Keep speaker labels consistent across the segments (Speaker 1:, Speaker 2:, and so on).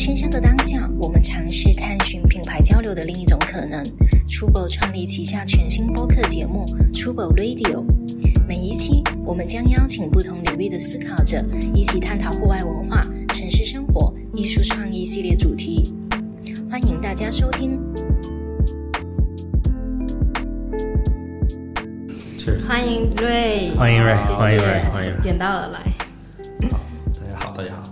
Speaker 1: 喧嚣的当下，我们尝试探寻品牌交流的另一种可能。Trouble 创立旗下全新播客节目 Trouble Radio，每一期我们将邀请不同领域的思考者，一起探讨户外文化、城市生活、艺术创意系列主题。欢迎大家收听。
Speaker 2: Cheers
Speaker 3: 欢迎瑞，
Speaker 2: 欢迎瑞
Speaker 3: 谢谢
Speaker 2: 欢迎瑞欢迎瑞
Speaker 3: 远道而来。
Speaker 2: 大家好，大家好。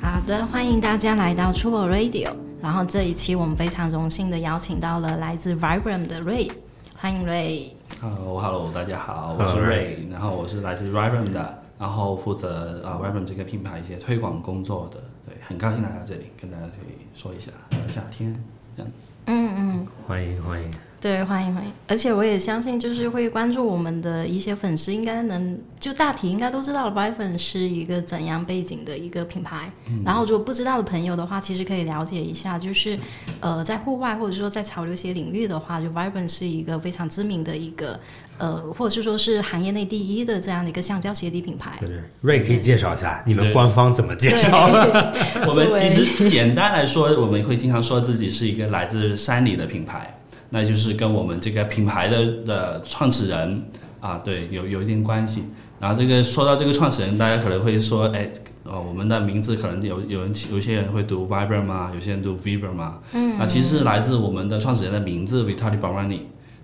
Speaker 3: 好的，欢迎大家来到 Trouble Radio。然后这一期我们非常荣幸的邀请到了来自 Vibram 的瑞，欢迎瑞。
Speaker 4: Hello Hello，大家好，我是
Speaker 2: Hello，
Speaker 4: Ray，然后我是来自 Ryram 的，然后负责啊、呃、Ryram 这个品牌一些推广工作的，对，很高兴来到这里跟大家可以说一下聊一下天，这样
Speaker 3: 嗯嗯，
Speaker 2: 欢迎欢迎，
Speaker 3: 对，欢迎欢迎。而且我也相信，就是会关注我们的一些粉丝，应该能就大体应该都知道 Vibram 是一个怎样背景的一个品牌。然后如果不知道的朋友的话，其实可以了解一下，就是呃，在户外或者说在潮流鞋领域的话，就 Vibram 是一个非常知名的一个呃，或者是说是行业内第一的这样的一个橡胶鞋底品牌
Speaker 2: 对。对瑞可以介绍一下你们
Speaker 4: 对
Speaker 2: 官方怎么介
Speaker 3: 对
Speaker 2: 绍的？
Speaker 4: 我
Speaker 3: 作
Speaker 4: 们
Speaker 3: 为
Speaker 4: 其实 简单来说，我们会经常说自己是一个来自山里的品牌，那就是跟我们这个品牌的的创始人啊，对，有有一定关系。然后这个说到这个创始人，大家可能会说，哎，呃，我们的名字可能有有人有些人会读 Vibram 啊，有些人读 Vibram 啊，嗯，啊，其实是来自我们的创始人的名字 Vitali Barani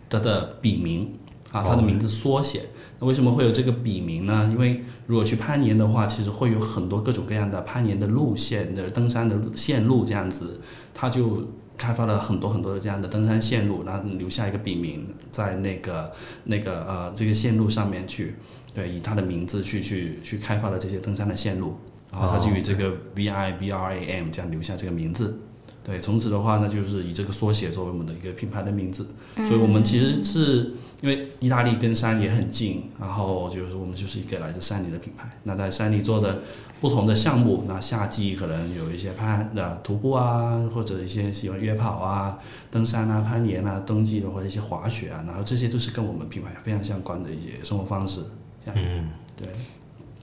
Speaker 4: 他的笔名啊，他的名字缩写。那为什么会有这个笔名呢？因为如果去攀岩的话，其实会有很多各种各样的攀岩的路线的登山的路线路这样子，他就开发了很多很多的这样的登山线路，然后留下一个笔名在那个那个呃这个线路上面去，对，以他的名字去去去开发了这些登山的线路，然后他就以这个 V I B R A M 这样留下这个名字。对，从此的话呢，就是以这个缩写作为我们的一个品牌的名字，所以我们其实是因为意大利跟山也很近，然后就是我们就是一个来自山里的品牌。那在山里做的不同的项目，那夏季可能有一些攀呃徒步啊，或者一些喜欢约跑啊、登山啊、攀岩啊；冬季的话一些滑雪啊，然后这些都是跟我们品牌非常相关的一些生活方式。这样，嗯，对，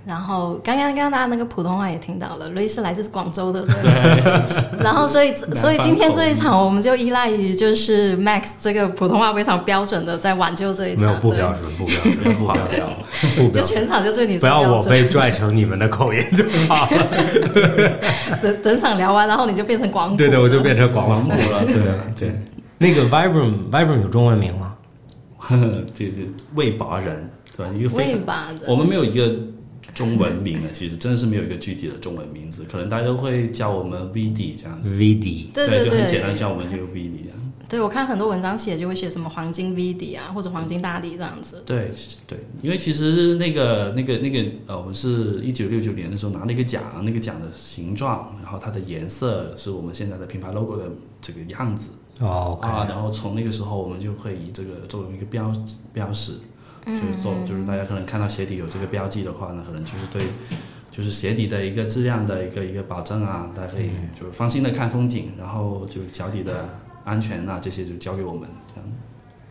Speaker 3: 然后刚刚刚刚大家那个普通话也听到了，瑞是来自广州的，对。然后所以所以今天这一场我们就依赖于就是 Max 这个普通话非常标准的在挽救这 一
Speaker 2: 没
Speaker 3: 场，
Speaker 2: 有不
Speaker 3: 对
Speaker 2: 标准，不标准，不标准，不
Speaker 3: 就
Speaker 2: 标准。
Speaker 3: 全场就对你
Speaker 2: 不
Speaker 3: 说
Speaker 2: 要
Speaker 3: 标
Speaker 2: 我
Speaker 3: 准。
Speaker 2: 被 拽成你们的口音就好了。
Speaker 3: 整整场聊完，然后你就变成广普，
Speaker 2: 对对，我就变成广
Speaker 4: 广
Speaker 2: 东
Speaker 4: 府。了，对啊对，
Speaker 2: 那个 Vibram Vibram 有中文名吗？
Speaker 4: 呵呵这这魏拔人对吧？一个非
Speaker 3: 喂
Speaker 4: 常
Speaker 3: 吧，
Speaker 4: 我们没有一个中文名的，其实真的是没有一个具体的中文名字，可能大家都会叫我们 VD 这样子，
Speaker 2: VD
Speaker 3: 对
Speaker 4: 就很简单
Speaker 3: 对，
Speaker 4: 叫我们就 VD 这样。
Speaker 3: 对我看很多文章写就会写什么黄金 V 底啊，或者黄金大底这样子，
Speaker 4: 对对，因为其实那个那个那个呃，我们是一九六九年的时候拿了一个奖，那个奖的形状，然后它的颜色是我们现在的品牌 logo 的这个样子
Speaker 2: 哦，OK，
Speaker 4: 啊，然后从那个时候我们就会以这个作为一个标标识，就是做，就是大家可能看到鞋底有这个标记的话呢，可能就是对，就是鞋底的一个质量的一个一个保证啊，大家可以就是放心的看风景，然后就是脚底的安全啊这些就交给我们这样。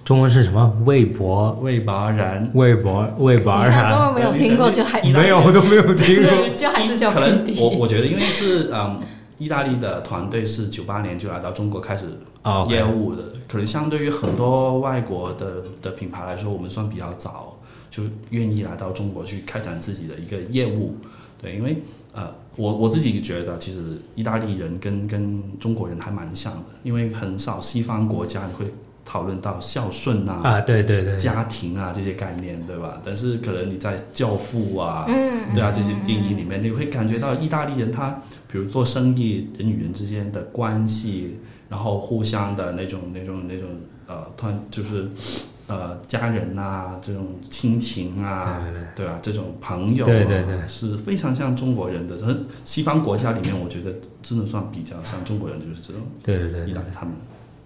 Speaker 2: 中文是什么？魏博，
Speaker 4: 魏拔然，
Speaker 2: 魏博，魏博
Speaker 3: 你看中
Speaker 2: 啊？
Speaker 3: 文没有听过就还
Speaker 2: 没有，我都没有听过。
Speaker 3: 就还是叫
Speaker 4: 可
Speaker 3: V
Speaker 4: 能我
Speaker 3: 底，
Speaker 4: 我觉得因为是嗯，意大利的团队是九八年就来到中国开始
Speaker 2: 哦，OK，
Speaker 4: 业务的，可能相对于很多外国的的品牌来说，我们算比较早，就愿意来到中国去开展自己的一个业务。对，因为呃，我我自己觉得，其实意大利人跟跟中国人还蛮像的，因为很少西方国家你会讨论到孝顺啊、
Speaker 2: 啊，对对对，
Speaker 4: 家庭啊这些概念，对吧？但是可能你在《教父》啊，对啊这些电影里面，你会感觉到意大利人他，比如做生意，人与人之间的关系，然后互相的那种那种那种呃团，就是呃家人啊，这种亲情啊，
Speaker 2: 对对
Speaker 4: 对吧？这种朋友、啊，
Speaker 2: 对对对
Speaker 4: 是非常像中国人的。很西方国家里面，我觉得真的算比较像中国人，就是这种
Speaker 2: 对对对
Speaker 4: 意
Speaker 2: 对
Speaker 4: 大。利他们。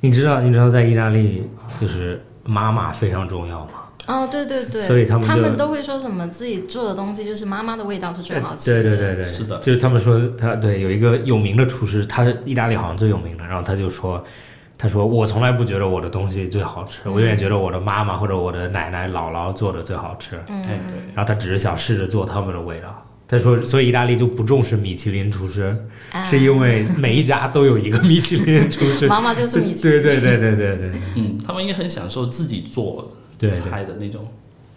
Speaker 2: 你知道，你知道在意大利就是妈妈非常重要吗？
Speaker 3: 哦，对对对，
Speaker 2: 所以他们就
Speaker 3: 都会说什么自己做的东西就是妈妈的味道是最好吃
Speaker 2: 对
Speaker 3: 的，
Speaker 2: 对对对，
Speaker 4: 是的
Speaker 2: 就是他们说他对有一个有名的厨师，他是意大利好像最有名的，然后他就说。他说：“我从来不觉得我的东西最好吃，我永
Speaker 3: 嗯
Speaker 2: 远觉得我的妈妈或者我的奶奶、姥姥做的最好吃。
Speaker 3: 嗯
Speaker 4: 哎，对。
Speaker 2: 嗯然后他只是想试着做他们的味道，他说，所以意大利就不重视米其林厨师，
Speaker 3: 啊
Speaker 2: 是因为每一家都有一个米其林厨 师。
Speaker 3: 妈妈就是米奇。
Speaker 2: 对对对对对对
Speaker 4: 嗯，他们应该很享受自己做
Speaker 2: 对对。
Speaker 4: 菜的那种。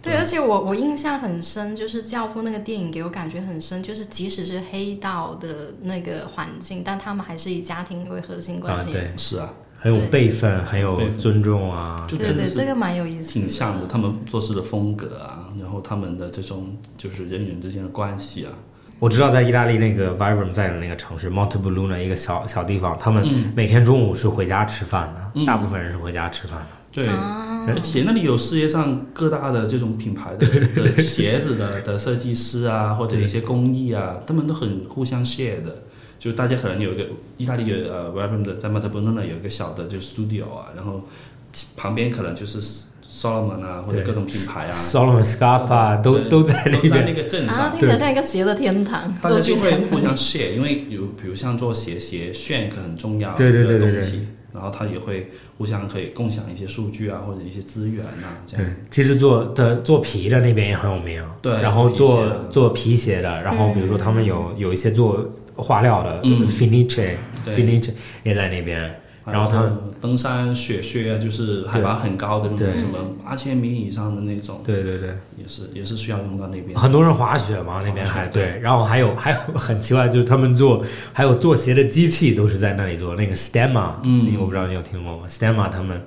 Speaker 3: 对，而且我我印象很深，就是《教父》那个电影给我感觉很深，就是即使是黑道的那个环境，但他们还是以家庭为核心
Speaker 2: 啊
Speaker 3: 观，念。
Speaker 2: 对，
Speaker 4: 是啊，
Speaker 2: 还有
Speaker 3: 对
Speaker 2: 辈分，还有
Speaker 4: 辈分
Speaker 2: 尊重啊，
Speaker 4: 就
Speaker 3: 对
Speaker 4: 真的
Speaker 3: 对，
Speaker 4: 是
Speaker 3: 这个蛮有意思的。
Speaker 4: 挺像的，他们做事的风格啊，然后他们的这种就是人与人之间的关系啊，
Speaker 2: 我知道在意大利那个 Vibram 在的那个城市 Montebluna 一个小小地方，他们每天中午是回家吃饭的，
Speaker 4: 嗯
Speaker 2: 大部分人是回家吃饭的。
Speaker 4: 对，
Speaker 3: 啊
Speaker 4: 而且那里有世界上各大的这种品牌的的鞋子的的设计师啊，或者一些工艺啊，他们都很互相 share 的。就大家可能有一个意大利有呃 w e b 的在 m a t a b o n a 有一个小的就是 studio 啊，然后旁边可能就是 Solomon 啊，或者
Speaker 2: 对
Speaker 4: 各种品牌啊，
Speaker 2: Solomon Scarpa 都
Speaker 4: 对
Speaker 2: 都在那
Speaker 4: 都在
Speaker 2: 边，
Speaker 4: 那个镇
Speaker 3: 啊，
Speaker 4: 上。
Speaker 3: 听起来像一个邪的天堂。
Speaker 4: 大家就
Speaker 3: 我觉
Speaker 4: 会
Speaker 3: 得
Speaker 4: 互相 share，因为有比如像做鞋鞋 shank 很重要
Speaker 2: 对对对
Speaker 4: 的
Speaker 2: 对对
Speaker 4: 东西，然后他也会互相可以共享一些数据啊，或者一些资源啊，这样
Speaker 2: 对。，其实做的做皮的那边也很有名，
Speaker 4: 对
Speaker 2: 然后
Speaker 4: 做
Speaker 2: 做
Speaker 4: 皮鞋的
Speaker 2: 做皮鞋的，然后比如说他们有有一些做花料的
Speaker 4: 嗯
Speaker 2: ，Finiche
Speaker 4: 对
Speaker 2: Finiche 也在那边，然后他
Speaker 4: 还有登山、雪靴啊，就是海拔很高的那
Speaker 2: 对
Speaker 4: 种，什么八千米以上的那种，
Speaker 2: 对对对。
Speaker 4: 也是也是需要用到那边。
Speaker 2: 很多人滑雪嘛，那边还
Speaker 4: 滑雪对
Speaker 2: 对，然后还有还 有很奇怪，就是他们做还有做鞋的机器都是在那里做，那个 Stemma，嗯，我不知道你有听过吗？Stemma 他们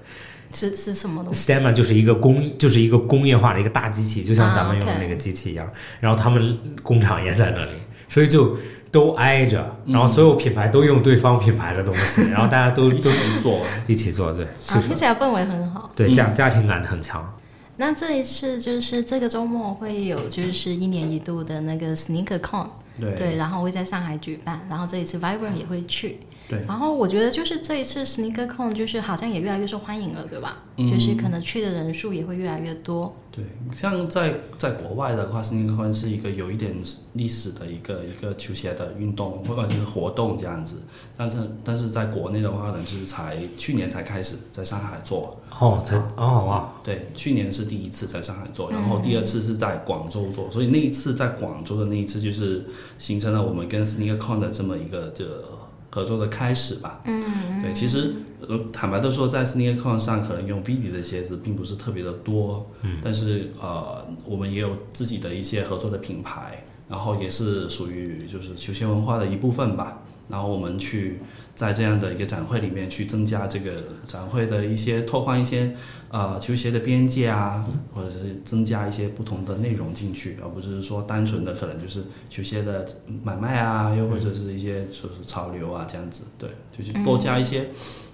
Speaker 3: 是是什么东西？
Speaker 2: Stemma 就是一个工就是一个工业化的一个大机器，就像
Speaker 3: 啊
Speaker 2: 咱们用的
Speaker 3: OK
Speaker 2: 那个机器一样，然后他们工厂也在那里，所以就都挨着，然后所有品牌都用对方品牌的东西， 然后大家都
Speaker 4: 一起
Speaker 2: 都
Speaker 4: 做，嗯
Speaker 2: 一起做，对，
Speaker 3: 啊，听起来氛围很好。
Speaker 2: 对家家庭感很强。
Speaker 3: 那这一次就是这个周末会有就是一年一度的那个 SneakerCon，
Speaker 4: 对
Speaker 3: 对，然后会在上海举办，然后这一次 Vibrant 也会去。
Speaker 4: 对
Speaker 3: 然后我觉得就是这一次 SneakerCon 就是好像也越来越受欢迎了，对吧？就是
Speaker 4: 嗯
Speaker 3: 可能去的人数也会越来越多。
Speaker 4: 对。像在在国外的话，斯尼克欢是一个有一点历史的一个一个球鞋的运动或者就是活动这样子，但是但是在国内的话，可能就是才去年才开始在上海做，
Speaker 2: 哦，才哦哇，
Speaker 4: 对，去年是第一次在上海做，然后第二次是在广州做，所以那一次在广州的那一次就是形成了我们跟 SneakerCon 的这么一个这个合作的开始吧。嗯，对，其实呃坦白的说，在 SneakerCon 上可能用 B 里的鞋子并不是特别的多，嗯，但是呃，我们也有自己的一些合作的品牌，然后也是属于就是球鞋文化的一部分吧。然后我们去在这样的一个展会里面去增加这个展会的一些拓宽一些呃球鞋的边界啊，或者是增加一些不同的内容进去，而不是说单纯的可能就是球鞋的买卖啊，又或者是一些就是潮流啊这样子，对，就是多加一些、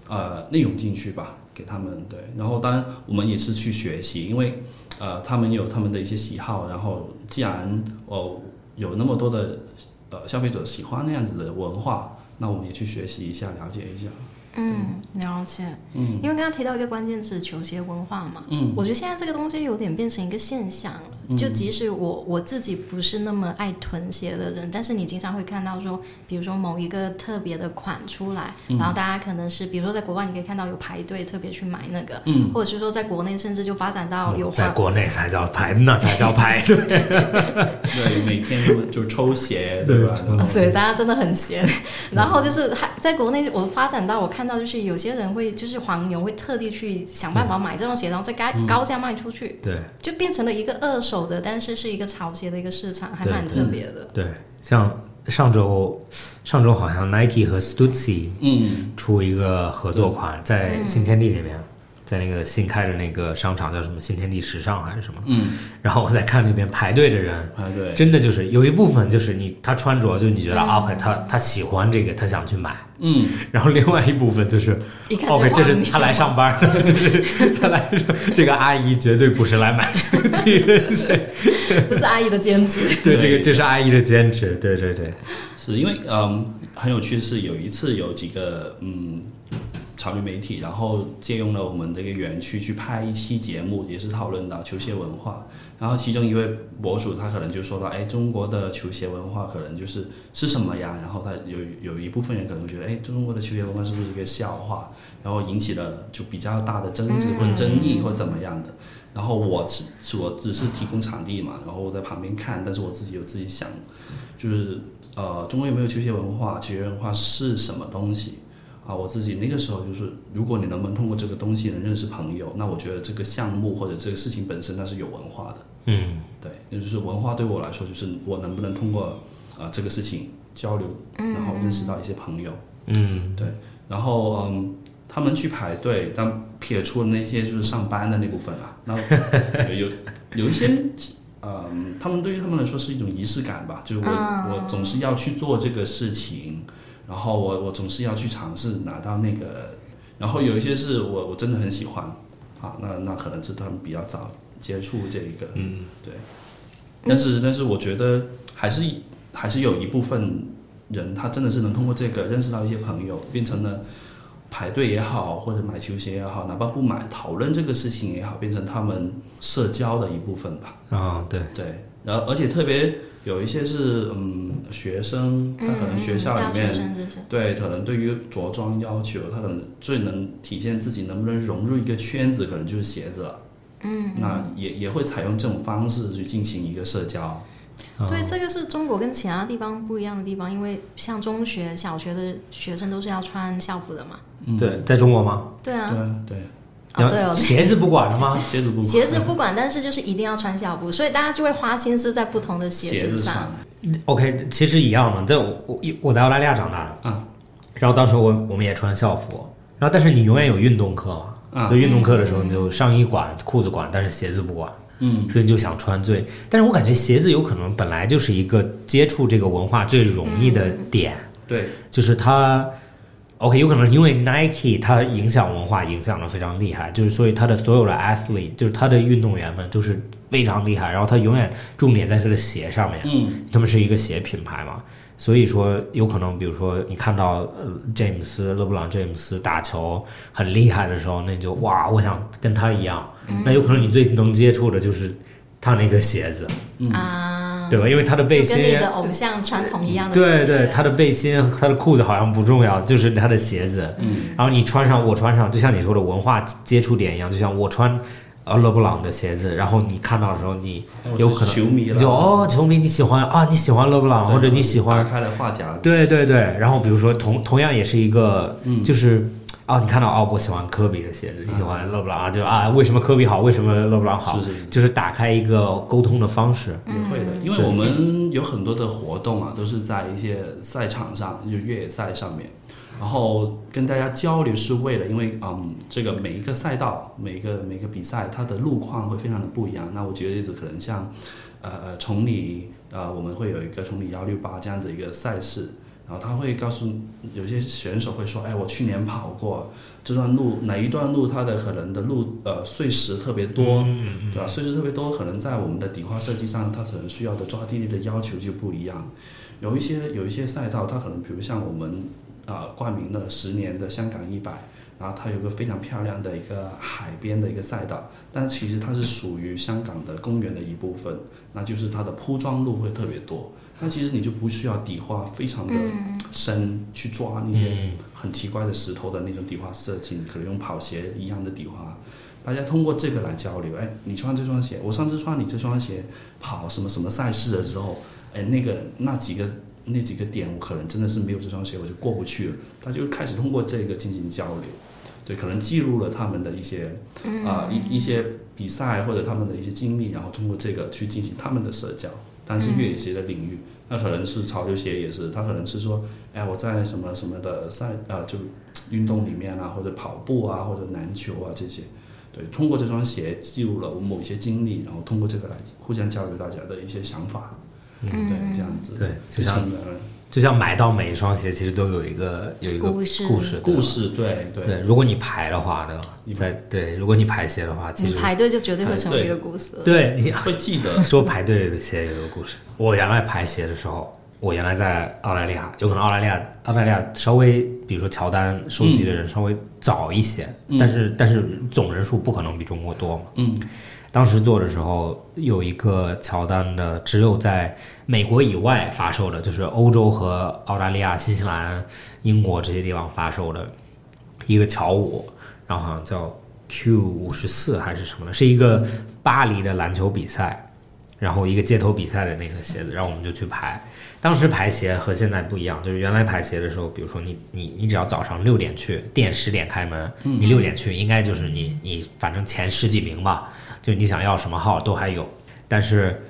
Speaker 4: 呃内容进去吧，给他们对。然后当然我们也是去学习，因为呃他们有他们的一些喜好，然后既然哦有那么多的呃消费者喜欢那样子的文化，那我们也去学习一下，了解一下。
Speaker 3: 嗯，了解。嗯，因为刚刚提到一个关键词球鞋文化嘛，
Speaker 4: 嗯，
Speaker 3: 我觉得现在这个东西有点变成一个现象了。就即使我我自己不是那么爱囤鞋的人，但是你经常会看到说，比如说某一个特别的款出来，然后大家可能是，比如说在国外你可以看到有排队特别去买那个，嗯，或者是说在国内甚至就发展到有
Speaker 2: 在
Speaker 3: 花
Speaker 2: 国内才叫排，那才叫排队。
Speaker 4: 对，每天他们就抽鞋，对吧？然后
Speaker 3: 所以大家真的很闲。然后就是还在国内，我发展到我看到就是有些人会就是黄牛会特地去想办法买这双鞋，然后再高高价卖出去，
Speaker 2: 对。
Speaker 3: 就变成了一个二手的，但是是一个潮鞋的一个市场，还蛮
Speaker 2: 对
Speaker 3: 特别的。
Speaker 2: 对，像上周上周好像 Nike 和 Stussy
Speaker 4: 嗯，
Speaker 2: 出一个合作款，
Speaker 3: 嗯
Speaker 2: 在新天地那边，在那个新开的那个商场叫什么新天地时尚还是什么？
Speaker 4: 嗯，
Speaker 2: 然后我在看那边排队的人。
Speaker 4: 啊对，
Speaker 2: 真的就是有一部分就是你他穿着就你觉得
Speaker 3: 嗯
Speaker 2: 啊 OK 他他喜欢这个他想去买，
Speaker 4: 嗯，
Speaker 2: 然后另外一部分就是
Speaker 3: 一看就
Speaker 2: OK 这是
Speaker 3: 黄牛
Speaker 2: 他来上班儿，就是 他来这个阿姨绝对不是来买 Stussy 的鞋，
Speaker 3: 这是阿姨的兼职。
Speaker 2: 对这个这是阿姨的兼职，对对对，
Speaker 4: 是因为嗯，很有趣是有一次有几个嗯。潮流媒体，然后借用了我们这个园区去拍一期节目，也是讨论到球鞋文化。然后其中一位博主他可能就说到，哎，中国的球鞋文化可能就是是什么呀？然后他有有一部分人可能会觉得，哎，中国的球鞋文化是不是一个笑话？然后引起了就比较大的争执或者争议或者怎么样的。然后我是是我只是提供场地嘛，然后我在旁边看，但是我自己有自己想，就是呃，中国有没有球鞋文化？球鞋文化是什么东西？啊，我自己那个时候就是，如果你能不能通过这个东西能认识朋友，那我觉得这个项目或者这个事情本身它是有文化的。
Speaker 2: 嗯，
Speaker 4: 对，也就是文化对我来说，就是我能不能通过啊、呃这个事情交流，然后认识到一些朋友。嗯，对，然后嗯，他们去排队，但撇除了那些就是上班的那 部分啊，那有有有一些。嗯，他们对于他们来说是一种仪式感吧，就是我、我总是要去做这个事情，然后我我总是要去尝试拿到那个，然后有一些是我我真的很喜欢，啊，那那可能是他们比较早接触这一个，嗯，对。但是但是我觉得还是还是有一部分人，他真的是能通过这个认识到一些朋友，变成了排队也好，或者买球鞋也好，哪怕不买，讨论这个事情也好，变成他们社交的一部分吧。
Speaker 2: 啊，对，
Speaker 4: 对，然后而且特别有一些是嗯学生，他可能学校里面
Speaker 3: 嗯大学生这些，
Speaker 4: 对，可能对于着装要求，他可能最能体现自己能不能融入一个圈子，可能就是鞋子了。嗯，那也也会采用这种方式去进行一个社交。
Speaker 2: 嗯
Speaker 3: 对，这个是中国跟其他地方不一样的地方，因为像中学、小学的学生都是要穿校服的嘛。
Speaker 4: 嗯
Speaker 2: 对，在中国吗？
Speaker 3: 对啊，
Speaker 4: 对
Speaker 3: 啊对哦，
Speaker 2: 鞋子不管了吗？
Speaker 4: 对，鞋子不
Speaker 3: 鞋子不管，但是就是一定要穿校服，所以大家就会花心思在不同的
Speaker 4: 鞋
Speaker 3: 子上。
Speaker 4: 上，
Speaker 2: OK，其实一样的，在我我我在澳大利亚长大的，
Speaker 4: 嗯，
Speaker 2: 然后当时我我们也穿校服，然后但是你永远有运动课嘛，
Speaker 4: 嗯
Speaker 2: 所以运动课的时候你就上衣管裤子管，但是鞋子不管，嗯，所以你就想穿最，但是我感觉鞋子有可能本来就是一个接触这个文化最容易的点，
Speaker 4: 对
Speaker 2: 就是它。OK，有可能是因为 Nike 它影响文化影响的非常厉害，就是所以它的所有的 athlete 就是它的运动员们就是非常厉害，然后它永远重点在它的鞋上面，
Speaker 4: 嗯，
Speaker 2: 他们是一个鞋品牌嘛，所以说有可能，比如说你看到呃詹姆斯、勒布朗·詹姆斯打球很厉害的时候，那你就哇，我想跟他一样。那有可能你最能接触的就是他那个鞋子，
Speaker 3: 啊，
Speaker 2: 对吧？因为他的背
Speaker 3: 就跟你
Speaker 2: 心，
Speaker 3: 的偶像穿同一样的
Speaker 2: 对
Speaker 3: 鞋，
Speaker 2: 对，他的背心、他的裤子好像不重要，就是他的鞋子。嗯，然后你穿上，我穿上，就像你说的文化接触点一样，就像我穿呃勒布朗的鞋子，然后你看到的时候，你有可
Speaker 4: 哎我
Speaker 2: 能
Speaker 4: 是球迷了，
Speaker 2: 就哦，球迷你喜欢啊，你喜欢勒布朗，
Speaker 4: 对
Speaker 2: 或者你喜欢
Speaker 4: 打开了话匣子，
Speaker 2: 对对对，然后比如说同同样也是一个，
Speaker 4: 嗯
Speaker 2: 就是啊，你看到哦，我喜欢科比的鞋子，你喜欢勒布朗啊，就啊，为什么科比好，为什么勒布朗好，
Speaker 4: 是是是
Speaker 2: 就是打开一个沟通的方式。
Speaker 4: 也会的，因为我们有很多的活动啊，都是在一些赛场上，就越野赛上面，然后跟大家交流是为了，因为嗯，这个每一个赛道，每一个每一个比赛，它的路况会非常的不一样。那我举个例子，可能像呃呃崇礼，呃我们会有一个崇礼幺六八这样子一个赛事。然后他会告诉有些选手会说，哎，我去年跑过这段路，哪一段路它的可能的路呃碎石特别多，对吧？碎石特别多，可能在我们的底化设计上，它可能需要的抓地力的要求就不一样。有一些有一些赛道，它可能比如像我们啊、呃冠名的十年的香港一百，然后它有个非常漂亮的一个海边的一个赛道，但其实它是属于香港的公园的一部分，那就是它的铺装路会特别多。那其实你就不需要底化非常的深去抓那些很奇怪的石头的那种底化设计，你可能用跑鞋一样的底化。大家通过这个来交流，哎，你穿这双鞋，我上次穿你这双鞋跑什么什么赛事的时候，哎，那个那几个那几个点，我可能真的是没有这双鞋，我就过不去了。他就开始通过这个进行交流，对，可能记录了他们的一些啊、一一些比赛或者他们的一些经历，然后通过这个去进行他们的社交。但是越野鞋的领域，那可能是潮流鞋也是，他可能是说，哎，我在什么什么的赛啊、就运动里面啊，或者跑步啊，或者篮球啊这些。对，通过这双鞋记录了我某一些经历，然后通过这个来互相交流大家的一些想法，嗯，对，这样子，
Speaker 2: 对
Speaker 4: 就
Speaker 2: 就像
Speaker 4: 成了
Speaker 2: 就像买到每一双鞋，其实都有一个有一个
Speaker 3: 故事
Speaker 2: 故事对吧
Speaker 4: 故事，对对
Speaker 2: 对，如果你排的话，对吧？你在对，如果你排鞋的话，其
Speaker 3: 你
Speaker 2: 实
Speaker 3: 排队就绝对会成为一个故事。
Speaker 2: 对你
Speaker 4: 会记得，
Speaker 2: 说排队的鞋有一个故事。我原来排鞋的时候，我原来在澳大利亚，有可能澳大利亚澳大利亚稍微，比如说乔丹收集
Speaker 4: 嗯
Speaker 2: 的人稍微早一些，但是但是总人数不可能比中国多嘛。
Speaker 4: 嗯，
Speaker 2: 当时做的时候有一个乔丹的，只有在美国以外发售的，就是欧洲和澳大利亚、新西兰、英国这些地方发售的一个乔五，然后好像叫 Q 五十四还是什么的，是一个巴黎的篮球比赛，然后一个街头比赛的那个鞋子，然后我们就去排。当时排鞋和现在不一样，就是原来排鞋的时候，比如说你你你只要早上六点去，店十点开门，你六点去，应该就是你你反正前十几名吧，就你想要什么号都还有。但是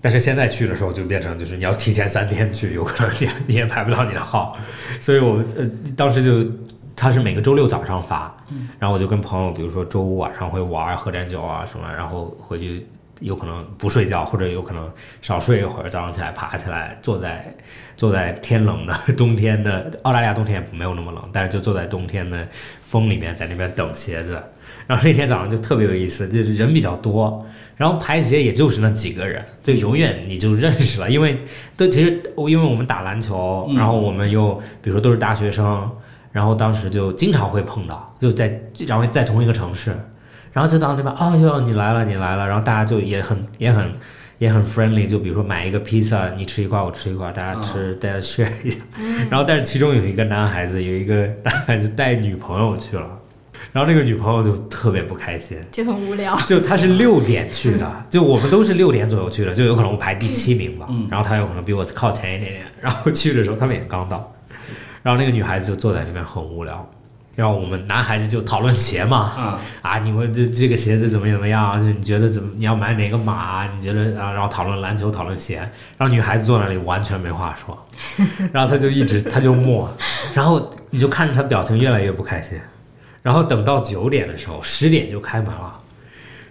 Speaker 2: 但是现在去的时候就变成就是你要提前三天去，有可能你你也排不到你的号，所以我们呃当时就他是每个周六早上发，然后我就跟朋友，比如说周五晚上会玩儿喝点酒啊什么，然后回去有可能不睡觉，或者有可能少睡一会儿，早上起来爬起来，坐在坐在天冷的冬天的澳大利亚冬天也没有那么冷，但是就坐在冬天的风里面，在那边等鞋子。然后那天早上就特别有意思，就是人比较多，然后排鞋也就是那几个人，就永远你就认识了，因为都其实我因为我们打篮球，然后我们又比如说都是大学生，然后当时就经常会碰到，就在然后在同一个城市，然后就到那边哦哟你来了你来了，然后大家就也很也很。也很 friendly，就比如说买一个披萨，你吃一块，我吃一块，大家吃，大家 share 一下。然后，但是其中有一个男孩子，有一个男孩子带女朋友去了，然后那个女朋友就特别不开心，
Speaker 3: 就很无聊。
Speaker 2: 就他是六点去的，就我们都是六点左右去的，就有可能我排第七名吧，然后他有可能比我靠前一点点，然后去的时候他们也刚到，然后那个女孩子就坐在那边很无聊，然后我们男孩子就讨论鞋嘛，
Speaker 4: 啊，
Speaker 2: 啊，你们这这个鞋子怎么怎么样？就你觉得怎么？你要买哪个码？你觉得啊？然后讨论篮球，讨论鞋，然后女孩子坐那里完全没话说，然后她就一直她就默，然后你就看着她表情越来越不开心，然后等到九点的时候，十点就开门了，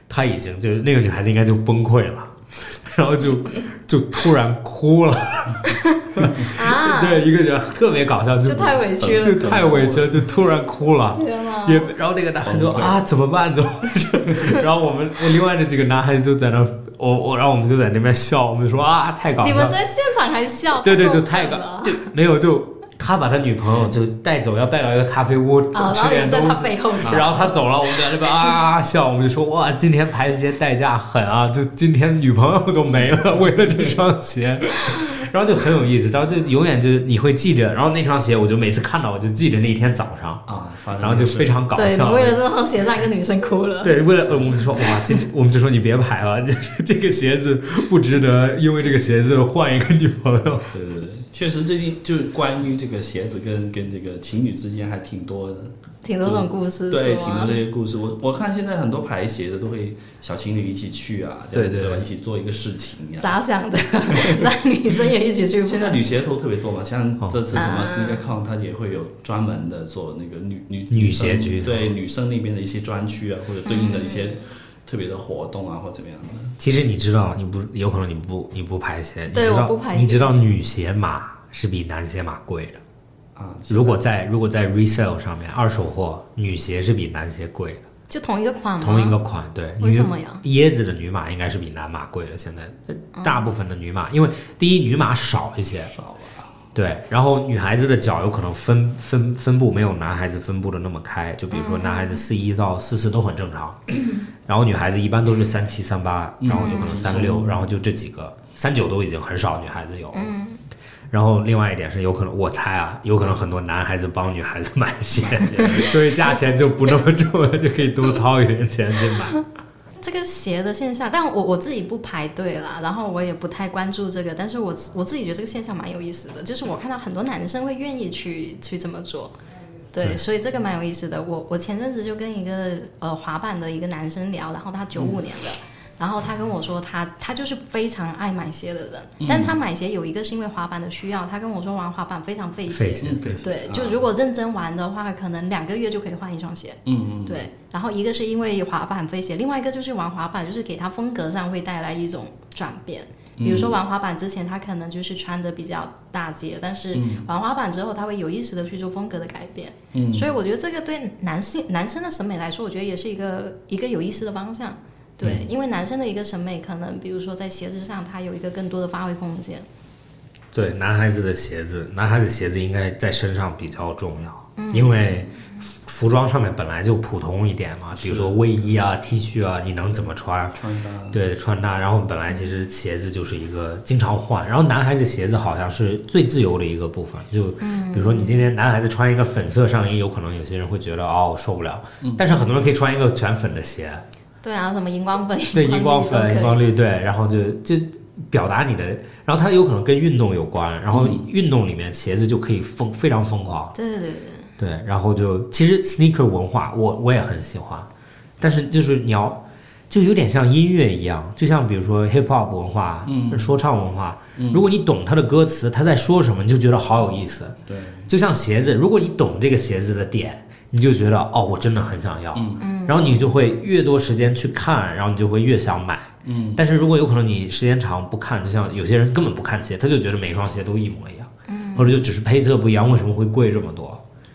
Speaker 2: 她已经就那个女孩子应该就崩溃了， 然后就就突然哭了，
Speaker 3: 啊，
Speaker 2: 对，一个人特别搞笑，就
Speaker 3: 这太委屈了
Speaker 2: 就太委屈了，就突然哭了。
Speaker 3: 天哪！
Speaker 2: 也，然后那个男孩就
Speaker 4: 崩溃
Speaker 2: 啊，怎么办？怎么办？ 然后我们我另外那几个男孩子就在那儿，我我，然后我们就在那边笑，我们就说啊，太搞
Speaker 3: 你
Speaker 2: 笑
Speaker 3: 们
Speaker 2: 了，
Speaker 3: 在现场还笑？
Speaker 2: 对对，就太
Speaker 3: 太
Speaker 2: 搞
Speaker 3: 过分了，
Speaker 2: 就没有就他把他女朋友就带走，要带到一个咖啡屋
Speaker 3: 啊！然
Speaker 2: 吃
Speaker 3: 后
Speaker 2: 点
Speaker 3: 你在
Speaker 2: 东
Speaker 3: 他
Speaker 2: 西。
Speaker 3: 背后 笑，
Speaker 2: 然后他走了，我们在那边啊啊啊笑，我们就说哇，今天排鞋代价狠啊！就今天女朋友都没了，为了这双鞋， 然后就很有意思，然后就永远就你会记着，然后那双鞋我就每次看到我就记着那一天早上，
Speaker 4: 啊，反正
Speaker 2: 然后就非常搞
Speaker 3: 对，你
Speaker 2: 笑。
Speaker 3: 为了这双鞋让一个女生哭了。
Speaker 2: 对，为了呃我们就说哇，这我们就说你别排了， 就是这个鞋子不值得，因为这个鞋子换一个女朋友。
Speaker 4: 对对对，确实最近就是关于这个鞋子跟跟这个情侣之间还挺多的，
Speaker 3: 挺多种故事，
Speaker 4: 对，
Speaker 3: 是
Speaker 4: 挺
Speaker 3: 吗
Speaker 4: 多这些故事。我我看现在很多排鞋的都会小情侣一起去啊，这样
Speaker 2: 对对
Speaker 4: 吧？
Speaker 2: 对
Speaker 4: 一起做一个事情呀、
Speaker 3: 咋想的？ 让女生也一起去
Speaker 4: 现在女鞋头特别多嘛，像
Speaker 2: 哦
Speaker 4: 这次什么
Speaker 3: 啊
Speaker 4: SneakerCon，它也会有专门的做那个女女
Speaker 2: 女
Speaker 4: 生
Speaker 2: 鞋哦区
Speaker 4: 对女生那边的一些专区啊，或者对应的一
Speaker 3: 嗯
Speaker 4: 些特别的活动啊，或怎么样的。
Speaker 2: 其实你知道，你不有可能你不你不排鞋，你
Speaker 3: 对
Speaker 2: 知道
Speaker 3: 我不排
Speaker 2: 你
Speaker 3: 鞋
Speaker 2: 知道女鞋码是比男鞋码贵的。
Speaker 4: 啊，
Speaker 2: 如果在如果在 resale 上面二手货，女鞋是比男鞋贵的，
Speaker 3: 就同一个款吗？
Speaker 2: 同一个款对。
Speaker 3: 啊为
Speaker 2: 女
Speaker 3: 什么呀？
Speaker 2: 椰子的女码应该是比男码贵的，现在呃大部分的女码，因为第一女码少一些，
Speaker 4: 少吧，
Speaker 2: 对，然后女孩子的脚有可能分分分布没有男孩子分布的那么开，就比如说男孩子四一到四四都很正常，然后女孩子一般都是三七三八，然后有可能三六，然后就这几个，三九都已经很少女孩子有。嗯。然后另外一点是，有可能我猜啊，有可能很多男孩子帮女孩子买鞋，所以价钱就不那么重了，就可以多掏一点钱去买。
Speaker 3: 这个鞋的现象，但我我自己不排队啦，然后我也不太关注这个，但是我自我自己觉得这个现象蛮有意思的，就是我看到很多男生会愿意去去这么做。对，所以这个蛮有意思的。我我前阵子就跟一个呃滑板的一个男生聊，然后他九五年的，然后他跟我说他他就是非常爱买鞋的人，但他买鞋有一个是因为滑板的需要，他跟我说玩滑板非常费
Speaker 2: 费
Speaker 3: 鞋，
Speaker 2: 鞋
Speaker 4: 对
Speaker 3: 对，就
Speaker 4: 啊
Speaker 3: 如果认真玩的话，可能两个月就可以换一双鞋。
Speaker 4: 嗯嗯
Speaker 3: 对，然后一个是因为滑板飞鞋，另外一个就是玩滑板，就是给他风格上会带来一种转变。比如
Speaker 2: 嗯
Speaker 3: 说玩滑板之前，他可能就是穿的比较大街，但是
Speaker 2: 嗯
Speaker 3: 玩滑板之后，他会有意识的去做风格的改变。
Speaker 4: 嗯，
Speaker 3: 所以我觉得这个对男性男生的审美来说，我觉得也是一个一个有意思的方向。
Speaker 2: 嗯
Speaker 3: 对，因为男生的一个审美，可能比如说在鞋子上，他有一个更多的发挥空间。
Speaker 2: 对，男孩子的鞋子，男孩子鞋子应该在身上比较重要，因为服服装上面本来就普通一点嘛，比如说卫衣啊、T 恤啊，你能怎么穿？
Speaker 4: 穿搭
Speaker 2: 对，穿搭。然后本来其实鞋子就是一个经常换，然后男孩子鞋子好像是最自由的一个部分，就比如说你今天男孩子穿一个粉色上衣，有可能有些人会觉得哦我受不了，但是很多人可以穿一个全粉的鞋，
Speaker 3: 对啊，什么荧光粉、
Speaker 2: 对，荧光
Speaker 3: 绿都
Speaker 2: 粉、
Speaker 3: 可以
Speaker 2: 荧光绿，对，然后就就表达你的，然后它有可能跟运动有关，然后
Speaker 3: 嗯
Speaker 2: 运动里面鞋子就可以疯非常疯狂，
Speaker 3: 对对对对，
Speaker 2: 对，然后就其实 sneaker 文化我我也很喜欢，但是就是你要就有点像音乐一样，就像比如说 hip hop 文化，嗯，说唱文化，如果你懂它的歌词，它在说什么，你就觉得好有意思，
Speaker 4: 对，
Speaker 2: 就像鞋子，如果你懂这个鞋子的点，你就觉得哦，我真的很想要，嗯，然后你就会越多时间去看，然后你就会越想买，嗯。但是如果有可能你时间长不看，就像有些人根本不看鞋，他就觉得每一双鞋都一模一样，嗯，或者就只是配色不一样，为什么会贵这么多？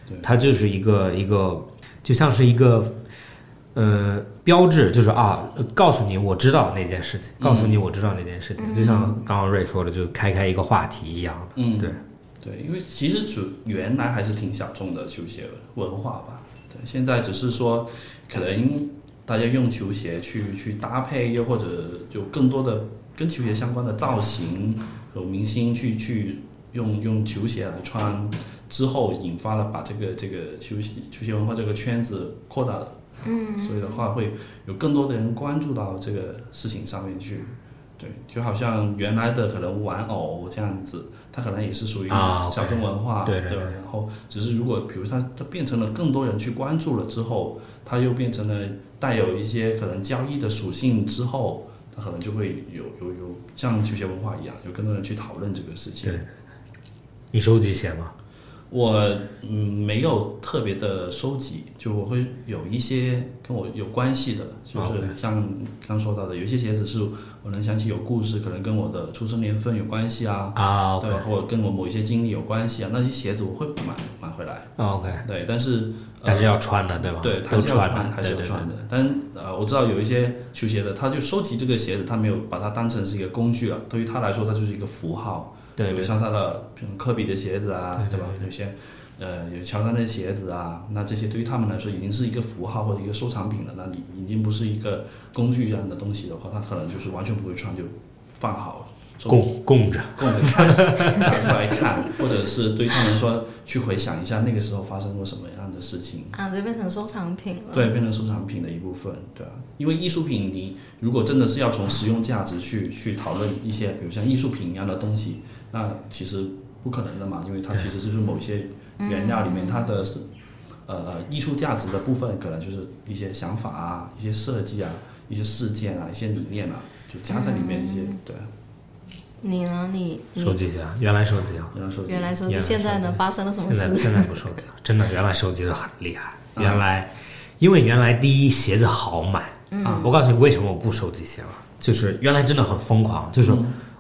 Speaker 4: 对
Speaker 2: 它就是一个一个，就像是一个。呃，标志就是啊，告诉你我知道那件事情，
Speaker 4: 嗯
Speaker 2: 告诉你我知道那件事情，就像刚刚瑞说的，就开开一个话题一样的，
Speaker 4: 嗯
Speaker 2: 对。
Speaker 4: 对，因为其实主原来还是挺小众的球鞋文化吧，对，现在只是说可能大家用球鞋去去搭配，又或者有更多的跟球鞋相关的造型和明星去去用用球鞋来穿，之后引发了把这个这个球鞋球鞋文化这个圈子扩大了。嗯，所以的话会有更多的人关注到这个事情上面去，对，就好像原来的可能玩偶这样子，它可能也是属于
Speaker 2: 啊
Speaker 4: 小众文化，
Speaker 2: 对对
Speaker 4: 对
Speaker 2: 对
Speaker 4: 吧然后只是如果比如它它变成了更多人去关注了之后，它又变成了带有一些可能交易的属性之后，它可能就会有有有像球鞋文化一样，有更多人去讨论这个事情
Speaker 2: 对。你收集鞋吗？
Speaker 4: 我嗯没有特别的收集，就我会有一些跟我有关系的，就
Speaker 2: 啊，OK
Speaker 4: 是像刚说到的，有一些鞋子是我能想起有故事，可能跟我的出生年份有关系啊，
Speaker 2: 啊
Speaker 4: 对吧？或者跟我某一些经历有关系啊，那些鞋子我会买买回来，
Speaker 2: 哦，OK，
Speaker 4: 对，但是、呃、
Speaker 2: 但是要穿哎的对吧？
Speaker 4: 对，还
Speaker 2: 都
Speaker 4: 是要
Speaker 2: 的，
Speaker 4: 还
Speaker 2: 对
Speaker 4: 是要
Speaker 2: 对
Speaker 4: 穿的。但呃，我知道有一些球鞋的，他就收集这个鞋子，他没有把它当成是一个工具了。对于他来说，它就是一个符号。
Speaker 2: 对
Speaker 4: 比如
Speaker 2: 对
Speaker 4: 像他的比如科比的鞋子啊，
Speaker 2: 对对
Speaker 4: 吧？有些呃，有乔丹的鞋子啊，那这些对于他们来说已经是一个符号或者一个收藏品了。那你已经不是一个工具一样的东西的话，他可能就是完全不会穿，就放好。收
Speaker 2: 供供着，
Speaker 4: 供着看，拿出来看，或者是对他们来说去回想一下那个时候发生过什么样的事情，
Speaker 3: 啊，就变成收藏品了。
Speaker 4: 对，变成收藏品的一部分，对啊，因为艺术品，你如果真的是要从实用价值去去讨论一些，比如像艺术品一样的东西，那其实不可能的嘛，因为它其实就是某些原料里面它的是呃艺术价值的部分，可能就是一些想法啊、一些设计啊、一些事件啊、一些理念啊，就加在里面一些，
Speaker 3: 嗯
Speaker 4: 对啊，
Speaker 3: 你呢？你
Speaker 4: 嗯
Speaker 2: 收
Speaker 3: 你
Speaker 2: 集鞋，原来收集啊，
Speaker 4: 原来说
Speaker 3: 原来收
Speaker 2: 原
Speaker 3: 集，
Speaker 2: 来
Speaker 3: 现在
Speaker 2: 收
Speaker 3: 呢
Speaker 2: 集
Speaker 3: 发生了什么
Speaker 2: 现在
Speaker 3: 事？
Speaker 2: 现在不收集了，真的原来收集的很厉害，原来因为原来第一鞋子好买，啊，我告诉你为什么我不收集鞋了，就是原来真的很疯狂，就是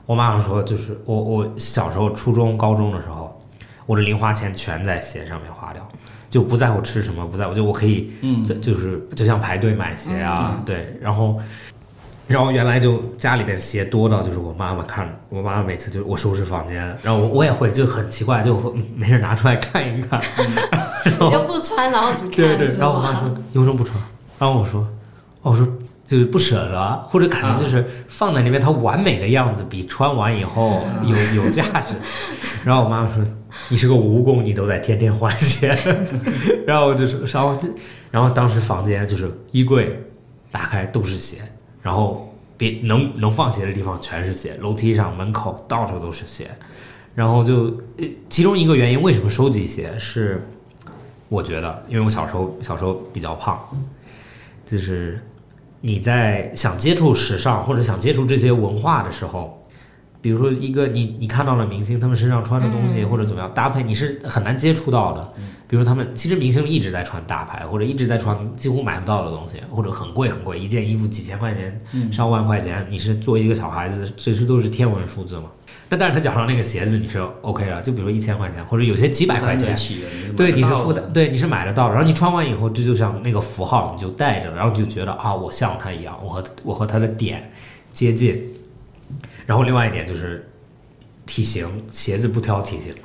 Speaker 2: 我妈常说，就是我我小时候初中高中的时候，我的零花钱全在鞋上面花掉。就不在乎吃什么，不在乎，就我可以，嗯，就是就像排队买鞋啊，对，然后然后原来就家里边鞋多到，就是我妈妈看，我妈妈每次就是我收拾房间，然后我我也会就很奇怪，就会嗯没事拿出来看一看，
Speaker 3: 你就不穿，然后只看啊是
Speaker 2: 然后我妈
Speaker 3: 吧
Speaker 2: 说你为什么不穿？然后我说，哦，我说就是不舍得，啊或者感觉就是放在那边它完美的样子比穿完以后
Speaker 3: 啊
Speaker 2: 有有价值。然后我妈妈说你是个蜈蚣，你都在天天换鞋。 然后我就说，然后这然后当时房间就是衣柜打开都是鞋，然后别能能放鞋的地方全是鞋，楼梯上、门口到处都是鞋。然后就，呃其中一个原因为什么收集鞋是，我觉得，因为我小时候小时候比较胖，就是你在想接触时尚或者想接触这些文化的时候，比如说一个你你看到了明星他们身上穿的东西或者怎么样搭配，你是很难接触到的。比如他们其实明星一直在穿大牌，或者一直在穿几乎买不到的东西，或者很贵很贵，一件衣服几千块钱、上万块钱，你是作为一个小孩子，这是都是天文数字嘛。那但是他脚上那个鞋子你是 OK 的，就比如一千块钱，或者有些几百块钱，
Speaker 4: 起的，你
Speaker 2: 对，
Speaker 4: 买得
Speaker 2: 你是
Speaker 4: 到
Speaker 2: 负
Speaker 4: 的
Speaker 2: 担，对，你是买得到的。然后你穿完以后，这就像那个符号，你就带着，然后你就觉得啊，我像他一样，我和我和他的点接近。然后另外一点就是体型，鞋子不挑体型的，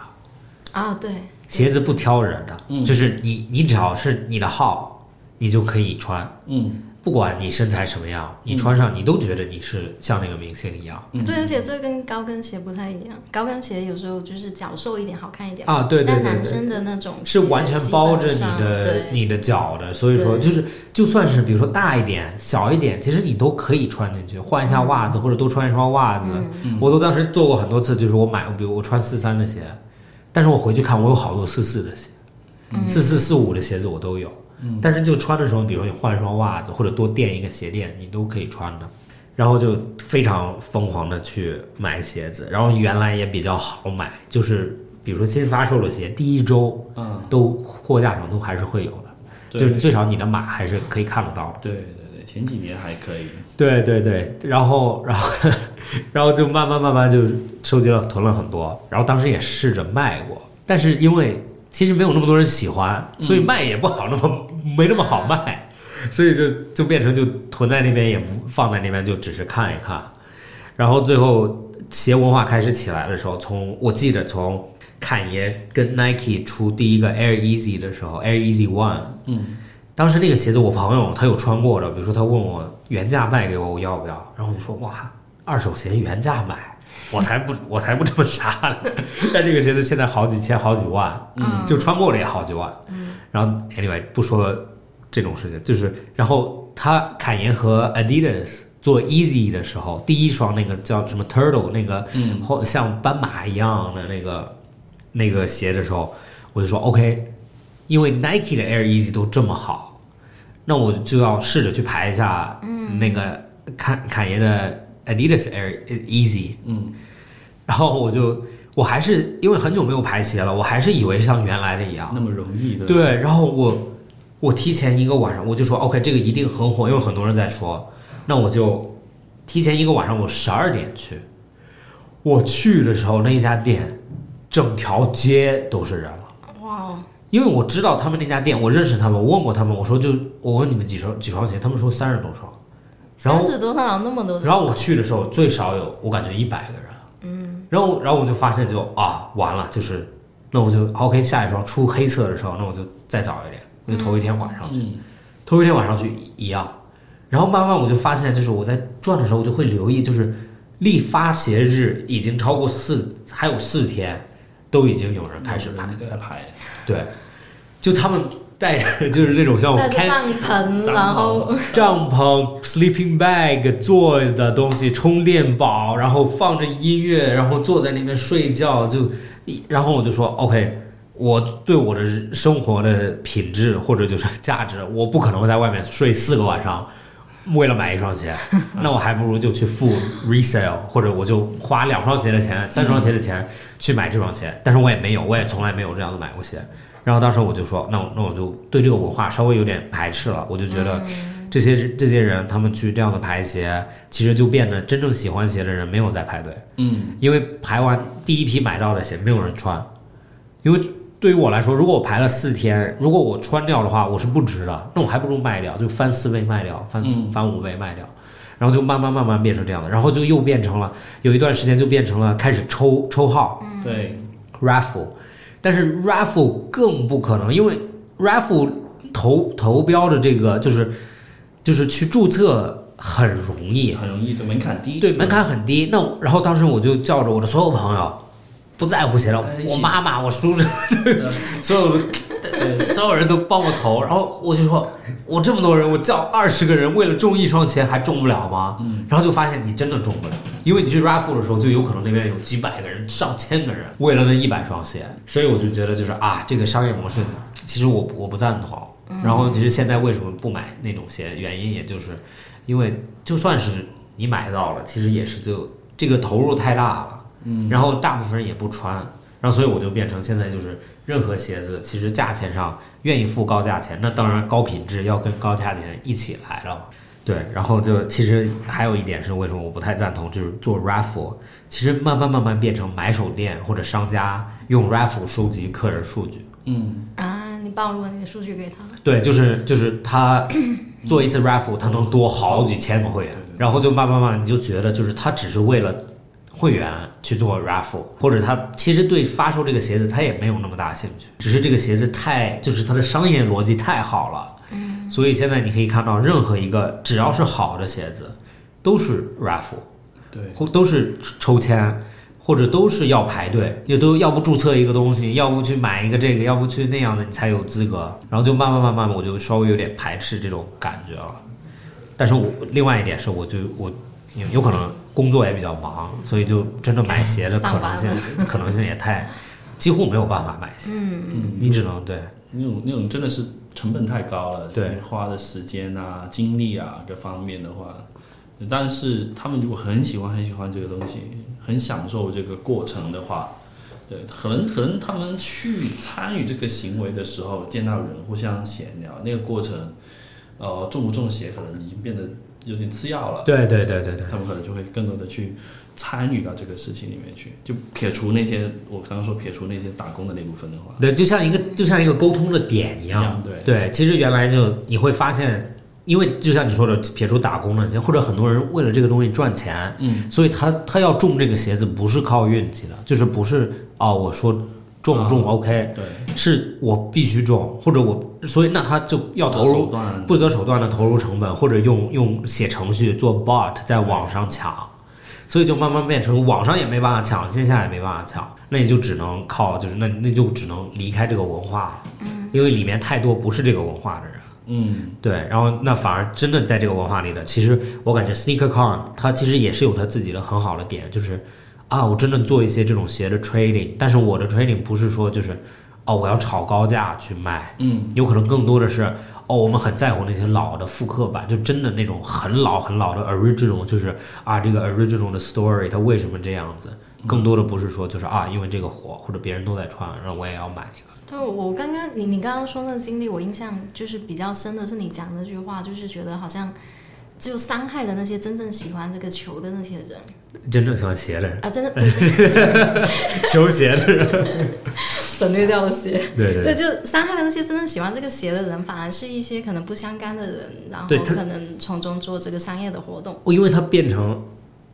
Speaker 3: 啊，对，
Speaker 2: 鞋子不挑人的，
Speaker 4: 嗯
Speaker 2: 就是你你只要是你的号，你就可以穿，
Speaker 4: 嗯
Speaker 2: 不管你身材什么样，你穿上你都觉得你是像那个明星一样。
Speaker 3: 对，而且这跟高跟鞋不太一样，高跟鞋有时候就是脚瘦一点好看一点，
Speaker 2: 啊，对对
Speaker 3: 但
Speaker 2: 对对，
Speaker 3: 男生的那种
Speaker 2: 是
Speaker 3: 鞋
Speaker 2: 完全
Speaker 3: 基
Speaker 2: 包
Speaker 3: 本
Speaker 2: 着你
Speaker 3: 上
Speaker 2: 的
Speaker 3: 对
Speaker 2: 你的脚的，所以说
Speaker 3: 对
Speaker 2: 就是就算是比如说大一点、小一点，其实你都可以穿进去，换一
Speaker 3: 嗯
Speaker 2: 下袜子、或者多穿一双袜子。我都当时做过很多次，就是我买，比如我穿四三的鞋，但是我回去看我有好多四四的鞋，
Speaker 3: 嗯
Speaker 2: 四四四五的鞋子我都有，但是就穿的时候，比如说你换一双袜子或者多垫一个鞋垫，你都可以穿的。然后就非常疯狂的去买鞋子，然后原来也比较好买，就是比如说新发售的鞋，第一周
Speaker 4: 嗯，
Speaker 2: 都货架上都还是会有的，
Speaker 4: 对
Speaker 2: 就是最少你的码还是可以看得到的。
Speaker 4: 对对对，前几年还可以，
Speaker 2: 对对对，然后 然后然后就慢慢慢慢就收集了囤了很多，然后当时也试着卖过，但是因为其实没有那么多人喜欢，所以卖也不好那么、没那么好卖，所以就就变成就囤在那边也不放在那边，就只是看一看。然后最后鞋文化开始起来的时候，从我记得从侃爷跟 Nike 出第一个 Air Easy 的时候，Air Easy One，
Speaker 4: 嗯，
Speaker 2: 当时那个鞋子我朋友他有穿过的，比如说他问我原价卖给我，我要不要？然后我就说哇，二手鞋原价买，我才不我才不这么傻呢。 但这个鞋子现在好几千好几万，
Speaker 3: 嗯
Speaker 2: 就穿过了也好几万。然后 anyway 不说这种事情，就是然后他侃爷和 Adidas 做 Easy 的时候，第一双那个叫什么 Turtle 那个
Speaker 4: 嗯
Speaker 2: 后像斑马一样的那个那个鞋的时候，我就说 OK，因为 Nike 的 Air Easy 都这么好，那我就要试着去排一下那个侃侃爷的 Adidas Air Easy，
Speaker 4: 嗯
Speaker 2: 然后我就我还是因为很久没有排鞋了，我还是以为像原来的一样。
Speaker 4: 那么容易的，
Speaker 2: 对，然后我我提前一个晚上我就说 OK，这个一定很火，因为很多人在说，那我就提前一个晚上，我十二点去。我去的时候，那一家店整条街都是人了。
Speaker 3: 哇哦，
Speaker 2: 因为我知道他们那家店，我认识他们，我问过他们，我说就我问你们几双几双鞋，他们说三十多双，然后
Speaker 3: 三十多上有那么多，
Speaker 2: 然后我去的时候最少有我感觉一百个人，嗯，然后然后我就发现就啊完了，就是那我就 OK 下一双出黑色的时候，那我就再早一点，我就头一天晚上去，
Speaker 4: 嗯
Speaker 2: 头一天晚上去一样，然后慢慢我就发现就是我在转的时候我就会留意，就是离发鞋日已经超过四还有四天，都已经有人开始
Speaker 4: 有
Speaker 2: 买
Speaker 4: 人在排，
Speaker 2: 对，就他们带着 就是这种像我
Speaker 3: 带
Speaker 2: 们
Speaker 3: 着
Speaker 2: 开
Speaker 3: 帐篷，
Speaker 4: 帐
Speaker 3: 然后
Speaker 2: 帐篷、sleeping bag 做的东西，充电宝，然后放着音乐，然后坐在那边睡觉，就，然后我就说 OK。我对我的生活的品质或者就是价值，我不可能在外面睡四个晚上，为了买一双 鞋，那我还不如就去付 resale，或者我就花两双鞋的钱、三双鞋的钱去买这双鞋。但是我也没有，我也从来没有这样子买过鞋。然后当时我就说，那我那我就对这个文化稍微有点排斥了，我就觉得
Speaker 4: 嗯
Speaker 2: 这些这些人他们去这样的排鞋，其实就变得真正喜欢鞋的人没有在排队，
Speaker 4: 嗯
Speaker 2: 因为排完第一批买到的鞋没有人穿，因为对于我来说，如果我排了四天，如果我穿掉的话，我是不值的，那我还不如卖掉，就翻四倍卖掉，翻四、
Speaker 4: 嗯
Speaker 2: 翻五倍卖掉。然后就慢慢慢慢变成这样的，然后就又变成了有一段时间就变成了开始抽抽号，
Speaker 4: 对，
Speaker 2: raffle，但是 raffle 更不可能，因为 raffle 投投标的这个就是就是去注册很容易，
Speaker 4: 很容易的，门槛低，
Speaker 2: 对门槛很低。那我然后当时我就叫着我的所有朋友，不在乎谁了
Speaker 4: 哎，
Speaker 2: 我妈妈、我叔叔， 所有呃人所有人都帮我投，然后我就说，我这么多人，我叫二十个人，为了中一双鞋还中不了吗？然后就发现你真的中不了，因为你去 raffle 的时候，就有可能那边有几百个人、上千个人为了那一百双鞋，所以我就觉得就是啊，这个商业模式其实我我不赞同。然后其实现在为什么不买那种鞋，原因也就是因为就算是你买到了，其实也是就这个投入太大了，嗯，然后大部分人也不穿，然后所以我就变成现在就是任何鞋子，其实价钱上愿意付高价钱，那当然高品质要跟高价钱一起来了嘛。对，然后就其实还有一点是为什么我不太赞同，就是做 raffle，其实慢慢慢慢变成买手店或者商家用 raffle 收集客人数据。
Speaker 4: 嗯
Speaker 3: 啊，你暴露了你的数据给他，
Speaker 2: 对，就是就是他做一次 raffle，他能多好几千个会员，然后就慢慢慢你就觉得就是他只是为了会员去做 raffle，或者他其实对发售这个鞋子他也没有那么大兴趣，只是这个鞋子太就是它的商业逻辑太好了，嗯，所以现在你可以看到任何一个只要是好的鞋子都是 raffle，
Speaker 4: 对
Speaker 2: 或都是抽签，或者都是要排队，也都要不注册一个东西，要不去买一个这个，要不去那样的，你才有资格。然后就慢慢慢慢，我就稍微有点排斥这种感觉了。但是我另外一点是，我就我有有可能工作也比较忙，所以就真的买鞋的可能性可能性也太几乎没有办法买鞋，嗯，你只能对
Speaker 4: 那种那种真的是成本太高了，
Speaker 2: 对
Speaker 4: 你花的时间啊、精力啊各方面的话，但是他们如果很喜欢很喜欢这个东西，很享受这个过程的话，对，可能可能他们去参与这个行为的时候，见到人互相闲聊，那个过程，呃，中不中邪可能已经变得有点次要了，
Speaker 2: 对对对对对，
Speaker 4: 他们可能就会更多的去参与到这个事情里面去，就撇除那些我刚刚说撇除那些打工的那部分的话，
Speaker 2: 对，就像一个就像一个沟通的点一
Speaker 4: 一
Speaker 2: 样，
Speaker 4: 样对。
Speaker 2: 对，其实原来就你会发现，因为就像你说的，撇除打工的，或者很多人为了这个东西赚钱，嗯，所以他他要中这个鞋子不是靠运气的，就是不是哦，我说中不中、OK，
Speaker 4: 对，
Speaker 2: 是我必须中，或者我所以那他就要投
Speaker 4: 手
Speaker 2: 入
Speaker 4: 段，
Speaker 2: 不择手段的投入成本，或者用用写程序做 bot 在网上抢，所以就慢慢变成网上也没办法抢，线下也没办法抢，那你就只能靠就是那那就只能离开这个文化，因为里面太多不是这个文化的人。
Speaker 4: 嗯，
Speaker 2: 对，然后那反而真的在这个文化里的，其实我感觉 SneakerCon 它其实也是有它自己的很好的点，就是啊，我真的做一些这种鞋的 trading，但是我的 trading 不是说就是哦我要炒高价去卖，
Speaker 4: 嗯，
Speaker 2: 有可能更多的是哦我们很在乎那些老的复刻版，就真的那种很老很老的 original，就是啊这个 original 的 story 它为什么这样子，更多的不是说就是啊因为这个火或者别人都在穿，然后我也要买一个，
Speaker 3: 对，我刚刚你你刚刚说那个经历，我印象就是比较深的是你讲那句话，就是觉得好像只有伤害了那些真正喜欢这个球的那些人
Speaker 2: 真正喜欢鞋的人，
Speaker 3: 啊，真的对真的
Speaker 2: 球鞋的人，
Speaker 3: 省略掉了鞋，
Speaker 2: 对对
Speaker 3: 对，就伤害了那些真正喜欢这个鞋的人，反而是一些可能不相干的人，然后
Speaker 2: 对他
Speaker 3: 可能从中做这个商业的活动。
Speaker 2: 哦因为它变成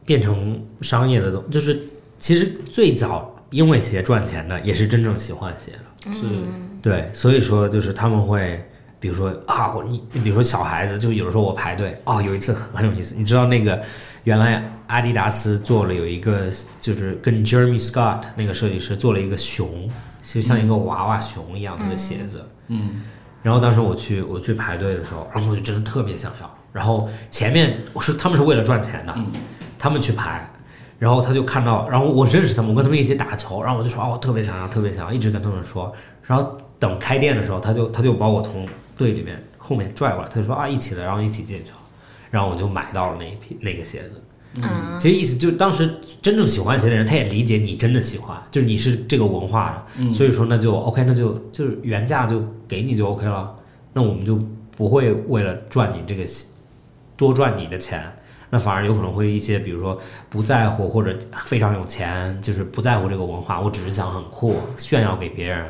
Speaker 2: 变成商业的东，就是其实最早因为鞋赚钱的也是真正喜欢鞋的，
Speaker 4: 是，
Speaker 2: 对，所以说就是他们会。比如说啊，我你你比如说小孩子，就有的时候我排队哦，有一次很有意思，你知道那个原来阿迪达斯做了有一个，就是跟 Jeremy Scott 那个设计师做了一个熊，就像一个娃娃熊一样那个鞋子，
Speaker 4: 嗯，
Speaker 2: 然后当时我去我去排队的时候，然后我就真的特别想要。然后前面我是他们是为了赚钱的，他们去排，然后他就看到，然后我认识他们，我跟他们一起打球，然后我就说啊，我特别想要，特别想要，一直跟他们说。然后等开店的时候，他就他就把我从队里面后面拽过来，他就说啊，一起的，然后一起进去了，然后我就买到了那一批那个鞋子。
Speaker 3: 嗯，
Speaker 2: 其实意思就是，当时真正喜欢鞋的人，他也理解你真的喜欢，就是你是这个文化的，所以说那就 OK，那就就是原价就给你就 OK 了，那我们就不会为了赚你这个多赚你的钱，那反而有可能会一些，比如说不在乎或者非常有钱，就是不在乎这个文化，我只是想很酷炫耀给别人，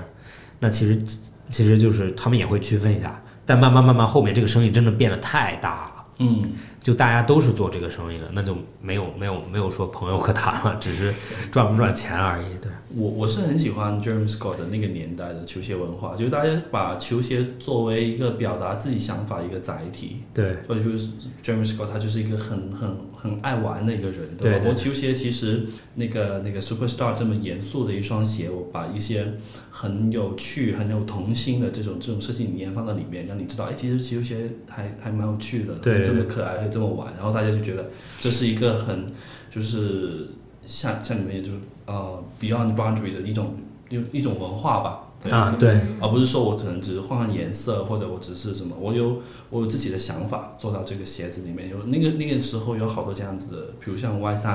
Speaker 2: 那其实其实就是他们也会区分一下，但慢慢慢慢后面这个生意真的变得太大了。
Speaker 4: 嗯，
Speaker 2: 就大家都是做这个生意的，那就没有没有没有说朋友可谈了， 只是赚不赚钱而已。对，
Speaker 4: 我我是很喜欢 Jeremy Scott 的那个年代的球鞋文化，就是大家把球鞋作为一个表达自己想法的一个载体，
Speaker 2: 对，
Speaker 4: 或者就是 Jeremy Scott 他就是一个很很很爱玩的一个人，
Speaker 2: 对
Speaker 4: 吧？
Speaker 2: 对
Speaker 4: 我球鞋其实那个那个 Superstar 这么严肃的一双鞋，我把一些很有趣、很有童心的这种这种事情理念放到里面，让你知道，哎，其实球鞋还还蛮有趣的，
Speaker 2: 对对
Speaker 4: 这
Speaker 2: 对
Speaker 4: 么可爱，会这么玩，然后大家就觉得这是一个很就是像像你们也就是呃 Beyond Boundary 的一种一一种文化吧，对
Speaker 2: 啊，对，
Speaker 4: 而不是说我可能只是换换颜色，或者我只是什么，我有我有自己的想法做到这个鞋子里面。有那个那个时候有好多这样子的，比如像 Y 三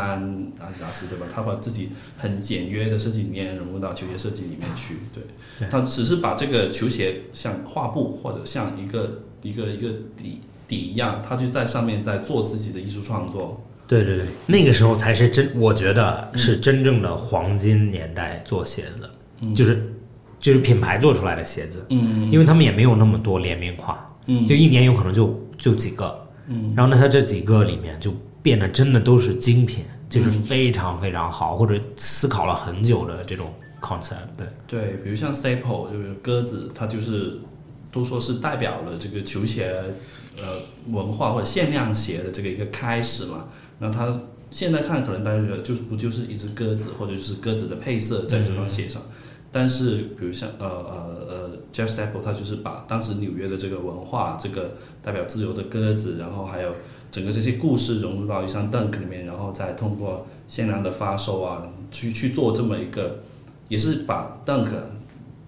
Speaker 4: 阿迪达斯对吧？他把自己很简约的设计理念融入到球鞋设计里面去，对，
Speaker 2: 对
Speaker 4: 他只是把这个球鞋像画布或者像一个一个一个底底一样，他就在上面在做自己的艺术创作。
Speaker 2: 对对对，那个时候才是真，我觉得是真正的黄金年代做鞋子，就是就是品牌做出来的鞋子，
Speaker 4: 嗯
Speaker 2: 因为他们也没有那么多联名款，
Speaker 4: 嗯
Speaker 2: 就一年有可能就就几个，嗯，然后那它这几个里面就变得真的都是精品，这是非常非常好，或者思考了很久的这种 concept。对，
Speaker 4: 对，比如像 staple 就是鸽子，它就是都说是代表了这个球鞋呃文化或者限量鞋的这个一个开始嘛。那它现在看可能大家觉得就是不就是一只鸽子，或者就是鸽子的配色在这双鞋上。但是，比如像呃呃呃，Jeff Staple，他就是把当时纽约的这个文化，这个代表自由的鸽子，然后还有整个这些故事融入到一张 Dunk 里面，然后再通过限量的发售啊，去去做这么一个，也是把 Dunk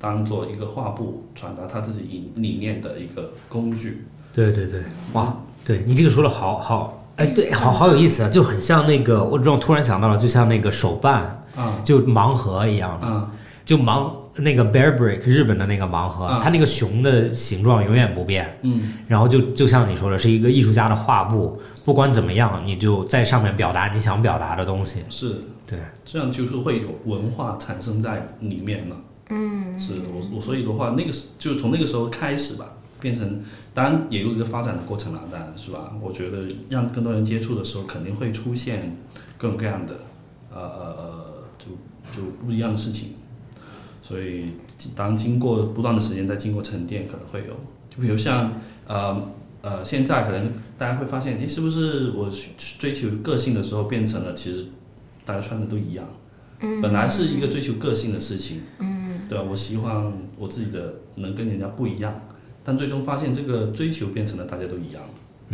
Speaker 4: 当做一个画布传达他自己理理念的一个工具。
Speaker 2: 对对对，哇，对你这个说的好好，哎，对，好好有意思啊，就很像那个，我让我突然想到了，就像那个手办，
Speaker 4: 啊
Speaker 2: 就盲盒一样的，
Speaker 4: 啊
Speaker 2: 就盲那个 Bear Brick 日本的那个盲盒，
Speaker 4: 啊
Speaker 2: 它那个熊的形状永远不变，
Speaker 4: 嗯，
Speaker 2: 然后就就像你说的，是一个艺术家的画布，不管怎么样，你就在上面表达你想表达的东西，
Speaker 4: 是
Speaker 2: 对，
Speaker 4: 这样就是会有文化产生在里面了。嗯，是我我所以的话，那个时就从那个时候开始吧，变成当然也有一个发展的过程啦，当然是吧？我觉得让更多人接触的时候，肯定会出现各种各样的呃呃呃，就就不一样的事情。所以当经过不断的时间，再经过沉淀，可能会有，就比如像呃呃，现在可能大家会发现，诶，是不是我去去追求个性的时候，变成了其实大家穿的都一样。本来是一个追求个性的事情，嗯，对吧？我希望我自己的能跟人家不一样，但最终发现这个追求变成了大家都一样。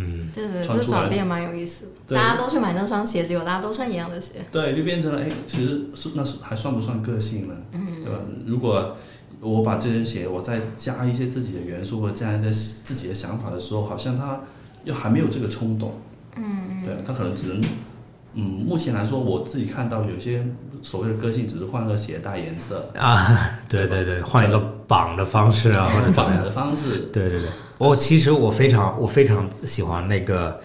Speaker 2: 嗯
Speaker 3: 对对，
Speaker 4: 穿
Speaker 3: 这
Speaker 4: 出来
Speaker 3: 转变蛮有意思的。
Speaker 4: 对
Speaker 3: 大家都去买那双鞋，结果大家都穿一样的鞋。
Speaker 4: 对，就变成了哎，其实是那是还算不算个性呢？嗯，对吧？如果我把这些鞋，我再加一些自己的元素或者加一些自己的想法的时候，好像他又还没有这个冲动。嗯，对，他可能只能，嗯，目前来说，我自己看到有些所谓的个性，只是换个鞋带颜色、
Speaker 2: 啊，对对对，换一个绑的方式啊，或者怎么
Speaker 4: 绑
Speaker 2: 样。
Speaker 4: 的方式。
Speaker 2: 对对对，我其实我非常我非常喜欢那个，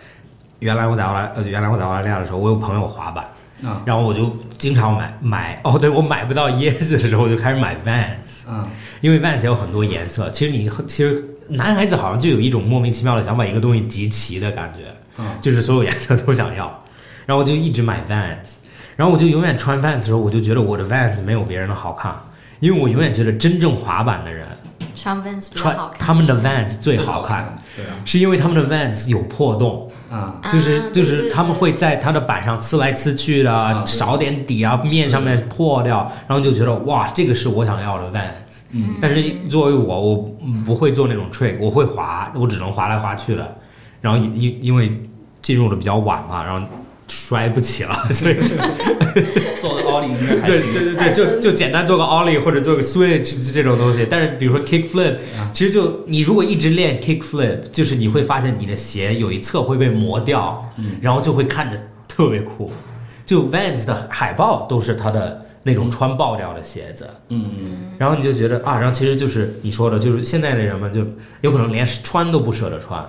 Speaker 2: 原来我在澳大呃原来我在澳大利亚的时候，我有朋友滑板，
Speaker 4: 啊
Speaker 2: 然后我就经常买买哦，对我买不到椰子的时候，我就开始买 Vans，
Speaker 4: 啊，
Speaker 2: 因为 Vans 有很多颜色。其实你其实男孩子好像就有一种莫名其妙的想把一个东西集齐的感觉，
Speaker 4: 啊
Speaker 2: 就是所有颜色都想要，然后我就一直买 Vans，然后我就永远穿 Vans 的时候，我就觉得我的 Vans 没有别人的好看，因为我永远觉得真正滑板的人
Speaker 3: 穿 Vans 比较
Speaker 2: 穿
Speaker 3: 好看。
Speaker 2: 他们的 Vans 最好看。，
Speaker 4: 对啊，
Speaker 2: 是因为他们的 Vans 有破洞，
Speaker 4: 啊
Speaker 3: 啊
Speaker 2: 就是就
Speaker 3: 对对
Speaker 2: 是
Speaker 3: 对
Speaker 2: 他们会在它的板上呲来呲去的，
Speaker 4: 啊对
Speaker 2: 少点底啊，面上面破掉，然后就觉得哇，这个是我想要的 Vans。
Speaker 4: 嗯
Speaker 2: 但是作为我，我不会做那种 trick，我会滑，我只能滑来滑去的。然后因因因为进入的比较晚嘛，然后摔不起了， 所以
Speaker 4: 做的 ollie 应该还
Speaker 2: 对
Speaker 4: 行。
Speaker 2: 对对对，就就简单做个 ollie 或者做个 switch 这种东西。但是比如说 kick flip，其实
Speaker 4: 嗯
Speaker 2: 就你如果一直练 kick flip，就是你会发现你的鞋有一侧会被磨掉，
Speaker 4: 嗯
Speaker 2: 然后就会看着特别酷。就 Vans 的海报都是它的那种穿爆掉的鞋子，
Speaker 4: 嗯，
Speaker 2: 然后你就觉得啊，然后其实就是你说的，就是现在的人们就有可能连穿都不舍得穿，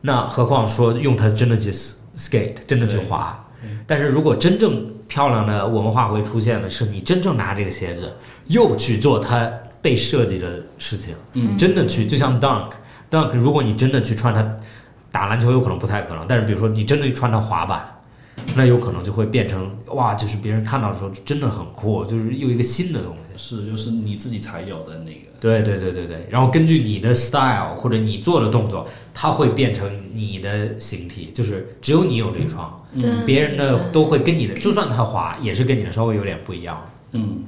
Speaker 2: 那何况说用它真的去 s- skate，真的去
Speaker 4: 对
Speaker 2: 滑。但是如果真正漂亮的文化会出现的是，你真正拿这个鞋子又去做它被设计的事情，嗯，真的去，就像 dunk dunk，如果你真的去穿它，打篮球有可能不太可能，但是比如说你真的去穿它滑板。那有可能就会变成哇，就是别人看到的时候真的很酷，就是又一个新的东西。
Speaker 4: 是就是你自己才有的那个。
Speaker 2: 对对对对对，然后根据你的 style 或者你做的动作，它会变成你的形体，就是只有你有这一双，
Speaker 3: 对
Speaker 2: 别人的
Speaker 3: 嗯对
Speaker 2: 都会跟你的，就算它滑，也是跟你的稍微有点不一样。
Speaker 4: 嗯，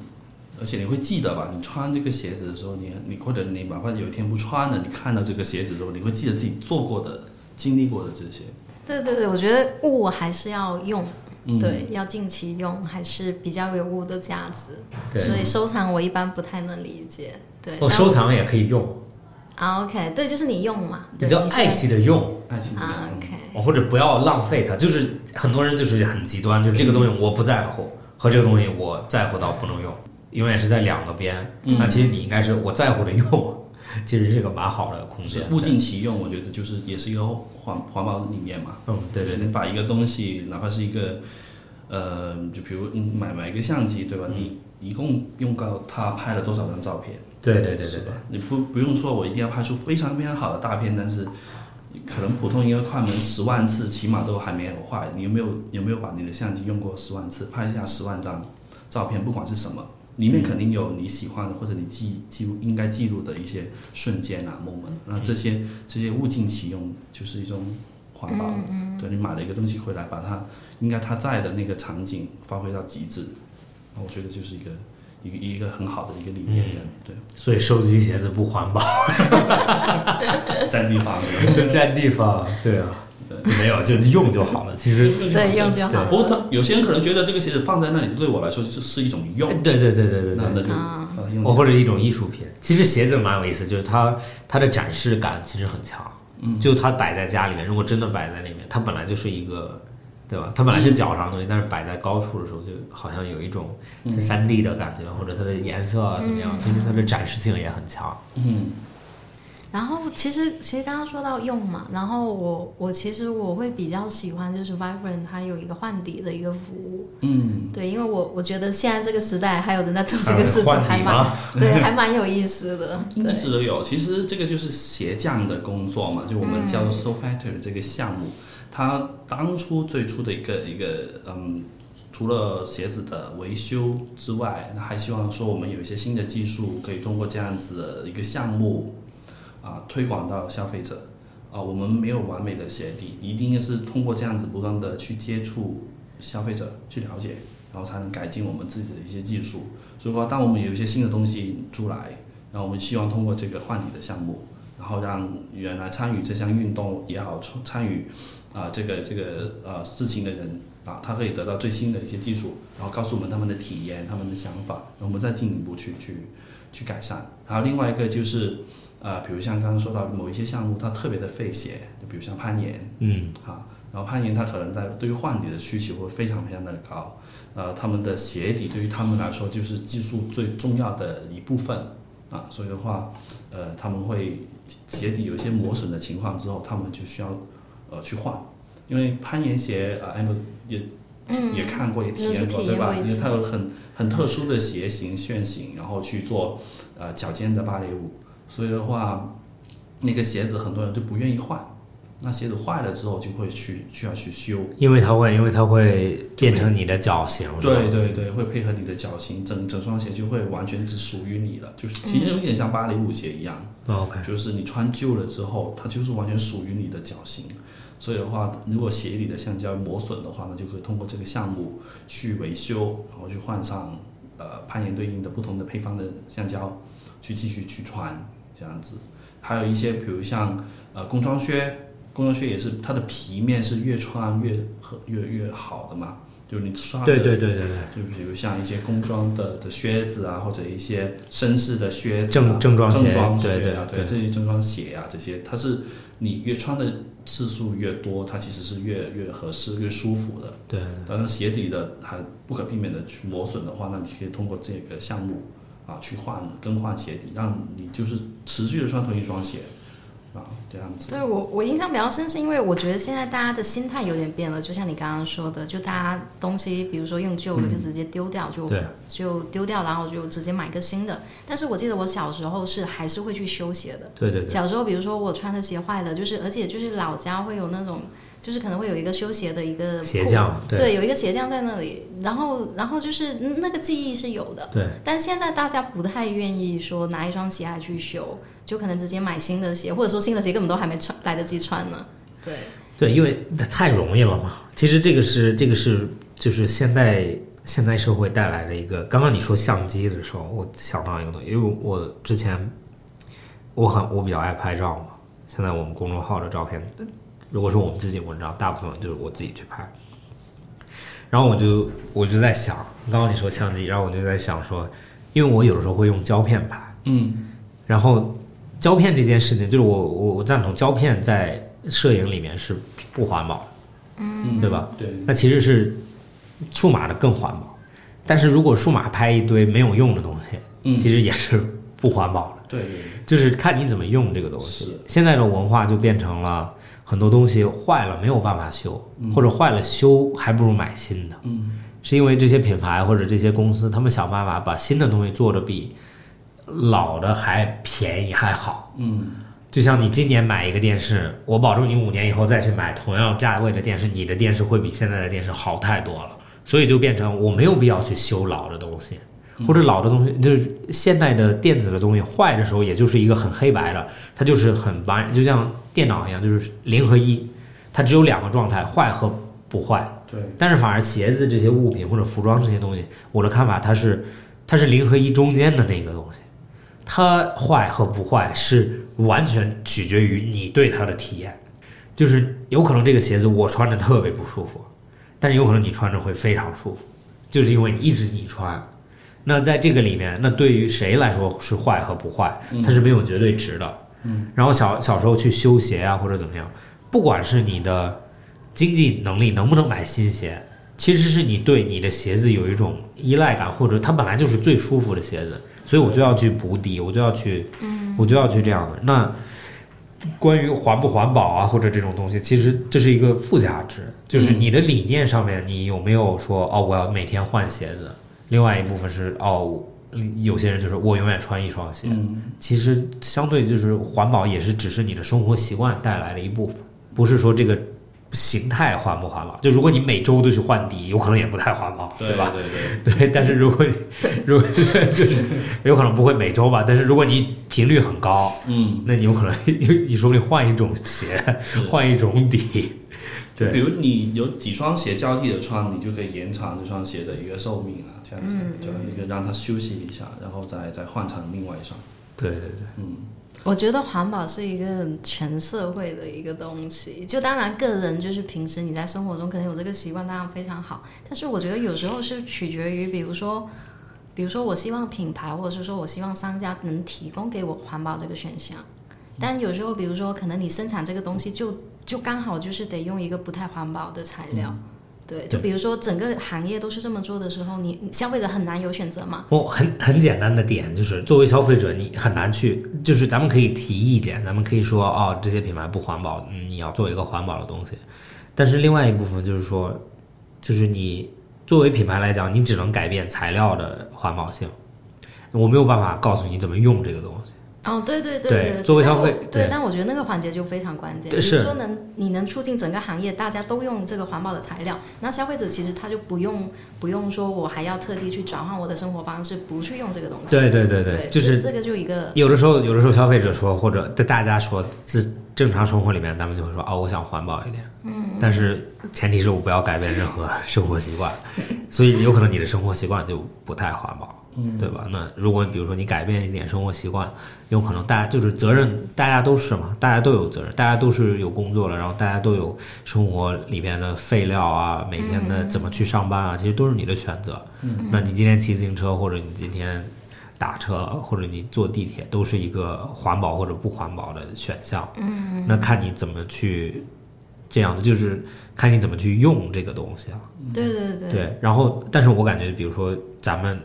Speaker 4: 而且你会记得吧？你穿这个鞋子的时候，你你或者你哪怕有一天不穿了，你看到这个鞋子之后，你会记得自己做过的、经历过的这些。
Speaker 3: 对对对，我觉得物还是要用，
Speaker 4: 嗯，，
Speaker 3: 对，要近期用还是比较有物的价值。
Speaker 2: 对
Speaker 3: 所以收藏我一般不太能理解。
Speaker 2: 哦，
Speaker 3: 对，但
Speaker 2: 收藏也可以用，
Speaker 3: 啊，OK，对，就是你用嘛，
Speaker 2: 你
Speaker 3: 对，
Speaker 2: 要
Speaker 3: 你说
Speaker 2: 爱惜的用，
Speaker 4: 爱情的
Speaker 3: 啊
Speaker 4: 嗯
Speaker 3: ，OK，
Speaker 2: 或者不要浪费它。就是很多人就是很极端，就是这个东西我不在乎，和这个东西我在乎到不能用，永远是在两个边。
Speaker 3: 嗯
Speaker 2: 那其实你应该是我在乎的用， 其实是个蛮好的空
Speaker 4: 是
Speaker 2: 间。
Speaker 4: 物尽其用，我觉得就是也是一个环环保理念嘛。
Speaker 2: 嗯，对
Speaker 4: 就
Speaker 2: 对
Speaker 4: 是
Speaker 2: 对。
Speaker 4: 你把一个东西，哪怕是一个，呃，就比如嗯买买一个相机，对吧？
Speaker 2: 嗯
Speaker 4: 你一共用到它拍了多少张照片？
Speaker 2: 对对对对
Speaker 4: 是
Speaker 2: 对
Speaker 4: 吧？你不不用说，我一定要拍出非常非常好的大片，但是可能普通一个快门十万次起码都还没有坏，你有没有有没有把你的相机用过十万次，拍下十万张照片，不管是什么，里面肯定有你喜欢的或者你记记录应该记录的一些瞬间啊 moment，那这些这些物尽其用就是一种环保，
Speaker 2: 嗯
Speaker 4: 对你买了一个东西回来，把它应该它在的那个场景发挥到极致，那我觉得就是一个一个一个很好的一个理念的，
Speaker 2: 所以收集鞋子不环 保，
Speaker 4: 对，占地方的。
Speaker 2: 占地方。啊对啊，没有就用就好了。其实，
Speaker 3: 对，用就好
Speaker 4: 不过
Speaker 3: 了。
Speaker 4: 他有些人可能觉得这个鞋子放在那里，对我来说就是一种用，
Speaker 2: 对对对对对嗯
Speaker 4: 那
Speaker 2: 对，
Speaker 4: 那就
Speaker 3: 啊
Speaker 4: 把它用起
Speaker 2: 我
Speaker 4: 来。
Speaker 2: 或者一种艺术品。其实鞋子蛮有意思，就是它它的展示感其实很强。就它摆在家里面，如果真的摆在那边，它本来就是一个，对吧？它本来是脚上的东西，但是摆在高处的时候，就好像有一种三 D 的感觉，或者它的颜色啊怎么样，其实它的展示性也很强。
Speaker 4: 嗯，
Speaker 3: 然后其实其实刚刚说到用嘛，然后我我其实我会比较喜欢就是 Vibrant 它有一个换底的一个服务，嗯，对，因为我我觉得现在这个时代还有人在做这个事情，
Speaker 2: 换
Speaker 3: 还
Speaker 2: 底
Speaker 3: 蛮
Speaker 2: 吗？
Speaker 3: 对，还蛮有意思的，对
Speaker 4: 一直都有。其实这个就是鞋匠的工作嘛，就我们叫 s o f a c t o r 这个项目，它当初最初的一个一个嗯，除了鞋子的维修之外，那还希望说我们有一些新的技术，可以通过这样子的一个项目啊推广到消费者。啊，我们没有完美的鞋底，一定是通过这样子不断的去接触消费者，去了解，然后才能改进我们自己的一些技术。所以说，当我们有一些新的东西出来，然后我们希望通过这个换体的项目，然后让原来参与这项运动也好，参参与啊、这个这个呃事情的人啊，他可以得到最新的一些技术，然后告诉我们他们的体验、他们的想法，然后我们再进一步去去去改善。还有另外一个就是呃，比如像刚刚说到某一些项目，它特别的费鞋，就比如像攀岩，
Speaker 2: 嗯，
Speaker 4: 啊，然后攀岩它可能在对于换底的需求会非常非常的高，呃，他们的鞋底对于他们来说就是技术最重要的一部分啊，所以的话，呃，他们会鞋底有一些磨损的情况之后，他们就需要呃去换，因为攀岩鞋啊，安、呃、也、也看过也体验过
Speaker 3: 那是体验
Speaker 4: 对吧？
Speaker 3: 过一
Speaker 4: 因
Speaker 3: 嗯次
Speaker 4: 为它有很很特殊的鞋型楦型，然后去做呃脚尖的芭蕾舞，所以的话，那个鞋子很多人就不愿意换。那鞋子坏了之后就会去需要去修，
Speaker 2: 因为它会，因为它会变成你的脚型。是吧
Speaker 4: 对对对，会配合你的脚型，整整双鞋就会完全只属于你了，就是其实有点像芭蕾舞鞋一样，
Speaker 2: 哦，OK。
Speaker 4: 就是你穿旧了之后，它就是完全属于你的脚型。所以的话，如果鞋里的橡胶磨损的话呢，就可以通过这个项目去维修，然后去换上呃攀岩对应的不同的配方的橡胶，去继续去穿这样子。还有一些，比如像呃工装靴，工装靴也是它的皮面是越穿越合越越好的嘛，就是你刷的
Speaker 2: 对对对对对。
Speaker 4: 就比如像一些工装的的靴子啊，或者一些绅士的靴子、啊、
Speaker 2: 正正装鞋
Speaker 4: 正装靴
Speaker 2: 对
Speaker 4: 啊，
Speaker 2: 对对
Speaker 4: 这些正装鞋啊，这些它是你越穿的次数越多，它其实是越越合适、越舒服的。
Speaker 2: 对，
Speaker 4: 当然，鞋底的它不可避免的去磨损的话，那你可以通过这个项目啊去换更换鞋底，让你就是持续的穿同一双鞋啊，这样子。
Speaker 3: 对我，我印象比较深，是因为我觉得现在大家的心态有点变了，就像你刚刚说的，就大家东西，比如说用旧了就直接丢掉，就
Speaker 2: 对
Speaker 3: 就丢掉，然后就直接买个新的。但是我记得我小时候是还是会去修鞋的。
Speaker 2: 对对对，
Speaker 3: 小时候，比如说我穿的鞋坏了，就是而且就是老家会有那种，就是可能会有一个修鞋的一个
Speaker 2: 鞋
Speaker 3: 铺，
Speaker 2: 匠，对
Speaker 3: 对，有一个鞋匠在那里，然后然后就是嗯那个记忆是有的。
Speaker 2: 对
Speaker 3: 但现在大家不太愿意说拿一双鞋来去修，就可能直接买新的鞋，或者说新的鞋根本都还没穿，来得及穿呢。对，
Speaker 2: 对，因为它太容易了嘛。其实这个是这个是就是现代现代社会带来的一个。刚刚你说相机的时候，我想到一个东西，因为我之前我很我比较爱拍照嘛。现在我们公众号的照片，如果是我们自己文章，大部分就是我自己去拍。然后我就我就在想，刚刚你说相机，然后我就在想说，因为我有的时候会用胶片拍，
Speaker 4: 嗯，
Speaker 2: 然后胶片这件事情，就是我我我赞同胶片在摄影里面是不环保的，嗯，对吧？
Speaker 4: 对，
Speaker 2: 那其实是数码的更环保，但是如果数码拍一堆没有用的东西，
Speaker 4: 嗯
Speaker 2: 其实也是不环保的，
Speaker 4: 对，
Speaker 2: 就是看你怎么用这个东
Speaker 4: 是
Speaker 2: 西。现在的文化就变成了很多东西坏了没有办法修，或者坏了修还不如买新的，嗯，是因为这些品牌或者这些公司他们想办法把新的东西做的比老的还便宜还好。
Speaker 4: 嗯，
Speaker 2: 就像你今年买一个电视，我保证你五年以后再去买同样价位的电视，你的电视会比现在的电视好太多了。所以就变成我没有必要去修老的东西，或者老的东西就是现代的电子的东西坏的时候，也就是一个很黑白的，它就是很完，就像电脑一样，就是零和一，它只有两个状态，坏和不坏。
Speaker 4: 对，
Speaker 2: 但是反而鞋子这些物品或者服装这些东西，我的看法它是它是零和一中间的那个东西，它坏和不坏是完全取决于你对它的体验，就是有可能这个鞋子我穿着特别不舒服，但是有可能你穿着会非常舒服，就是因为你一直你穿。那在这个里面，那对于谁来说是坏和不坏，它是没有绝对值的。嗯，然后小小时候去修鞋啊或者怎么样，不管是你的经济能力能不能买新鞋，其实是你对你的鞋子有一种依赖感，或者它本来就是最舒服的鞋子，所以我就要去补底，我就要去，我就要去这样的。那关于环不环保啊，或者这种东西，其实这是一个附加值，就是你的理念上面，你有没有说哦，我要每天换鞋子？另外一部分是哦。有些人就是我永远穿一双
Speaker 4: 嗯
Speaker 2: 鞋，其实相对就是环保也是只是你的生活习惯带来的一部分，不是说这个形态环不环保。就如果你每周都去换底，有可能也不太环保，
Speaker 4: 对
Speaker 2: 吧？
Speaker 4: 对对，
Speaker 2: 对，但是如果你 如果有可能不会每周吧，但是如果你频率很高，
Speaker 4: 嗯，
Speaker 2: 那你有可能 你你说不定换一种鞋，换一种底，对
Speaker 4: 比如你有几双鞋交替的穿，你就可以延长这双鞋的一个寿命啊，这样子，就一个让它休息一下，然后再再换成另外一双。
Speaker 2: 对对对，
Speaker 3: 我觉得环保是一个全社会的一个东西，就当然个人就是平时你在生活中可能有这个习惯，当然非常好。但是我觉得有时候是取决于，比如说，比如说我希望品牌或者是说我希望商家能提供给我环保这个选项，但有时候比如说可能你生产这个东西就就刚好就是得用一个不太环保的材料。对，就
Speaker 2: 对
Speaker 3: 比如说整个行业都是这么做的时候，你你消费者很难有选择嘛。
Speaker 2: 我很很简单的点就是，作为消费者，你很难去，就是咱们可以提意见，咱们可以说哦，这些品牌不环保，嗯你要做一个环保的东西。但是另外一部分就是说，就是你作为品牌来讲，你只能改变材料的环保性，我没有办法告诉你怎么用这个东西。
Speaker 3: 哦，对对
Speaker 2: 对
Speaker 3: 对
Speaker 2: 作为消
Speaker 3: 但我
Speaker 2: 费对
Speaker 3: 对，但我觉得那个环节就非常关
Speaker 2: 对
Speaker 3: 键。比如
Speaker 2: 是
Speaker 3: 说能你能促进整个行业大家都用这个环保的材料，那消费者其实他就不用不用说我还要特地去转换我的生活方式，不去用这个东西。
Speaker 2: 对对对
Speaker 3: 对，
Speaker 2: 就是
Speaker 3: 这这个就一个
Speaker 2: 有的时候，有的时候消费者说，或者在大家说，自正常生活里面，咱们就会说，哦，我想环保一点。嗯。但是前提是我不要改变任何生活 习惯，所以有可能你的生活习惯就不太环保，嗯，对吧？那如果比如说你改变一点生活习惯，有可能大家就是责任，大家都是嘛，大家都有责任，大家都是有工作了，然后大家都有生活里边的废料啊，每天的怎么去上班啊，其实都是你的选择。嗯。那你今天骑自行车，或者你今天打车或者你坐地铁都是一个环保或者不环保的选项。嗯，那看你怎么去这样的，就是看你怎么去用这个东西啊。
Speaker 3: 对对对
Speaker 2: 对，然后但是我感觉，比如说咱们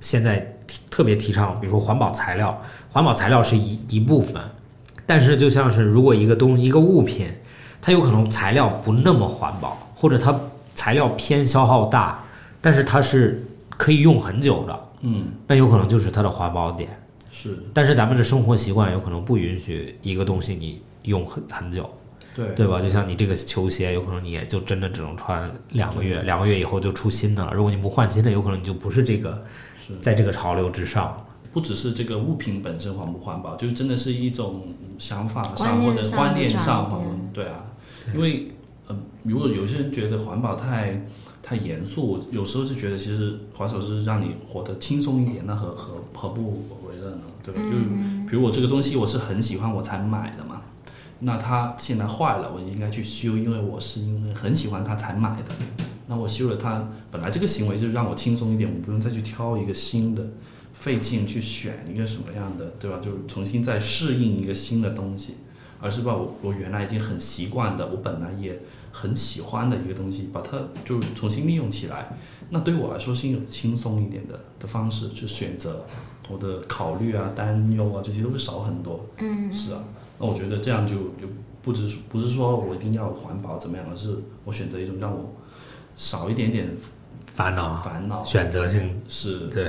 Speaker 2: 现在提特别提倡，比如说环保材料，环保材料是一一部分，但是就像是如果一个东一个物品，它有可能材料不那么环保，或者它材料偏消耗大，但是它是可以用很久的。
Speaker 4: 嗯，
Speaker 2: 那有可能就是它的环保点。
Speaker 4: 是
Speaker 2: 但是咱们的生活习惯有可能不允许一个东西你用很很久，
Speaker 4: 对
Speaker 2: 对吧？就像你这个球鞋，有可能你也就真的只能穿两个月，两个月以后就出新的了。如果你不换新的，有可能你就不是这个
Speaker 4: 是
Speaker 2: 在这个潮流之上。
Speaker 4: 不只是这个物品本身环不环保，就真的是一种想法
Speaker 3: 观
Speaker 4: 上
Speaker 3: 念
Speaker 4: 或者
Speaker 3: 上
Speaker 4: 观
Speaker 3: 的
Speaker 4: 念
Speaker 3: 转
Speaker 4: 上环
Speaker 3: 变
Speaker 4: 不，对啊，因为呃，如果有些人觉得环保太太严肃，我有时候就觉得其实环保是让你活得轻松一点，那何何何不为乐呢？对吧？
Speaker 3: 嗯
Speaker 4: 就比如我这个东西我是很喜欢我才买的嘛，那它现在坏了，我应该去修，因为我是因为很喜欢它才买的。那我修了它，本来这个行为就让我轻松一点，我不用再去挑一个新的，费劲去选一个什么样的，对吧？就是重新再适应一个新的东西，而是把我我原来已经很习惯的，我本来也很喜欢的一个东西，把它就重新利用起来。那对我来说是一种轻松一点的的方式去选择，我的考虑啊、担忧啊这些都会少很多。嗯，是啊。那我觉得这样就就不只是不是说我一定要环保怎么样，而是我选择一种让我少一点点
Speaker 2: 烦恼、啊
Speaker 4: 烦恼，
Speaker 2: 选择性
Speaker 4: 是
Speaker 2: 对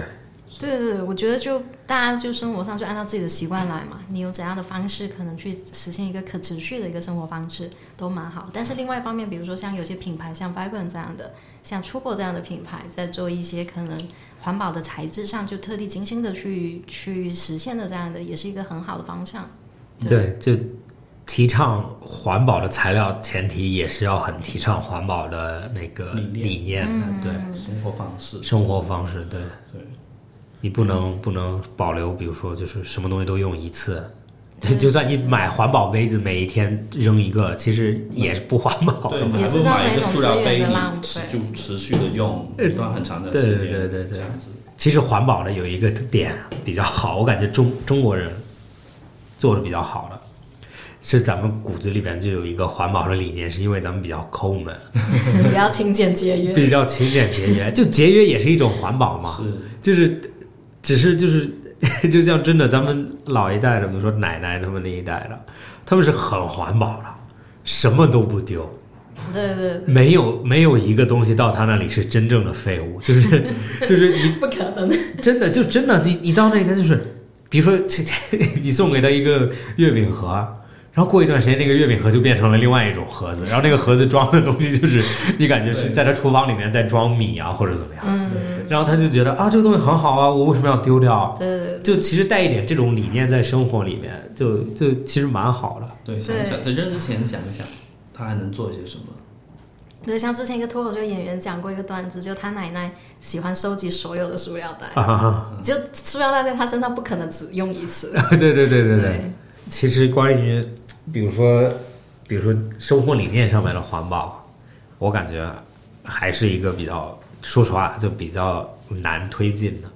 Speaker 3: 对对对，我觉得就大家就生活上就按照自己的习惯来嘛，你有怎样的方式可能去实现一个可持续的一个生活方式都蛮好。但是另外一方面，比如说像有些品牌，像 Vibrant 这样的，像 Trouble 这样的品牌，在做一些可能环保的材质上，就特地精心的去去实现的这样的，也是一个很好的方 向。
Speaker 2: 对，就提倡环保的材料，前提也是要很提倡环保的那个
Speaker 4: 理念
Speaker 2: 理念
Speaker 4: 嗯
Speaker 2: 的，对。
Speaker 4: 生活方式，
Speaker 2: 生活方式，对
Speaker 4: 对，
Speaker 2: 你不能不能保留，比如说就是什么东西都用一次， 就算你买环保杯子，每一天扔一个，其实也是不环保
Speaker 4: 对，
Speaker 2: 的
Speaker 4: 你
Speaker 2: 嘛。
Speaker 4: 还
Speaker 3: 也
Speaker 4: 不
Speaker 3: 是
Speaker 4: 如
Speaker 3: 造
Speaker 4: 买一
Speaker 3: 成一
Speaker 4: 个
Speaker 3: 种
Speaker 4: 塑
Speaker 3: 资
Speaker 4: 料杯，
Speaker 3: 源的
Speaker 4: 你
Speaker 3: 浪
Speaker 4: 持
Speaker 3: 费
Speaker 4: 就持续的用一段很长的
Speaker 2: 对
Speaker 4: 时
Speaker 2: 呃对
Speaker 4: 间，
Speaker 2: 对对对
Speaker 4: 这样子。
Speaker 2: 其实环保的有一个点比较好，我感觉中中国人做的比较好的。是咱们骨子里边就有一个环保的理念，是因为咱们比较抠门，
Speaker 3: 不要勤俭节约。
Speaker 2: 比较勤俭节约，就节约也是一种环保嘛。
Speaker 4: 是，
Speaker 2: 就是，只是就是， 就像真的咱们老一代的，比如说奶奶他们那一代的，他们是很环保的，什么都不丢，
Speaker 3: 对对对，
Speaker 2: 没有没有一个东西到他那里是真正的废物，就是就是你
Speaker 3: 不可能。
Speaker 2: 真的就真的你你到那里他就是，比如说这 你送给他一个月饼盒。然后过一段时间，那个月饼盒就变成了另外一种盒子，然后那个盒子装的东西就是，你感觉是在他厨房里面在装米啊，或者怎么样，
Speaker 3: 嗯，
Speaker 2: 然后他就觉得啊，这个东西很好啊，我为什么要丢掉啊？
Speaker 3: 对对对。
Speaker 2: 就其实带一点这种理念在生活里面，就就其实蛮好的。
Speaker 4: 对，想一想在扔之前想一想，他还能做些什么？
Speaker 3: 对，像之前一个脱口秀演员讲过一个段子，就他奶奶喜欢收集所有的塑料袋，
Speaker 2: 啊哈哈，
Speaker 3: 就塑料袋在他身上不可能只用 一次。
Speaker 2: 对对对对对。其实关于比如说比如说生活理念上面的环保，我感觉还是一个比较说实话就比较难推进的，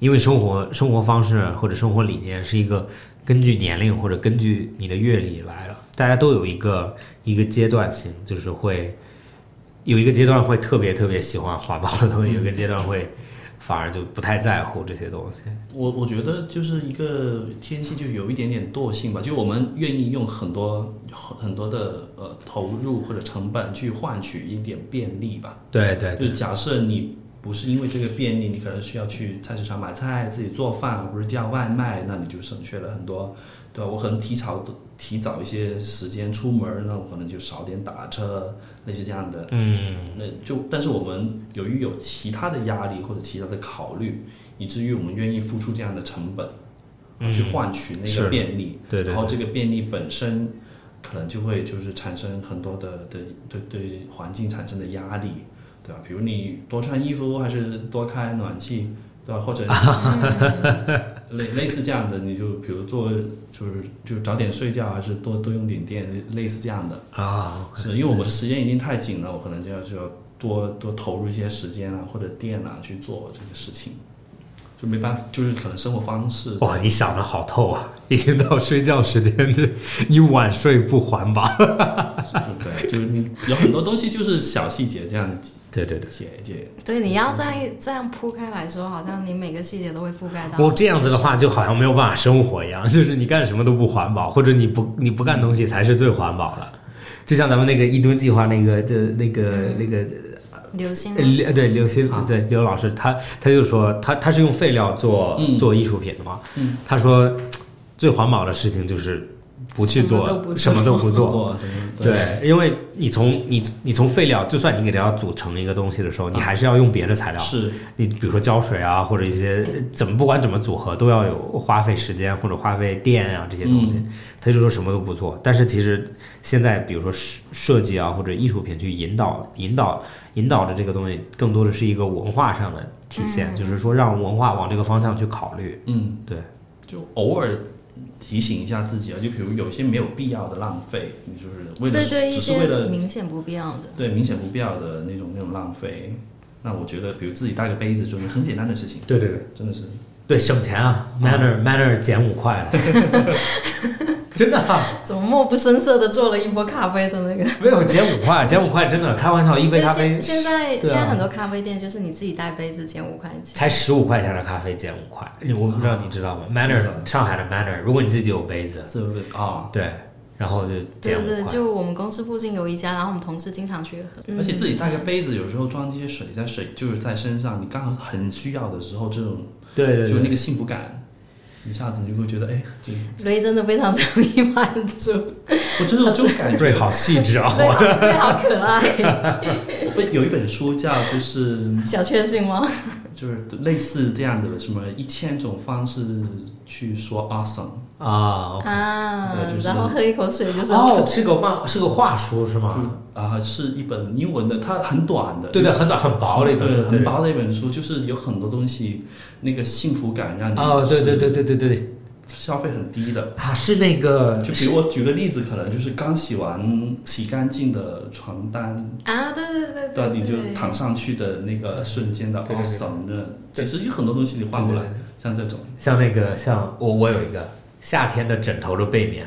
Speaker 2: 因为生活生活方式或者生活理念是一个根据年龄或者根据你的阅历来了，大家都有一个一个阶段性，就是会有一个阶段会特别特别喜欢环保的东西，有一个阶段会反而就不太在乎这些东西。
Speaker 4: 我我觉得就是一个天蝎，就有一点点惰性吧，就我们愿意用很多很多的呃投入或者成本去换取一点便利吧。
Speaker 2: 对对对
Speaker 4: 就假设你不是因为这个便利，你可能需要去菜市场买菜、自己做饭，而不是叫外卖，那你就省去了很多，对吧？我可能提早提早一些时间出门，那我可能就少点打车，类似这样的。嗯，那就但是我们由于有其他的压力或者其他的考虑，以至于我们愿意付出这样的成本，去换取那
Speaker 2: 嗯是
Speaker 4: 个
Speaker 2: 的
Speaker 4: 便利。
Speaker 2: 对对
Speaker 4: 然后这个便利本身可能就会就是产生很多的的对对环境产生的压力，对吧？比如你多穿衣服还是多开暖气，对吧？或者 类类似这样的，你就比如做就是就早点睡觉还是多多用点电，类似这样的。
Speaker 2: 啊，
Speaker 4: 是因为我们的时间已经太紧了，我可能就要就要多多投入一些时间啊或者电啊去做这个事情，就没办法，就是可能生活方式
Speaker 2: 哇，你想的好透啊！ 已经到睡觉时间， 这你晚睡不环保。
Speaker 4: 就对，就是你有很多东西就是小细节这样
Speaker 2: 对对对，
Speaker 4: 解一解。
Speaker 3: 对，你要这样这样铺开来说，好像你每个细节都会覆盖到。
Speaker 2: 我这样子的话，就好像没有办法生活一样， 就是你干什么都不环保，或者你不你不干东西才是最环保的。就像咱们那个一吨计划那个的那个那个
Speaker 3: 流星啊，
Speaker 2: 呃，对刘鑫，对刘老师，他他就说他他是用废料做、
Speaker 4: 嗯
Speaker 2: 做艺术品的嘛，他说最环保的事情就是不去
Speaker 3: 什么都
Speaker 2: 做
Speaker 3: 不做
Speaker 2: 什么都不 做，
Speaker 4: 做什么？
Speaker 2: 对，因为你从你你从废料，就算你给它组成一个东西的时候，你啊还是要用别的材料。
Speaker 4: 是
Speaker 2: 你比如说胶水啊，或者一些怎么不管怎么组合，都要有花费时间或者花费电啊这些东西。他就说什么都不做，但是其实现在比如说设设计啊或者艺术品去引导引导引导的这个东西，更多的是一个文化上的体现，就是说让文化往这个方向去考虑。
Speaker 4: 嗯，
Speaker 2: 对，
Speaker 4: 就偶尔提醒一下自己啊，就比如有些没有必要的浪费，你就是
Speaker 2: 呃
Speaker 4: 为了
Speaker 3: 对对，一
Speaker 4: 只是为
Speaker 3: 些
Speaker 4: 了
Speaker 3: 明显不必要的。
Speaker 4: 对明显不必要的那种那种浪费。那我觉得，比如自己带个杯子，就是很简单的事情，
Speaker 2: 对对对。
Speaker 4: 真的是
Speaker 2: 对，省钱啊，Manner Manner 减五块了， 真的、啊。
Speaker 3: 怎么默不声色的做了一波咖啡的那 个？
Speaker 2: 没有减五块，减五块真的开玩笑，一杯
Speaker 3: 对，
Speaker 2: 咖啡
Speaker 3: 现现在、
Speaker 2: 对啊
Speaker 3: 现在很多咖啡店就是你自己带杯子减五块钱。
Speaker 2: 才十五块钱的咖啡减五块，我不知道你知道吗？Manner 上海的 Manner，如果你自己有杯子，
Speaker 4: 是不是啊？
Speaker 2: 对，然后就这
Speaker 3: 对
Speaker 2: 样
Speaker 3: 对，
Speaker 2: 快
Speaker 3: 就我们公司附近有一家，然后我们同事经常去喝。
Speaker 2: 嗯
Speaker 4: 而且自己带个杯子，有时候装这些水，在水就是在身上，你刚好很需要的时候，这种
Speaker 2: 对对
Speaker 4: 就
Speaker 2: 对
Speaker 4: 那个幸福感，一下子你就会觉得，哎，这
Speaker 3: 瑞真的非常容易满 足，
Speaker 4: 我真的有这种感
Speaker 2: 瑞
Speaker 4: 觉。
Speaker 2: 好细致啊！
Speaker 3: 对，好对好可爱，
Speaker 4: 不，有一本书叫就是
Speaker 3: 小确幸吗？
Speaker 4: 就是类似这样的什么一千种方式去说 awesome，
Speaker 2: 啊，
Speaker 3: 啊
Speaker 4: 对就是，
Speaker 3: 然后喝一口水就是
Speaker 2: 哦，是个漫，是个画书是
Speaker 4: 就啊
Speaker 2: 吗？、
Speaker 4: 是一本英文的，它很短的，
Speaker 2: 对对，很短很薄的一本
Speaker 4: 对
Speaker 2: 书，
Speaker 4: 很。薄的一本书，就是有很多东西，那个幸福感让你
Speaker 2: 哦，对对对对对对
Speaker 4: 消费很低的。
Speaker 2: 啊，是那个
Speaker 4: 就是比我举个例子，可能就是刚洗完洗干净的床单，
Speaker 3: 啊，对对对
Speaker 4: 对，
Speaker 3: 对，
Speaker 4: 你就
Speaker 3: 对
Speaker 4: 躺上去的那个瞬间的
Speaker 2: 对对对
Speaker 4: awesome 的，其实有很多东西你换不来，像这种
Speaker 2: 像那个像我我有一个夏天的枕头的背面，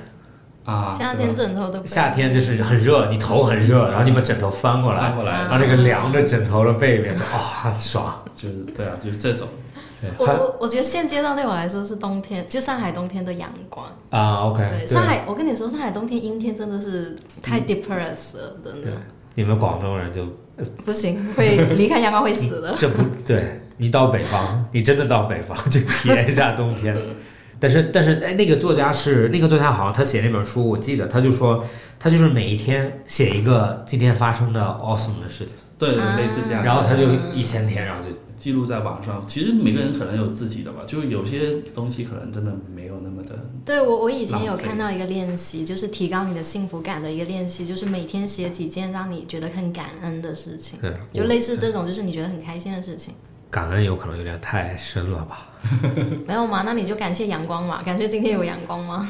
Speaker 4: 啊，
Speaker 3: 夏
Speaker 4: 对
Speaker 3: 天
Speaker 4: 吧
Speaker 3: 枕头都不
Speaker 2: 夏天就是很热，你头很热，然后你把枕头翻过
Speaker 4: 翻
Speaker 2: 来，
Speaker 4: 过来
Speaker 2: 然后那个凉的枕头的背面，哇，爽！
Speaker 4: 就是对啊，就是这种。
Speaker 2: 对，
Speaker 3: 我
Speaker 2: 还
Speaker 3: 我我觉得现阶段对我来说是冬天，就上海冬天的阳光。
Speaker 2: 啊，OK，
Speaker 4: 哎
Speaker 3: 对，上海，我跟你说，上海冬天阴天真的是
Speaker 4: 嗯
Speaker 3: 太 depress 了，真的
Speaker 2: 你们广东人就
Speaker 3: 不行，会离开阳光会死 的。
Speaker 2: 这不对，你到北方，你真的到北方去体验一下冬 天。但是，但是，哎，那个作家是那个作家，好像他写那本书，我记得他就说，他就是每一天写一个今天发生的 awesome 的事情，
Speaker 4: 对，
Speaker 3: 啊
Speaker 4: 类似这样的。
Speaker 2: 然后他就一千天，然后就
Speaker 4: 记录在网上，其实每个人可能有自己的吧，就是有些东西可能真的没有那么的。
Speaker 3: 对我，我以前有
Speaker 4: 浪费
Speaker 3: 看到一个练习，就是提高你的幸福感的一个练习，就是每天写几件让你觉得很感恩的事情，
Speaker 2: 对，
Speaker 3: 就类似这种，就是你觉得很开心的事情。
Speaker 2: 感恩有可能有点太深了吧？
Speaker 3: 没有嘛？那你就感谢阳光嘛，感谢今天有阳光 吗？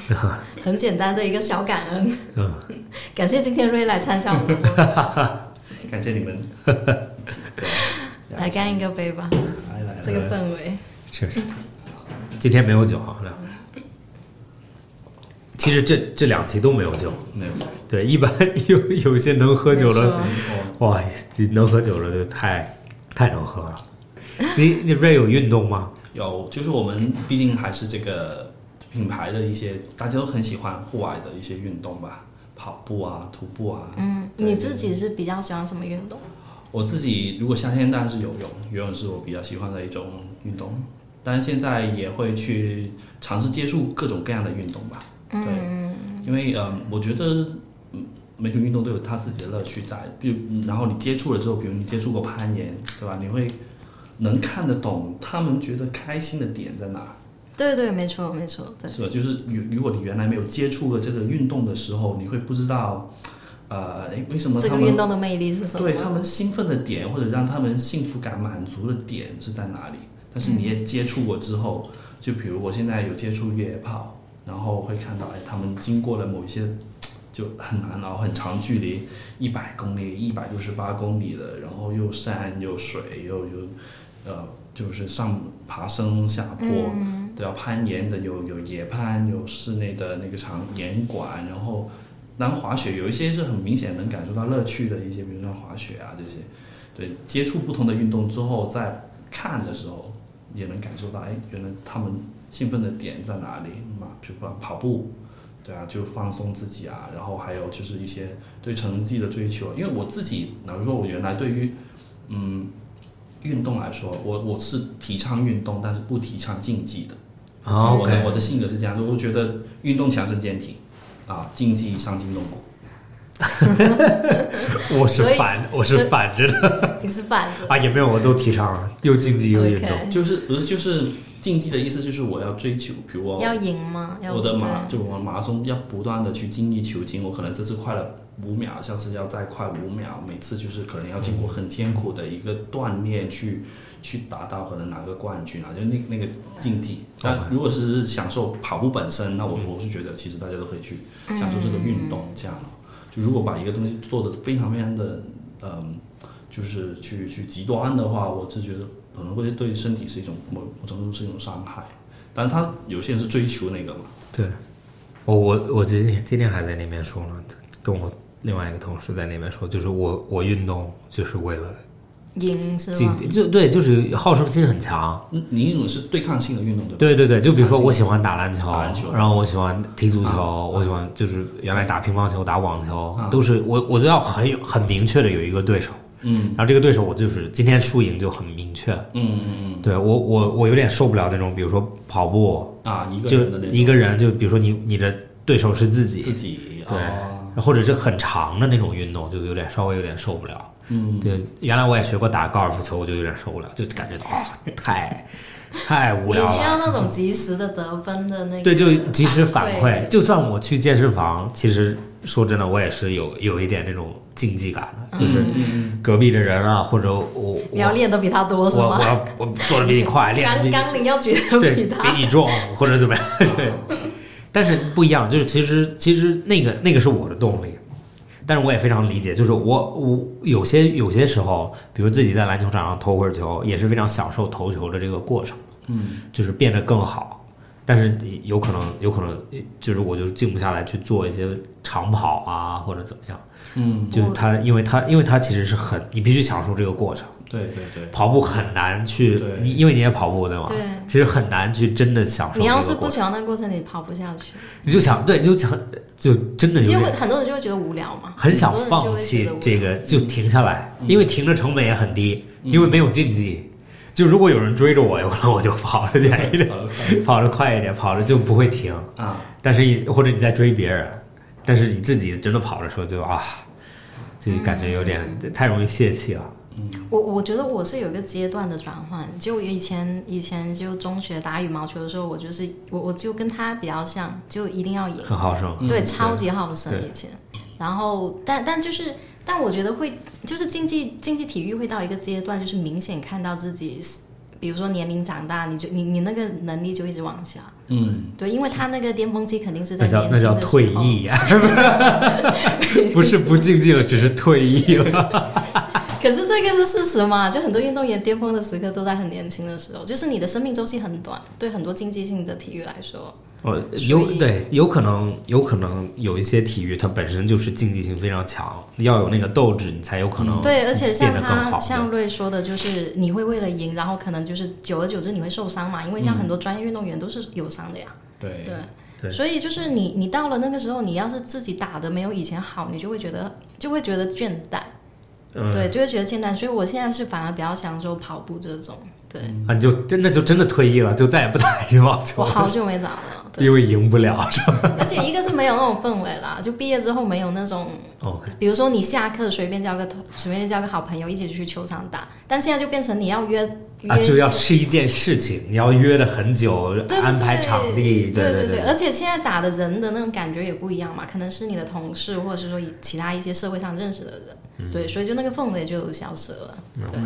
Speaker 3: 很简单的一个小感恩。
Speaker 2: 嗯
Speaker 3: 感谢今天瑞来参加我们的活 动，
Speaker 4: 感谢你们，
Speaker 3: 来干一个杯吧，
Speaker 4: 来来
Speaker 3: 这
Speaker 4: 来，
Speaker 3: 个氛围。
Speaker 2: 确实，今天没有酒啊，好像其实这这两期都没有酒，
Speaker 4: 没有，
Speaker 2: 对，一般 有有些能喝酒的
Speaker 3: 没错
Speaker 4: 哦，
Speaker 2: 哇，能喝酒了就太太能喝了。你你瑞有运动吗？
Speaker 4: 有，就是我们毕竟还是这个品牌的一些，大家都很喜欢户外的一些运动吧，跑步啊、徒步啊。
Speaker 3: 嗯，你自己是比较喜欢什么运动？
Speaker 4: 我自己如果夏天当然是游泳，游泳是我比较喜欢的一种运动，但是现在也会去尝试接触各种各样的运动吧。对，因为嗯，我觉得嗯每种运动都有它自己的乐趣在，比如然后你接触了之后，比如你接触过攀岩，对吧？你会能看得懂他们觉得开心的点在哪。
Speaker 3: 对对，没错没错，对
Speaker 4: 是吧？就是如如果你原来没有接触过这个运动的时候，你会不知道，呃，诶为什么
Speaker 3: 这
Speaker 4: 他
Speaker 3: 个运
Speaker 4: 们
Speaker 3: 动的魅力是什么？
Speaker 4: 对他们兴奋的点或者让他们幸福感满足的点是在哪里？但是你也接触过之后，就比如我现在有接触越野跑，然后会看到，哎，他们经过了某一些就很难熬、很长距离，一百公里、一百六十八公里的，然后又山又水又又呃，就是上爬升、下坡，
Speaker 3: 嗯
Speaker 4: 对啊，攀岩的有有野攀，有室内的那个场岩馆，然后当滑雪有一些是很明显能感受到乐趣的一些，比如像滑雪啊这些，对，接触不同的运动之后，在看的时候也能感受到，哎，原来他们兴奋的点在哪里嘛？比如说跑步。对啊，就放松自己啊，然后还有就是一些对成绩的追求，啊因为我自己，假如说我原来对于嗯运动来说，我我是提倡运动，但是不提倡竞技的。
Speaker 2: 啊
Speaker 4: 我的我
Speaker 2: ，OK，
Speaker 4: 的性格是这样的，我觉得运动强身健体，啊，竞技伤筋动骨。
Speaker 2: 我是
Speaker 3: 所以
Speaker 2: 反，我是
Speaker 3: 所以
Speaker 2: 反着的
Speaker 3: 你是反着。
Speaker 2: 啊，也没有，我都提倡了，又竞技又运动。
Speaker 3: OK
Speaker 4: 就是不是就是竞技的意思，就是我要追求，比如我
Speaker 3: 要赢吗？要
Speaker 4: 我的马
Speaker 3: 对
Speaker 4: 就我马拉松要不断的去精益求精，我可能这次快了五秒，下次要再快五秒，每次就是可能要经过很艰苦的一个锻炼去去达到可能拿个冠军啊，就那那个竞技。但如果是享受跑步本身，那我我是觉得其实大家都可以去享受这个运动，这样咯就如果把一个东西做的非常非常的嗯，就是去去极端的话，我是觉得可能会对身体是一种某某种程度是一种伤害。但是他有些人是追求那个嘛，
Speaker 2: 对，我哦我我今天今天还在那边说呢，跟我另外一个同事在那边说，就是我我运动就是为了
Speaker 3: 赢是
Speaker 2: 竞
Speaker 3: 吗？
Speaker 2: 就对，就是好胜心很强。
Speaker 4: 嗯您那种是对抗性的运动，对吧？
Speaker 2: 对对对，就比如说我喜欢打篮球，
Speaker 4: 打篮球啊
Speaker 2: 然后我喜欢踢足球，我喜欢就是原来打乒乓球、打网球，都是我我都要很有很明确的有一个对手，
Speaker 4: 嗯
Speaker 2: 然后这个对手我就是今天输赢就很明确。
Speaker 4: 嗯嗯
Speaker 2: 对我我我有点受不了那种，比如说跑步，
Speaker 4: 嗯啊，一个
Speaker 2: 就
Speaker 4: 人的那种
Speaker 2: 一个人就比如说你你的对手是自己，
Speaker 4: 自己
Speaker 2: 对
Speaker 4: 哦，
Speaker 2: 或者是很长的那种运动，就有点稍微有点受不了。
Speaker 4: 嗯，
Speaker 2: 对，原来我也学过打高尔夫球，我就有点受不了，就感觉到哦，太太无
Speaker 3: 你
Speaker 2: 聊
Speaker 3: 需
Speaker 2: 了。
Speaker 3: 要那种及时的得分的那个，
Speaker 2: 对，就及时反馈。
Speaker 3: 对
Speaker 2: 就算我去健身房，其实说真的，我也是有有一点那种竞技感的，就是隔壁的人啊，或者我我
Speaker 3: 你要嗯练的比他多是
Speaker 2: 我我
Speaker 3: 吗？
Speaker 2: 要我做的比你 快，练的比
Speaker 3: 甘
Speaker 2: 你
Speaker 3: 甘霖要举得
Speaker 2: 对
Speaker 3: 比
Speaker 2: 比
Speaker 3: 他
Speaker 2: 你壮或者怎么样， 对。但是不一样，就是其实其实那个那个是我的动力，但是我也非常理解，就是我我有些有些时候，比如自己在篮球场上投会儿球，也是非常享受投球的这个过程，嗯，就是变得更好。但是有可能有可能就是我就静不下来去做一些长跑啊或者怎么样，
Speaker 4: 嗯，
Speaker 2: 就是它因为它因为它其实是很你必须享受这个过程。
Speaker 4: 对对对，
Speaker 2: 跑步很难去
Speaker 4: 对，
Speaker 2: 你因为你也跑步对吗？
Speaker 3: 对
Speaker 2: 其实很难去真的享受啊
Speaker 3: 你
Speaker 2: 这
Speaker 3: 要
Speaker 2: 个
Speaker 3: 是不
Speaker 2: 过程。
Speaker 3: 喜欢那个过程，你跑不下去，
Speaker 2: 你就想对，就想就真哎的有
Speaker 3: 就会
Speaker 2: 点
Speaker 3: 很多人就会觉得无聊嘛，
Speaker 2: 很想
Speaker 3: 很多人就
Speaker 2: 放
Speaker 3: 会觉
Speaker 2: 弃
Speaker 3: 得无聊
Speaker 2: 这个，就停下来，
Speaker 4: 嗯
Speaker 2: 因为停的成本也很低，因为没有竞技。就如果有人追着我，有可能我就跑得远一点，
Speaker 4: 好了
Speaker 2: 跑得快一点，跑得就不会停。
Speaker 4: 啊，
Speaker 2: 但是你或者你在追别人，但是你自己真的跑的时候就啊，就感觉有点
Speaker 3: 嗯
Speaker 2: 太容易泄气了。
Speaker 3: 我我觉得我是有一个阶段的转换，就我以前以前就中学打羽毛球的时候，我就是我我就跟他比较像，就一定要赢，
Speaker 2: 很好胜，
Speaker 3: 对，超级好胜
Speaker 2: 嗯对
Speaker 3: 以前。然后，但但就是，但我觉得会就是竞技竞技体育会到一个阶段，就是明显看到自己，比如说年龄长大，你就你你那个能力就一直往下，
Speaker 4: 嗯，
Speaker 3: 对，因为他那个巅峰期肯定是在
Speaker 2: 那叫
Speaker 3: 年
Speaker 2: 那
Speaker 3: 轻
Speaker 2: 叫
Speaker 3: 的时
Speaker 2: 退
Speaker 3: 候
Speaker 2: 役呀、啊不是不竞技了，只是退役 了。
Speaker 3: 可是这个是事实嘛？就很多运动员巅峰的时刻都在很年轻的时候，就是你的生命周期很短，对很多竞技性的体育来说，
Speaker 2: 哦，
Speaker 3: 所以
Speaker 2: 有对，有可能，有可能有一些体育它本身就是竞技性非常强，要有那个斗志，你才有可能
Speaker 3: 嗯对，而且
Speaker 2: 嗯
Speaker 3: 像
Speaker 2: 变得更好
Speaker 3: 他
Speaker 2: 对
Speaker 3: 像瑞说的，就是你会为了赢，然后可能就是久而久之你会受伤嘛，因为像很多专业运动员都是有伤的呀，
Speaker 4: 对
Speaker 3: 对。
Speaker 2: 嗯对
Speaker 3: 所以就是你，你到了那个时候，你要是自己打的没有以前好，你就会觉得就会觉得倦怠，
Speaker 2: 嗯，
Speaker 3: 对，就会觉得倦怠。所以我现在是反而比较享受跑步这种，对、
Speaker 2: 啊，你就真的就真的退役了，就再也不打羽毛球
Speaker 3: 我
Speaker 2: 了，
Speaker 3: 好久没打了，对。
Speaker 2: 因为赢不了。是吧
Speaker 3: 而且一个是没有那种氛围啦，就毕业之后没有那种，
Speaker 2: 哦，
Speaker 3: 比如说你下课随便交个同随便交个好朋友一起去球场打，但现在就变成你要约约、
Speaker 2: 啊，就要是一件事情，你要约了很久，
Speaker 3: 对对对
Speaker 2: 安排场地，
Speaker 3: 对
Speaker 2: 对
Speaker 3: 对而且现在打的人的那种感觉也不一样嘛，可能是你的同事，或者是说其他一些社会上认识的人，对，
Speaker 2: 嗯
Speaker 3: 所以就那个氛围就消失了，对。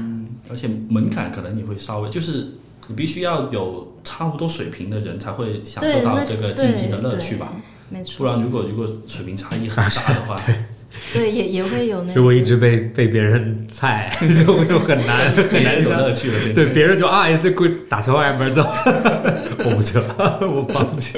Speaker 4: 而且门槛可能你会稍微就是。你必须要有差不多水平的人才会享受
Speaker 3: 对，
Speaker 4: 到
Speaker 3: 那
Speaker 4: 这个
Speaker 3: 对
Speaker 4: 竞技的乐趣吧，
Speaker 3: 对没
Speaker 4: 不
Speaker 3: 错，
Speaker 4: 然如果如果水平差异很大的话，
Speaker 3: 对，也也会有 那
Speaker 2: 如
Speaker 3: 种
Speaker 2: 果一直被被别人菜， 就就很 难 很
Speaker 4: 也
Speaker 2: 难
Speaker 4: 有
Speaker 2: 上
Speaker 4: 乐趣了。变成
Speaker 2: 对，别人就啊，这过打球外边 走，我不去了，我放弃。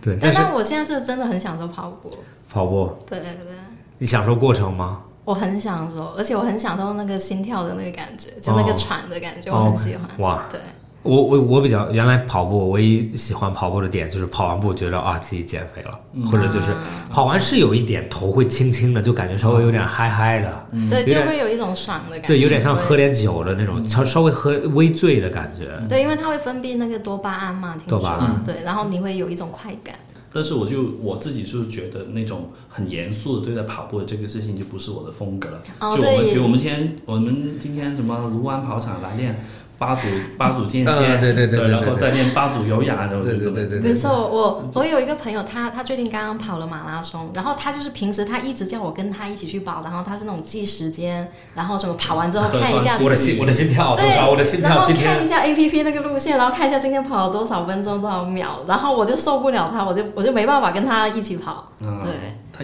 Speaker 2: 对，但
Speaker 3: 但
Speaker 2: 是
Speaker 3: 但我现在是真的很享受跑步，
Speaker 2: 跑步，
Speaker 3: 对对对。
Speaker 2: 你享受过程吗？
Speaker 3: 我很享受，而且我很享受那个心跳的那个感觉，就那
Speaker 2: 哦
Speaker 3: 个喘的感觉，我很喜欢。
Speaker 2: 哇，
Speaker 3: 对，
Speaker 2: 我我我比较原来跑步，我唯一喜欢跑步的点就是跑完步觉得啊自己减肥了，
Speaker 3: 嗯
Speaker 2: 或者就是
Speaker 3: 啊
Speaker 2: 跑完是有一点头会轻轻的，就感觉稍微有点嗨嗨的，
Speaker 3: 对，
Speaker 2: 有点
Speaker 3: 就会有一种爽的感觉。
Speaker 2: 对，有点像喝点酒的那种，
Speaker 3: 嗯
Speaker 2: 稍稍微喝微醉的感觉。
Speaker 3: 对。对，因为它会分泌那个多巴胺嘛，听说
Speaker 2: 多巴胺
Speaker 3: 对，然后你会有一种快感。
Speaker 4: 但是我就我自己就是觉得那种很严肃的对待跑步的这个事情就不是我的风格了。就我
Speaker 3: 哦
Speaker 4: 们
Speaker 3: 对
Speaker 4: 比如我们今天我们今天什么卢湾跑场来练八组八组间歇，
Speaker 2: 嗯对对对对对
Speaker 4: 然后再练八组有氧，
Speaker 3: 嗯
Speaker 4: 然后就这么
Speaker 2: 对
Speaker 3: 没错，我我有一个朋友，他他最近刚刚跑了马拉松，然后他就是平时他一直叫我跟他一起去跑，然后他是那种计时间，然后什么跑完之后
Speaker 4: 核
Speaker 3: 看一下
Speaker 4: 酸
Speaker 3: 自
Speaker 2: 我
Speaker 3: 己
Speaker 2: 的心我的心跳多少？我的心
Speaker 3: 然
Speaker 2: 跳
Speaker 3: 后
Speaker 2: 今天
Speaker 3: 看一下 A P P 那个路线，然后看一下今天跑了多少分钟、多少秒，然后我就受不了他，我就我就没办法跟他一起跑。
Speaker 4: 啊，
Speaker 3: 对，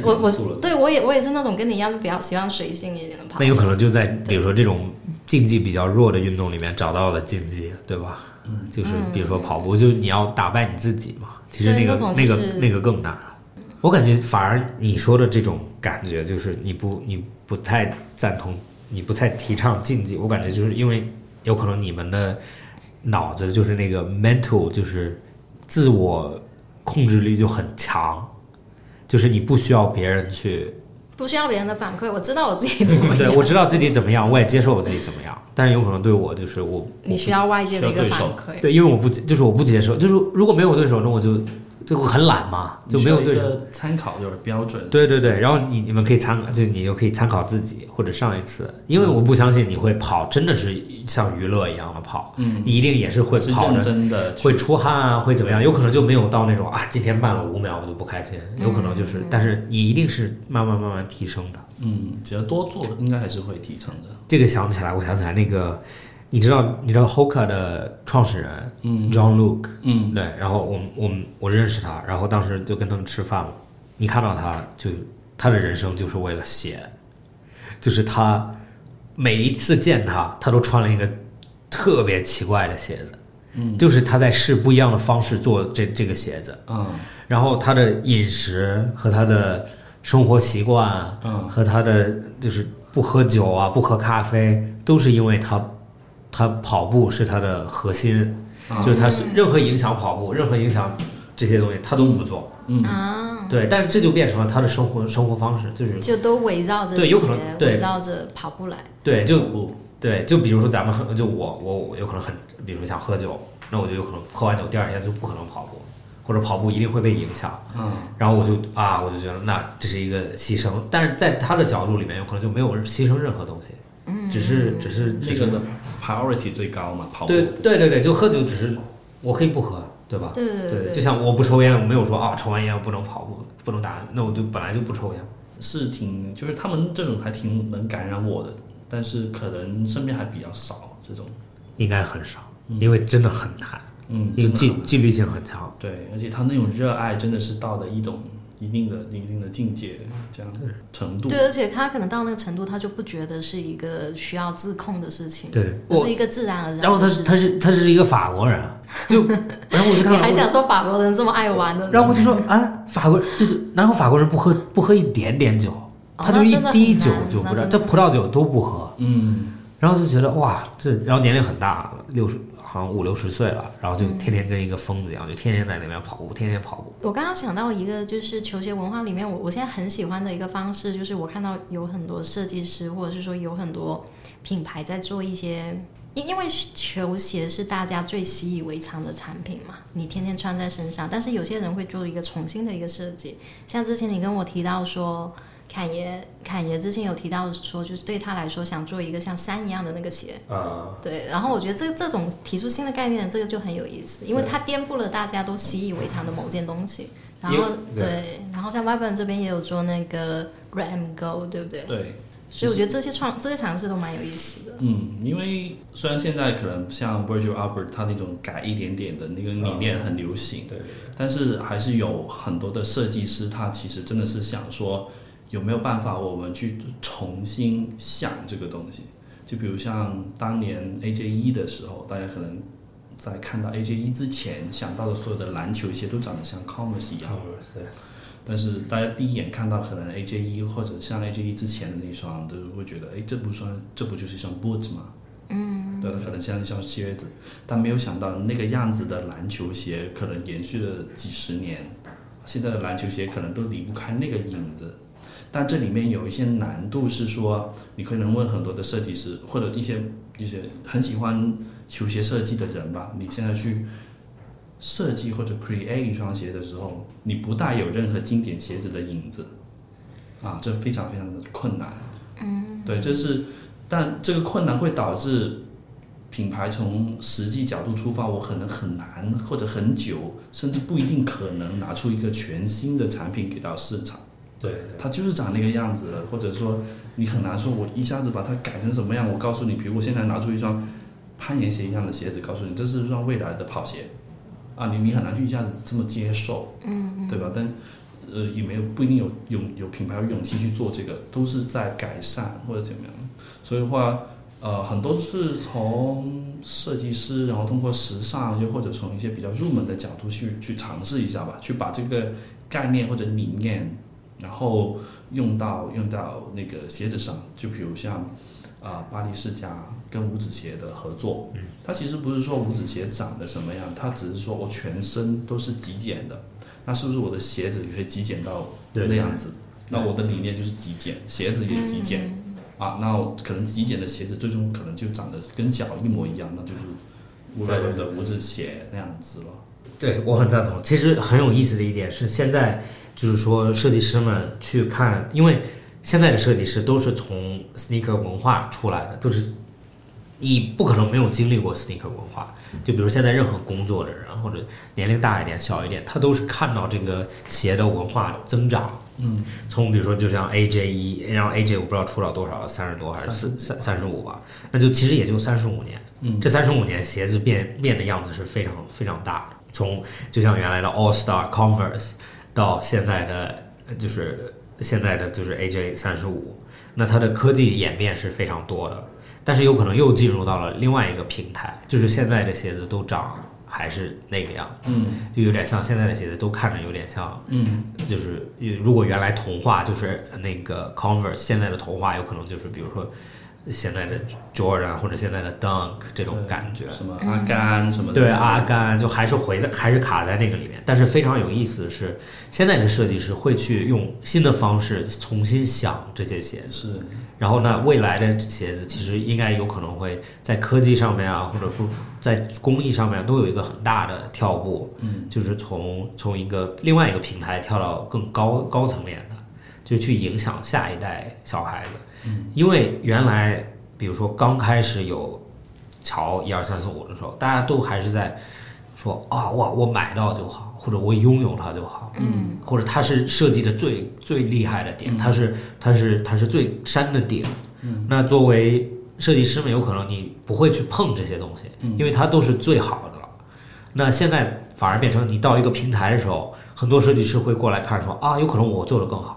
Speaker 4: 太
Speaker 3: 我
Speaker 4: 严肃
Speaker 3: 我
Speaker 4: 了。
Speaker 3: 对我也我也是那种跟你一样，就比较喜欢随性一点的跑
Speaker 2: 那。有可能就在比如说这种竞技比较弱的运动里面找到了竞技，对吧？嗯，就是比如说跑步，就是你要打败你自己嘛。其实
Speaker 3: 对
Speaker 2: 那个
Speaker 3: 那种
Speaker 2: 那
Speaker 3: 就是
Speaker 2: 个那个更难。我感觉反而你说的这种感觉，就是你不你不太赞同你不太提倡竞技，我感觉就是因为有可能你们的脑子就是那个 mental 就是自我控制力就很强，就是你不需要别人去，
Speaker 3: 不需要别人的反馈，我知道我自己怎么
Speaker 2: 对
Speaker 3: 样。
Speaker 2: 我知道自己怎么样，我也接受我自己怎么样，但是有可能对我就是我
Speaker 3: 你需要外界的一个
Speaker 4: 需要对
Speaker 3: 反
Speaker 4: 手
Speaker 3: 馈，
Speaker 2: 对，因为我不就是我不接受，就是如果没有对手，那我就就我很懒嘛，就没有对手。
Speaker 4: 手参考就是标准。
Speaker 2: 对对对，然后你你们可以参考，就你又可以参考自己或者上一次，因为我不相信你会跑，真的是像娱乐一样的跑，嗯，你一定也是会
Speaker 4: 是
Speaker 2: 跑
Speaker 4: 认
Speaker 2: 的，
Speaker 4: 真的去
Speaker 2: 会出汗啊，会怎么样？有可能就没有到那种啊，今天慢了五秒我就不开心，有可能就是，
Speaker 3: 嗯
Speaker 2: 但是你一定是慢慢慢慢提升的。
Speaker 4: 嗯，只要多做，应该还是会提成的。
Speaker 2: 这个想起来，我想起来那个，你知道你知道 Hoka 的创始人，嗯，John Luke，
Speaker 4: 嗯，
Speaker 2: 对，然后我们我们我认识他，然后当时就跟他们吃饭了。你看到他就他的人生就是为了写，就是他每一次见他，他都穿了一个特别奇怪的鞋子，嗯，就是他在试不一样的方式做这这个鞋子，
Speaker 4: 嗯，
Speaker 2: 然后他的饮食和他的生活习惯，
Speaker 4: 嗯，
Speaker 2: 和他的就是不喝酒啊，不喝咖啡，都是因为他他跑步是他的核心，就是他是任何影响跑步，任何影响这些东西他都不做，
Speaker 3: 啊，
Speaker 2: 对，但是这就变成了他的生活生活方式，就是
Speaker 3: 就都围绕着
Speaker 2: 对
Speaker 3: 鞋
Speaker 2: 有可能，对
Speaker 3: 围绕着跑步来。
Speaker 2: 对，就
Speaker 4: 不
Speaker 2: 对，就比如说咱们很，就我我我有可能很，比如说想喝酒，那我就有可能喝完酒第二天就不可能跑步，或者跑步一定会被影响。
Speaker 4: 嗯，
Speaker 2: 然后我就啊，我就觉得那这是一个牺牲，但是在他的角度里面，有可能就没有牺牲任何东西，嗯，只是只是
Speaker 4: 那
Speaker 2: 只
Speaker 4: 个
Speaker 2: 是
Speaker 4: 的 priority 最高嘛，跑步
Speaker 2: 对对对对，就喝酒只是我可以不喝，对吧？
Speaker 3: 对对
Speaker 2: 对，
Speaker 3: 对，
Speaker 2: 就像我不抽烟，我没有说啊，抽完烟我不能跑步，不能打，那我就本来就不抽烟。
Speaker 4: 是挺，就是他们这种还挺能感染我的，但是可能身边还比较少这种。
Speaker 2: 应该很少，因为真的很难，
Speaker 4: 嗯，
Speaker 2: 因
Speaker 4: 真
Speaker 2: 为
Speaker 4: 的
Speaker 2: 纪
Speaker 4: 很
Speaker 2: 纪律性很强。
Speaker 4: 对，而且他那种热爱真的是到了一种一定的一定的境界这样程度。
Speaker 3: 对，而且他可能到那个程度，他就不觉得是一个需要自控的事情，
Speaker 2: 对，
Speaker 3: 而
Speaker 2: 我
Speaker 3: 是一个自然而
Speaker 2: 然后
Speaker 3: 的
Speaker 2: 他
Speaker 3: 事
Speaker 2: 是
Speaker 3: 情。
Speaker 2: 他是他是一个法国人， 就然后我就看
Speaker 3: 你
Speaker 2: 到
Speaker 3: 还，想说法国人这么爱玩的呢？
Speaker 2: 然后我就说啊，法国就是哪有法国人不喝不喝一点点酒，
Speaker 3: 哦
Speaker 2: 他就一滴酒
Speaker 3: 那
Speaker 2: 就不
Speaker 3: 真的很难那
Speaker 2: 沾，
Speaker 3: 真
Speaker 2: 这
Speaker 3: 的
Speaker 2: 葡萄酒都不喝，
Speaker 4: 嗯，
Speaker 2: 然后就觉得哇，这然后年龄很大，六十好像五六十岁了，然后
Speaker 3: 嗯
Speaker 2: 就天天跟一个疯子一样，就天天在那边跑步，天天跑步，
Speaker 3: 我刚刚想到一个，就是球鞋文化里面，我我现在很喜欢的一个方式，就是我看到有很多设计师，或者是说有很多品牌在做一些，因因为球鞋是大家最习以为常的产品嘛，你天天穿在身上，但是有些人会做一个重新的一个设计，像之前你跟我提到说。侃爷，侃爷之前有提到说，就是对他来说，想做一个像山一样的那个鞋，
Speaker 2: 呃，
Speaker 3: 对，然后我觉得这这种提出新的概念，这个就很有意思，因为它颠覆了大家都习以为常的某件东西。然
Speaker 2: 因
Speaker 3: 后
Speaker 2: 为对
Speaker 3: 对，然后像 w e b e n 这边也有做那个 Red and Go，对不对？
Speaker 4: 对。
Speaker 3: 所以我觉得这些创这些尝试都蛮有意思的。
Speaker 4: 嗯，因为虽然现在可能像 Virgil Albert 他那种改一点点的那个理念很流行，
Speaker 2: 对，
Speaker 4: 但是还是有很多的设计师，他其实真的是想说，有没有办法我们去重新想这个东西？就比如像当年 AJ 一的时候，大家可能在看到 AJ 一之前想到的所有的篮球鞋都长得像 Converse 一样，但是大家第一眼看到可能 AJ 一或者像 AJ 一之前的那双，都会觉得，哎，这不算，这不就是一双 boots 吗？嗯，对，它可能像一双靴子，但没有想到那个样子的篮球鞋可能延续了几十年，现在的篮球鞋可能都离不开那个影子。但这里面有一些难度是说，你可能问很多的设计师或者一些一些很喜欢球鞋设计的人吧，你现在去设计或者 create 一双鞋的时候，你不带有任何经典鞋子的影子，啊，这非常非常的困难。嗯，对，这是，但这个困难会导致品牌从实际角度出发，我可能很难或者很久，甚至不一定可能拿出一个全新的产品给到市场。
Speaker 2: 对，
Speaker 4: 它就是长那个样子了，或者说你很难说，我一下子把它改成什么样。我告诉你，比如我现在拿出一双攀岩鞋一样的鞋子，告诉你这是一双未来的跑鞋，啊，你你很难去一下子这么接受，嗯，对吧？但呃，也没有不一定有有有品牌有勇气去做这个，都是在改善或者怎么样。所以的话，呃，很多是从设计师，然后通过时尚，又或者从一些比较入门的角度去去尝试一下吧，去把这个概念或者理念然后用到用到那个鞋子上，就比如像啊、巴黎世家跟五指鞋的合作。嗯，它其实不是说五指鞋长得什么样，它只是说我全身都是极简的，那是不是我的鞋子也可以极简到
Speaker 2: 对
Speaker 4: 那样子？那我的理念就是极简，鞋子也极简、啊。那我可能极简的鞋子最终可能就长得跟脚一模一样，那就是乌来伦的五指鞋那样子了。
Speaker 2: 对我很赞同。其实很有意思的一点是，现在就是说设计师们去看，因为现在的设计师都是从 sneaker 文化出来的，都是你不可能没有经历过 sneaker 文化。就比如现在任何工作的人，或者年龄大一点、小一点，他都是看到这个鞋的文化增长。嗯，从比如说就像 AJ 一，然后 AJ 我不知道出了多少，三十多还是四三三十五吧，那就其实也就三十五年。嗯，这三十五年鞋子变变的样子是非常非常大的，从就像原来的 All Star Converse 到现在的呃就是现在的就是 AJ 三十五，那它的科技演变是非常多的，但是有可能又进入到了另外一个平台，就是现在的鞋子都长还是那个样，
Speaker 4: 嗯
Speaker 2: 就有点像现在的鞋子都看着有点像
Speaker 4: 嗯，
Speaker 2: 就是如果原来童话就是那个 Converse，现在的童话有可能就是比如说现在的 Jordan 或者现在的 Dunk 这种感觉。
Speaker 4: 什么阿甘什么的
Speaker 2: 啊对阿甘就还是回在还是卡在那个里面，但是非常有意思的是，现在的设计师会去用新的方式重新想这些鞋子，
Speaker 4: 是
Speaker 2: 然后呢，未来的鞋子其实应该有可能会在科技上面啊，或者不在工艺上面啊都有一个很大的跳步，嗯，就是从从一个另外一个平台跳到更高高层面的，就去影响下一代小孩子，嗯，因为原来比如说刚开始有乔一二三四五的时候，大家都还是在说啊哇我买到就好，或者我拥有它就好，嗯，或者它是设计的最最厉害的点，它是它是它是最山的点。那作为设计师们，有可能你不会去碰这些东西，因为它都是最好的了。那现在反而变成你到一个平台的时候，很多设计师会过来看说啊，有可能我做的更好。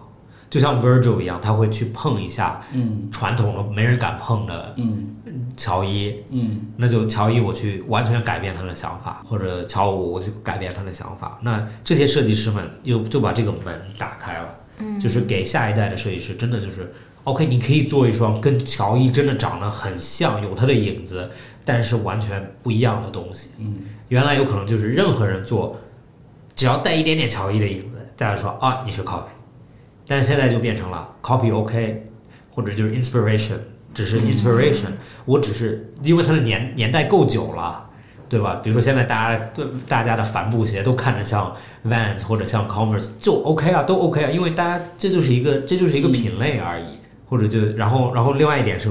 Speaker 2: 就像 Virgil 一样，他会去碰一下，嗯，传统的没人敢碰的，嗯，乔伊，嗯，那就乔伊我去完全改变他的想法，或者乔五我去改变他的想法，那这些设计师们又就把这个门打开了，嗯，就是给下一代的设计师真的就是 OK，你可以做一双跟乔伊真的长得很像，有他的影子，但是完全不一样的东西。嗯，原来有可能就是任何人做，只要带一点点乔伊的影子，大家说啊你是 copy，但是现在就变成了 copy OK，或者就是 inspiration，只是 inspiration，、我只是因为它的年年代够久了。对吧？比如说现在大家对大家的帆布鞋都看着像 Vans 或者像 Converse 就 OK 啊，都 OK 啊，因为大家这就是一个这就是一个品类而已。或者就然后然后另外一点是，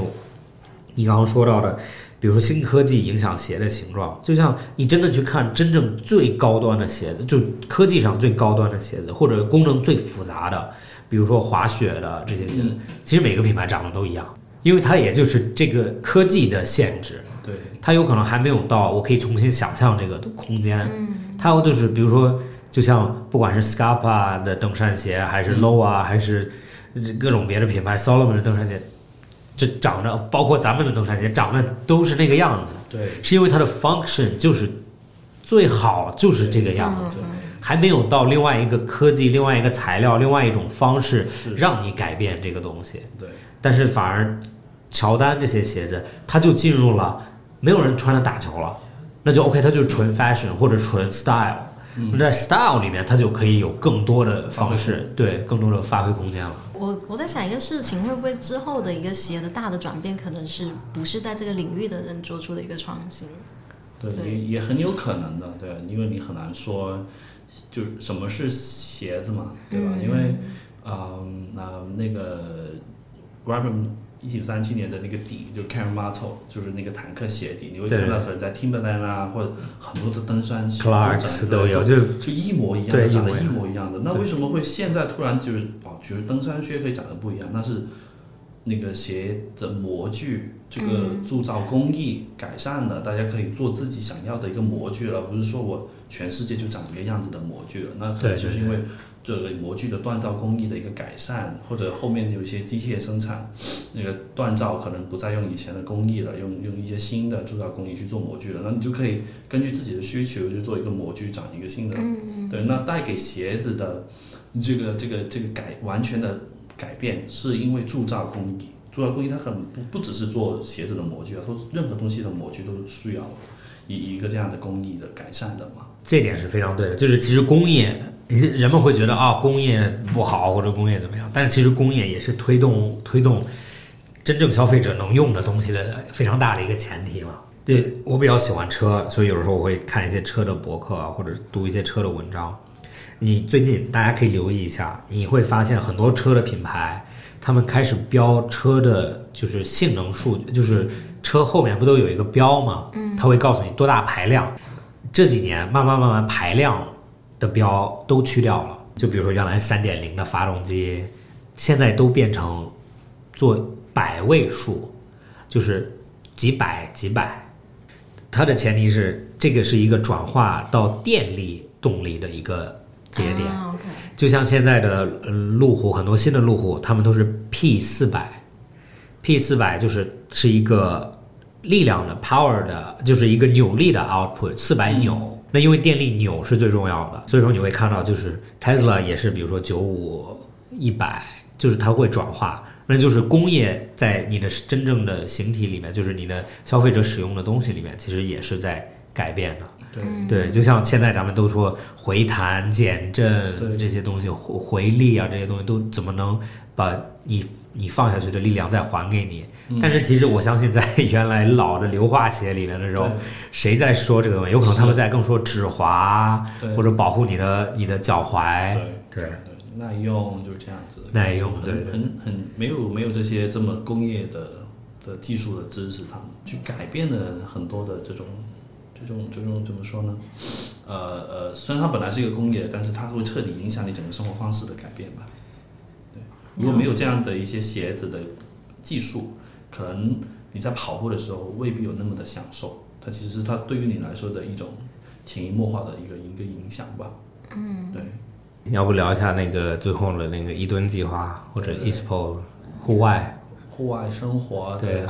Speaker 2: 你刚刚说到的，比如说新科技影响鞋的形状，就像你真的去看真正最高端的鞋子，就科技上最高端的鞋子，或者功能最复杂的，比如说滑雪的这些鞋子，其实每个品牌长得都一样，因为它也就是这个科技的限制。
Speaker 4: 对，
Speaker 2: 它有可能还没有到，我可以重新想象这个空间。它有就是比如说，就像不管是 Scarpa 的登山鞋，还是 Low 啊，还是各种别的品牌 Solomon 的登山鞋，这长得包括咱们的登山鞋长得都是那个样子，
Speaker 4: 对，
Speaker 2: 是因为它的 function 就是最好就是这个
Speaker 4: 嗯
Speaker 2: 样子，还没有到另外一个科技、另外一个材料、另外一种方式
Speaker 4: 是
Speaker 2: 让你改变这个东西。
Speaker 4: 对，
Speaker 2: 但是反而乔丹这些鞋子，它就进入了没有人穿着打球了，那就 OK，它就是纯 fashion 或者纯 style。那在 style 里面，它就可以有更多的方式，对更多的发挥空间了。
Speaker 3: 我我在想一个事情，会不会之后的一个鞋的大的转变，可能是不是在这个领域的人做出的一个创新？
Speaker 4: 对，
Speaker 3: 对
Speaker 4: 也也很有可能的，对，因为你很难说，就是什么是鞋子嘛，对吧？因为，嗯，那、那个 r a b b n 一九三七年的那个底，就是 c a r a m a t o 就是那个坦克鞋底，你会
Speaker 2: 对
Speaker 4: 看到可能在 Timberland 啊，或者很多的登山鞋
Speaker 2: Clarks 都有，，就是
Speaker 4: 就一模一样
Speaker 2: 对
Speaker 4: 的，长
Speaker 2: 一模
Speaker 4: 得
Speaker 2: 一
Speaker 4: 一
Speaker 2: 样
Speaker 4: 模一样的。那为什么会现在突然就是哦，觉得登山靴可以长得不一样？那是那个鞋的模具这个
Speaker 2: 嗯
Speaker 4: 铸造工艺改善了，大家可以做自己想要的一个模具了，不是说我全世界就长一个样子的模具了。那可
Speaker 2: 对
Speaker 4: 能就是
Speaker 2: 对
Speaker 4: 因为这个模具的锻造工艺的一个改善，或者后面有一些机械生产，那个锻造可能不再用以前的工艺了，用用一些新的铸造工艺去做模具了，那你就可以根据自己的需求去做一个模具，长一个新的。
Speaker 2: 嗯
Speaker 4: 对，那带给鞋子的这个这个这个改完全的改变，是因为铸造工艺，珠宝工艺它很不不只是做鞋子的模具啊，它任何东西的模具都需要以一个这样的工艺的改善的嘛。
Speaker 2: 这点是非常对的，就是其实工业，人人们会觉得啊、工业不好或者工业怎么样，但是其实工业也是推动推动真正消费者能用的东西的非常大的一个前提嘛。对我比较喜欢车，所以有时候我会看一些车的博客啊，或者读一些车的文章。你最近大家可以留意一下，你会发现很多车的品牌，他们开始标车的，就是性能数，就是车后面不都有一个标吗？嗯，它会告诉你多大排量。这几年慢慢慢慢排量的标都去掉了，就比如说原来三点零的发动机，现在都变成做百位数，就是几百几百。它的前提是这个是一个转化到电力动力的一个节点，
Speaker 3: 啊 OK，
Speaker 2: 就像现在的呃路虎，很多新的路虎，他们都是 P 四百，P 四百就是是一个力量的 power 的，就是一个扭力的 output，四百扭。那因为电力扭是最重要的，所以说你会看到就是 Tesla 也是，比如说九五、一百，就是它会转化。那就是工业在你的真正的形体里面，就是你的消费者使用的东西里面，其实也是在改变的。
Speaker 4: 对
Speaker 2: 对，就像现在咱们都说回弹、减震
Speaker 4: 对
Speaker 2: 这些东西，回回力啊这些东西，都怎么能把你你放下去的力量再还给你？但是其实我相信，在原来老的硫化鞋里面的时候
Speaker 4: 对，
Speaker 2: 谁在说这个东西？有可能他们在更说止滑
Speaker 4: 对
Speaker 2: 或者保护你的你的脚踝，对
Speaker 4: 对对，耐用就是这样子，
Speaker 2: 耐用
Speaker 4: 很
Speaker 2: 对
Speaker 4: 很
Speaker 2: 对
Speaker 4: 很没有没有这些这么工业的的技术的支持，他们去改变了很多的这种这种这种怎么说呢？呃呃，虽然它本来是一个工业，但是它会彻底影响你整个生活方式的改变吧。对，如果没有这样的一些鞋子的技术，可能你在跑步的时候未必有那么的享受。它其实是它对于你来说的一种潜移默化的一个一个影响吧。嗯，对。
Speaker 2: 要不聊一下那个最后的那个一吨计划或者 ISPO 户外？
Speaker 4: 户外生活，
Speaker 2: 对
Speaker 4: 对对，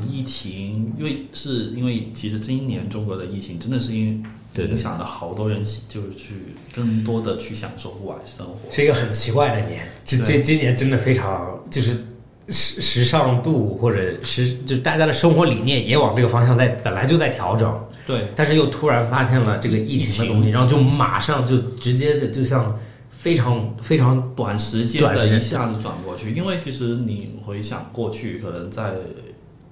Speaker 4: 就疫情，因为是因为其实这一年中国的疫情真的是因为
Speaker 2: 对对
Speaker 4: 影响了好多人，就是去更多的去享受户外生活。
Speaker 2: 是一个很奇怪的年，这这今年真的非常就是时时尚度或者时就是大家的生活理念也往这个方向在本来就在调整，
Speaker 4: 对
Speaker 2: 但是又突然发现了这个疫情的东西，然后就马上就直接的就像非常非常
Speaker 4: 短时间
Speaker 2: 短时
Speaker 4: 的
Speaker 2: 间
Speaker 4: 一下子转过去，因为其实你回想过去，可能在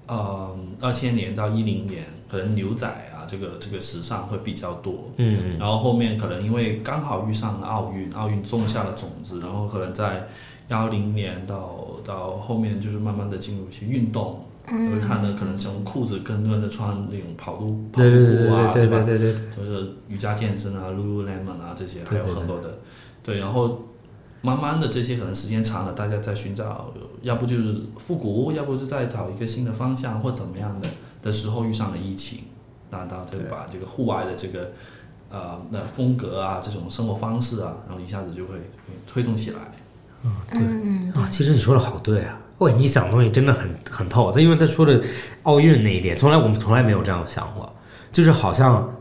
Speaker 4: 呃二千年到一零年，可能牛仔啊这个这个时尚会比较多，
Speaker 2: 嗯
Speaker 4: 然后后面可能因为刚好遇上了奥运，奥运种下了种子，然后可能在幺零年到到后面就是慢慢的进入一些运动，嗯、会看到可能从裤子更多的穿那种跑路跑
Speaker 2: 对对
Speaker 4: 步啊，
Speaker 2: 对对
Speaker 4: 吧
Speaker 2: 对？对对
Speaker 4: 就是瑜伽健身啊，Lululemon 啊这些，还
Speaker 2: 对
Speaker 4: 有很多的，对，然后慢慢的这些可能时间长了，大家在寻找，要不就是复古，要不是在找一个新的方向或怎么样的的时候遇上了疫情，那那就把这个户外的这个呃那风格啊，这种生活方式啊，然后一下子就会会推动起来。
Speaker 3: 嗯嗯，
Speaker 2: 啊，其实你说的好对啊。喂，你想的东西真的很很透。他因为他说的奥运那一点，从来我们从来没有这样想过，就是好像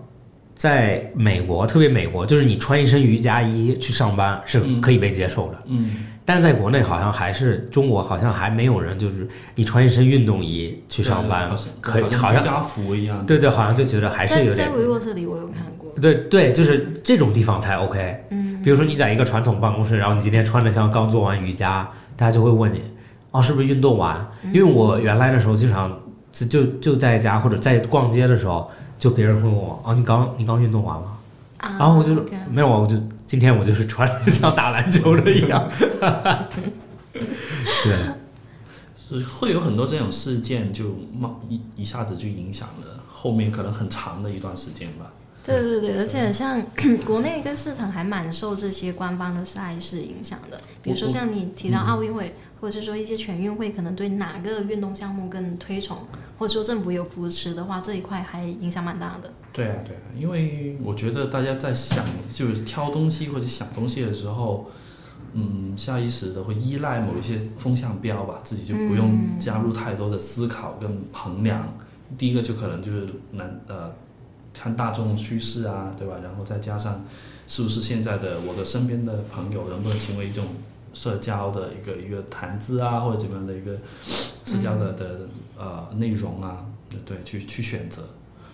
Speaker 2: 在美国，特别美国，就是你穿一身瑜伽衣去上班是
Speaker 4: 嗯
Speaker 2: 可以被接受的，
Speaker 4: 嗯，
Speaker 2: 但是在国内好像还是中国好像还没有人就是你穿一身运动衣去上班
Speaker 4: 对
Speaker 2: 可以，
Speaker 4: 好
Speaker 2: 好
Speaker 4: 像
Speaker 2: 像
Speaker 4: 居家服一样。
Speaker 2: 对对，好像就觉得还是
Speaker 3: 在
Speaker 2: 有
Speaker 3: 在
Speaker 2: 点
Speaker 3: 维沃这里我有看过，
Speaker 2: 对对，就是这种地方才 OK。
Speaker 3: 嗯，
Speaker 2: 比如说你在一个传统办公室，然后你今天穿的像刚做完瑜伽，大家就会问你，哦，是不是运动完？
Speaker 3: 嗯
Speaker 2: 因为我原来的时候经常自就就在家或者在逛街的时候，就别人会问我，哦，你刚你刚运动完吗？
Speaker 3: 啊，
Speaker 2: 嗯然后我就
Speaker 3: OK
Speaker 2: 没有啊，我就今天我就是穿的像打篮球的一样。 对，
Speaker 4: 是会有很多这种事件，就冒一一下子就影响了后面可能很长的一段时间吧。
Speaker 3: 对对对，而且像 国内跟市场还蛮受这些官方的赛事影响的，比如说
Speaker 4: 我我
Speaker 3: 像你提
Speaker 2: 嗯
Speaker 3: 到奥运会，或者是说一些全运会，可能对哪个运动项目更推崇，或者说政府有扶持的话，这一块还影响蛮大的。
Speaker 4: 对啊，对啊，因为我觉得大家在想就是挑东西或者想东西的时候，嗯，下意识的会依赖某一些风向标吧，自己就不用加入太多的思考跟衡量。第一个就可能就是能呃，看大众趋势啊，对吧？然后再加上是不是现在的我的身边的朋友能不能成为一种社交的一个一个谈资啊，或者怎么样的一个社交的的呃内容啊，对，去去选择。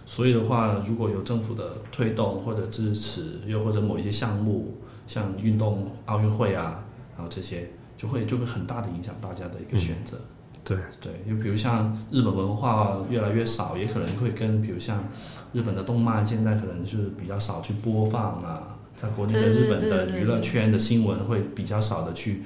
Speaker 4: 所以的话，如果有政府的推动或者支持，又或者某一些项目，像运动奥运会啊，然后这些就会就会很大的影响大家的一个选择。
Speaker 2: 对
Speaker 4: 对，就比如像日本文化越来越少，也可能会跟比如像日本的动漫现在可能就是比较少去播放啊，在国内的
Speaker 3: 对对
Speaker 4: 日本
Speaker 3: 对
Speaker 4: 的
Speaker 3: 对
Speaker 4: 娱乐圈的新闻会比较少的去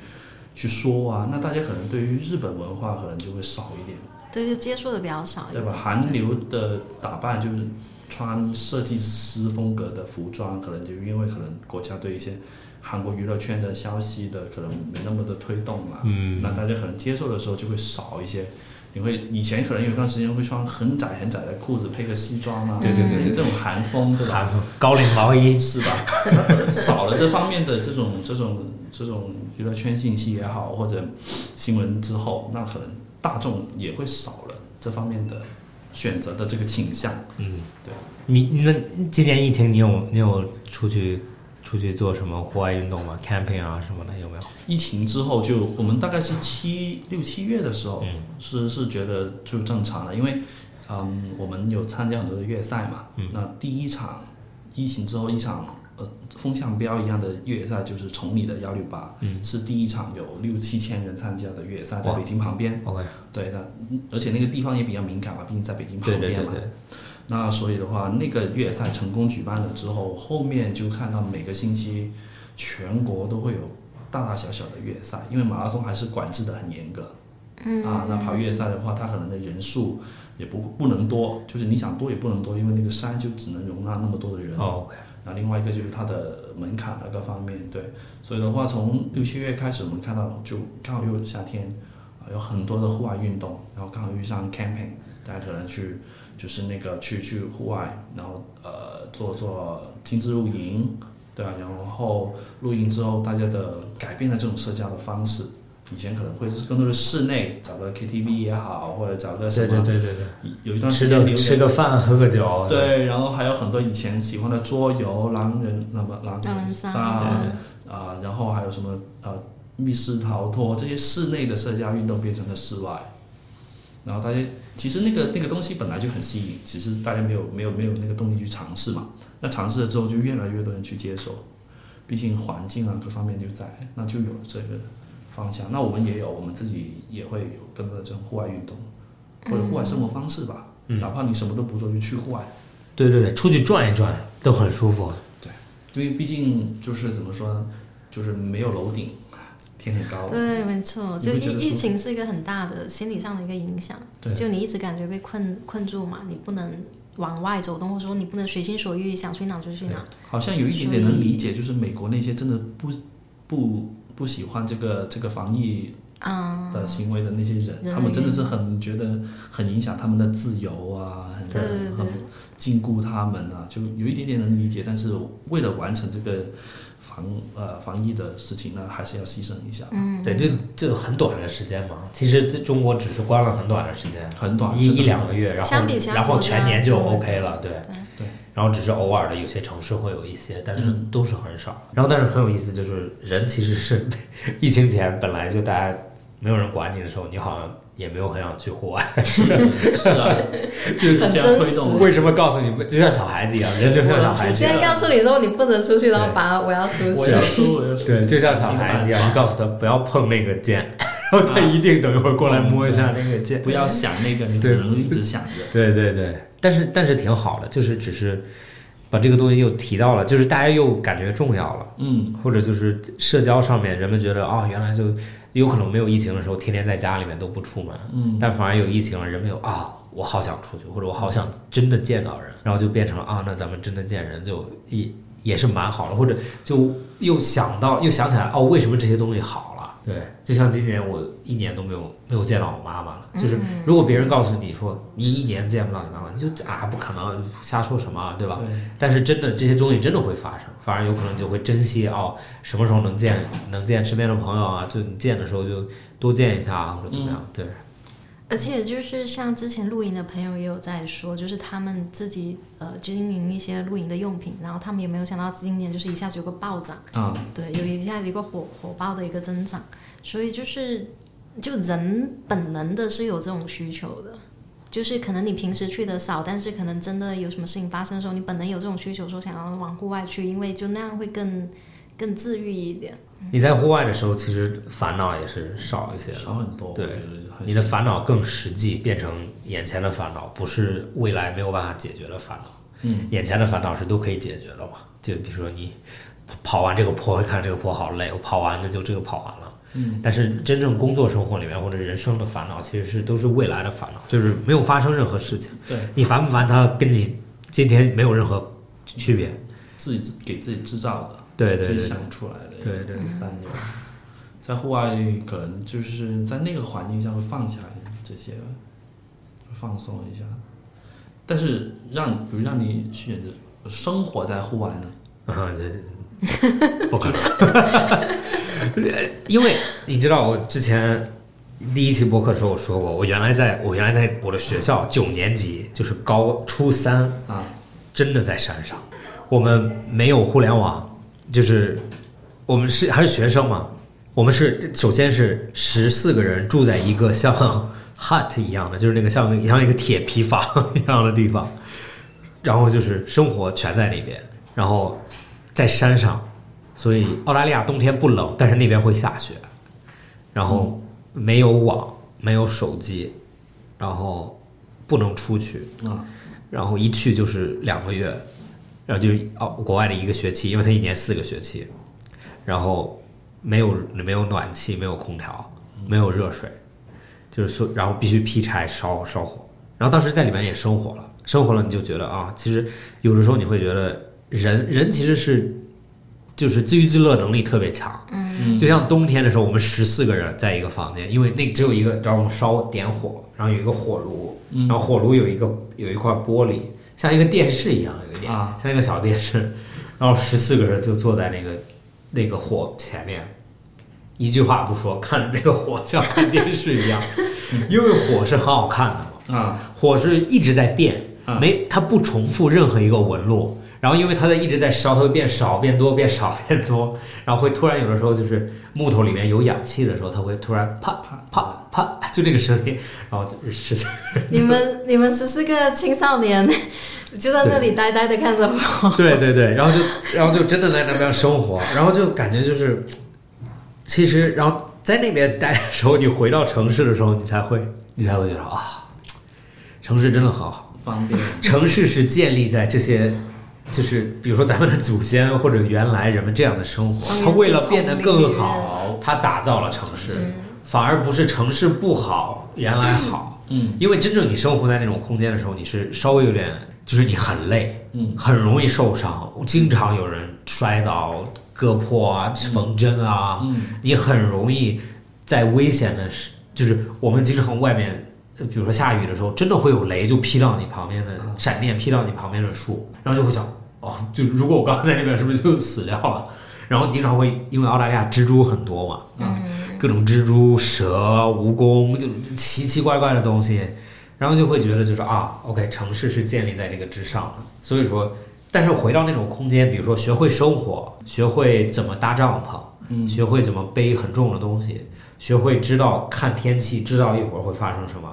Speaker 4: 去说啊，那大家可能对于日本文化可能就会少一点，
Speaker 3: 对，就接触的比较少一
Speaker 4: 对
Speaker 3: 点，
Speaker 4: 吧？韩流的打扮就是穿设计师风格的服装，可能就因为可能国家对一些韩国娱乐圈的消息的可能没那么的推动啊，
Speaker 2: 嗯
Speaker 4: 那大家可能接受的时候就会少一些。你会以前可能有一段时间会穿很窄很窄的裤子配个西装啊，
Speaker 2: 对对
Speaker 4: 对，这种韩风对吧？
Speaker 2: 韩风高领毛衣，
Speaker 4: 是吧？那少了这方面的这种这种这种娱乐圈信息也好，或者新闻之后，那可能大众也会少了这方面的选择的这个倾向。
Speaker 2: 嗯，
Speaker 4: 对。
Speaker 2: 你那今年疫情，你有你有出去出去做什么户外运动吗？camping 啊什么的有没有？
Speaker 4: 疫情之后就，我们大概是七六七月的时候，
Speaker 2: 嗯
Speaker 4: 是是觉得就正常了，因为嗯，我们有参加很多的越赛嘛，
Speaker 2: 嗯
Speaker 4: 那第一场疫情之后一场呃风向标一样的越赛就是崇礼的幺六八，是第一场有六七千人参加的越赛，在
Speaker 2: 嗯哇
Speaker 4: 北京旁边，
Speaker 2: OK，
Speaker 4: 对，那嗯而且那个地方也比较敏感嘛，毕竟在北京旁
Speaker 2: 对
Speaker 4: 边嘛，
Speaker 2: 对对对，
Speaker 4: 那所以的话，那个越野赛成功举办了之后，后面就看到每个星期全国都会有大大小小的越野赛，因为马拉松还是管制的很严格。嗯啊，那跑越野赛的话，它可能的人数也不不能多，就是你想多也不能多，因为那个山就只能容纳那么多的人。
Speaker 2: 哦 OK，
Speaker 4: 那另外一个就是它的门槛啊各方面，对，所以的话，从六七月开始，我们看到就刚好又夏天，啊、有很多的户外运动，然后刚好遇上 camping，大家可能去就是那个去去户外，然后呃做做精致露营，对啊，然后露营之后，大家的改变了这种社交的方式，以前可能会是更多的室内，找个 KTV 也好，或者找个什
Speaker 2: 对
Speaker 4: 么，
Speaker 2: 对对对对，
Speaker 4: 有一段时
Speaker 2: 吃
Speaker 4: 间
Speaker 2: 个
Speaker 4: 流行
Speaker 2: 吃个饭，喝个酒，
Speaker 4: 对，然后还有很多以前喜欢的桌游、狼人，那么狼
Speaker 3: 让人
Speaker 4: 杀
Speaker 3: 伤
Speaker 4: 啊、
Speaker 3: 对
Speaker 4: 然后还有什么呃密室逃脱这些室内的社交运动变成了室外，然后大家其实那个那个东西本来就很吸引，只是大家没有没有没有那个动力去尝试嘛。那尝试了之后，就越来越多人去接受，毕竟环境啊各方面就在，那就有这个方向。那我们也有，我们自己也会有更多的这种户外运动或者户外生活方式吧。哪怕你什么都不做，就去户外。
Speaker 2: 对对对，出去转一转都很舒服。
Speaker 4: 因为毕竟就是怎么说呢，就是没有楼顶，天很高，
Speaker 3: 对，没错，就
Speaker 4: 你会觉得
Speaker 3: 疫疫
Speaker 4: 舒服
Speaker 3: 情是一个很大的心理上的一个影响，
Speaker 4: 对
Speaker 3: 就你一直感觉被困困住嘛，你不能往外走动，或者说你不能随心所欲，想去哪就去哪。
Speaker 4: 好像有一点点能理解，就是美国那些真的不不不喜欢这个这个防疫
Speaker 3: 嗯，
Speaker 4: 的行为的那些人，
Speaker 3: 人
Speaker 4: 他们真的是很觉得很影响他们的自由啊，很
Speaker 3: 对对
Speaker 4: 很
Speaker 3: 对，
Speaker 4: 禁锢他们啊，就有一点点能理解，但是为了完成这个防呃防疫的事情呢，还是要牺牲一下，
Speaker 3: 嗯，
Speaker 2: 对，就就很短的时间嘛。其实这中国只是关了很短的时间，
Speaker 4: 很短，
Speaker 2: 一
Speaker 4: 真的
Speaker 2: 一两个月，然后
Speaker 3: 相比其他
Speaker 2: 然后
Speaker 3: 国家
Speaker 2: 全年就
Speaker 3: 对
Speaker 2: OK 了，对
Speaker 4: 对。
Speaker 2: 然后只是偶尔的有些城市会有一些，但是
Speaker 4: 嗯
Speaker 2: 都是很少。然后但是很有意思，就是人其实是疫情前本来就大家没有人管你的时候，你好像也没有很想去户外。
Speaker 4: 是啊，就是这样推动啊
Speaker 2: 为什么告诉你们就像小孩子一样，人就像小孩子一
Speaker 3: 现
Speaker 2: 样
Speaker 3: 在告诉你说你不能出去，然后把我要出
Speaker 4: 我
Speaker 3: 去
Speaker 4: 要。出，我要出，
Speaker 2: 对，就像小孩子一样，你告诉他不要碰那个键，然后他一定等一会儿过来摸一下那个键。
Speaker 4: 不要想那个，你
Speaker 2: 对
Speaker 4: 只能一直想着。
Speaker 2: 对对对，但是但是挺好的，就是只是把这个东西又提到了，就是大家又感觉重要了，
Speaker 4: 嗯，
Speaker 2: 或者就是社交上面人们觉得哦，原来就有可能没有疫情的时候，天天在家里面都不出门，
Speaker 4: 嗯，
Speaker 2: 但反而有疫情了，人们又啊。我好想出去，或者我好想真的见到人，然后就变成了啊，那咱们真的见人就也也是蛮好的，或者就又想到又想起来哦，为什么这些东西好了？对，就像今年我一年都没有没有见到我妈妈了，就是如果别人告诉你说你一年见不到你妈妈，你就啊不可能瞎说什么啊，对吧？
Speaker 4: 对，
Speaker 2: 但是真的这些东西真的会发生，反而有可能你就会珍惜哦，什么时候能见能见身边的朋友啊，就你见的时候就多见一下啊，或者怎么样，对，
Speaker 3: 而且就是像之前露营的朋友也有在说，就是他们自己呃经营一些露营的用品，然后他们也没有想到今年就是一下子有个暴涨，
Speaker 4: 啊，
Speaker 3: 对，有一下子一个火火爆的一个增长，所以就是就人本能的是有这种需求的，就是可能你平时去的少，但是可能真的有什么事情发生的时候，你本能有这种需求，说想要往户外去，因为就那样会更更治愈一点。
Speaker 2: 你在户外的时候，其实烦恼也是少一些了。
Speaker 4: 少很多。
Speaker 2: 对
Speaker 4: 我觉得很
Speaker 2: 你的烦恼更实际，变成眼前的烦恼，不是未来没有办法解决的烦恼。嗯，眼前的烦恼是都可以解决的嘛？就比如说你跑完这个坡，会看这个坡好累，我跑完了就这个跑完了。嗯，但是真正工作生活里面或者人生的烦恼，其实是都是未来的烦恼，就是没有发生任何事情。
Speaker 4: 对，
Speaker 2: 你烦不烦它，跟你今天没有任何区别。
Speaker 4: 自己给自己制造的，
Speaker 2: 对对
Speaker 4: 自己
Speaker 2: 对
Speaker 4: 想出来的一
Speaker 2: 对
Speaker 4: 种
Speaker 2: 对
Speaker 4: 担忧。在户外可能就是在那个环境下会放下这些，会放松一下。但是让比如让你选择生活在户外呢，
Speaker 2: 对，啊，这 不可能。 因为你知道，我之前第一期播客的时候我说过，我原来在我原来在我的学校九年级，就是高初三
Speaker 4: 啊，
Speaker 2: 真的在山上，我们没有互联网，就是我们是还是学生嘛，我们是首先是十四个人住在一个像 hut 一样的，就是那个像像一个铁皮房一样的地方， 然后就是生活全在那边，然后在山上，所以澳大利亚冬天不冷，但是那边会下雪，然后没有网，没有手机，然后不能出去
Speaker 4: 啊，
Speaker 2: 然后一去就是两个月，然后就是哦国外的一个学期，因为他一年四个学期，然后没有没有暖气，没有空调，没有热水，就是说然后必须劈柴烧烧火，然后当时在里面也生活了，生活了你就觉得啊，其实有的时候你会觉得人人其实是就是自娱自乐能力特别强。就像冬天的时候，我们十四个人在一个房间，因为那只有一个，然后我们烧点火，然后有一个火炉，然后火炉有一个有一块玻璃，像一个电视一样，有一点、
Speaker 4: 啊
Speaker 2: 像一个小电视，然后十四个人就坐在那个那个火前面，一句话不说，看着这个火像看电视一样，因为火是很好看的嘛，
Speaker 4: 啊，
Speaker 2: 火是一直在变，
Speaker 4: 嗯
Speaker 2: 没它不重复任何一个纹路。然后因为它在一直在烧，它会变少、变多、变少、变多，然后会突然有的时候就是木头里面有氧气的时候，它会突然啪啪啪啪，就那个声音，然后就是实在
Speaker 3: 你们你们十四个青少年就在那里呆呆的看着 我，
Speaker 2: 对对对，然后就然后就真的在那边生活，然后就感觉就是，其实然后在那边待的时候，你回到城市的时候，你才会你才会觉得啊，城市真的很好。
Speaker 4: 方 便。
Speaker 2: 城市是建立在这些，就是比如说咱们的祖先或者原来人们这样的生活
Speaker 3: 从，原
Speaker 2: 他为了
Speaker 3: 始
Speaker 2: 变得
Speaker 3: 丛林
Speaker 2: 更
Speaker 3: 里
Speaker 2: 好，他打造了城市，反而不是城市不好，原来好。
Speaker 4: 嗯，
Speaker 2: 因为真正你生活在那种空间的时候，你是稍微有点，就是你很累，
Speaker 4: 嗯，
Speaker 2: 很容易受伤，经常有人摔倒、割破啊、缝针啊，
Speaker 4: 嗯
Speaker 2: 你很容易在危险的时，就是我们经常外面呃比如说下雨的时候，真的会有雷就劈到你旁边的
Speaker 4: 啊
Speaker 2: 闪电，劈到你旁边的树，然后就会想，哦，就如果我刚刚在那边，是不是就死掉了？然后经常会因为澳大利亚蜘蛛很多嘛，啊，各种蜘蛛、蛇、蜈蚣，就奇奇怪怪的东西，然后就会觉得就是啊，OK，城市是建立在这个之上的，所以说，但是回到那种空间，比如说学会生活，学会怎么搭帐篷，嗯，学会怎么背很重的东西，学会知道看天气，知道一会儿会发生什么。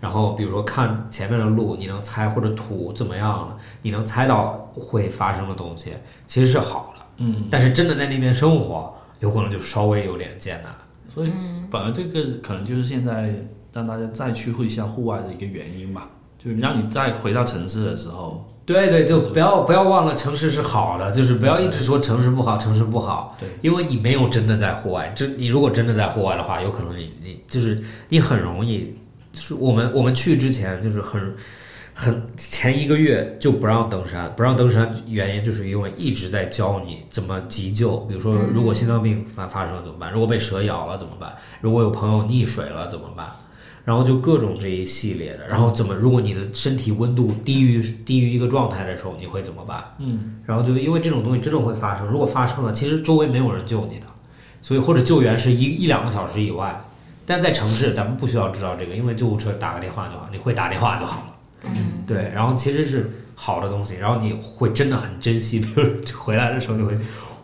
Speaker 2: 然后，比如说看前面的路，你能猜或者土怎么样了，你能猜到会发生的东西，其实是好的。嗯，但是真的在那边生活，有可能就稍微有点艰难。
Speaker 4: 所以，反而这个可能就是现在让大家再去会一下户外的一个原因吧，就是让你再回到城市的时候，
Speaker 2: 对对，就不要不要忘了城市是好的，就是不要一直说城市不好，城市不好。
Speaker 4: 对，
Speaker 2: 因为你没有真的在户外，真你如果真的在户外的话，有可能你你就是你很容易，就是我们我们去之前就是很很前一个月就不让登山，不让登山原因就是因为一直在教你怎么急救，比如说如果心脏病发发生了怎么办，如果被蛇咬了怎么办，如果有朋友溺水了怎么办。然后就各种这一系列的，然后怎么？如果你的身体温度低于低于一个状态的时候，你会怎么办？嗯，然后就因为这种东西真的会发生，如果发生了，其实周围没有人救你的，所以或者救援是一一两个小时以外，但在城市，咱们不需要知道这个，因为救护车打个电话就好，你会打电话就好了。嗯，对。然后其实是好的东西，然后你会真的很珍惜。比 如回来的时候，你会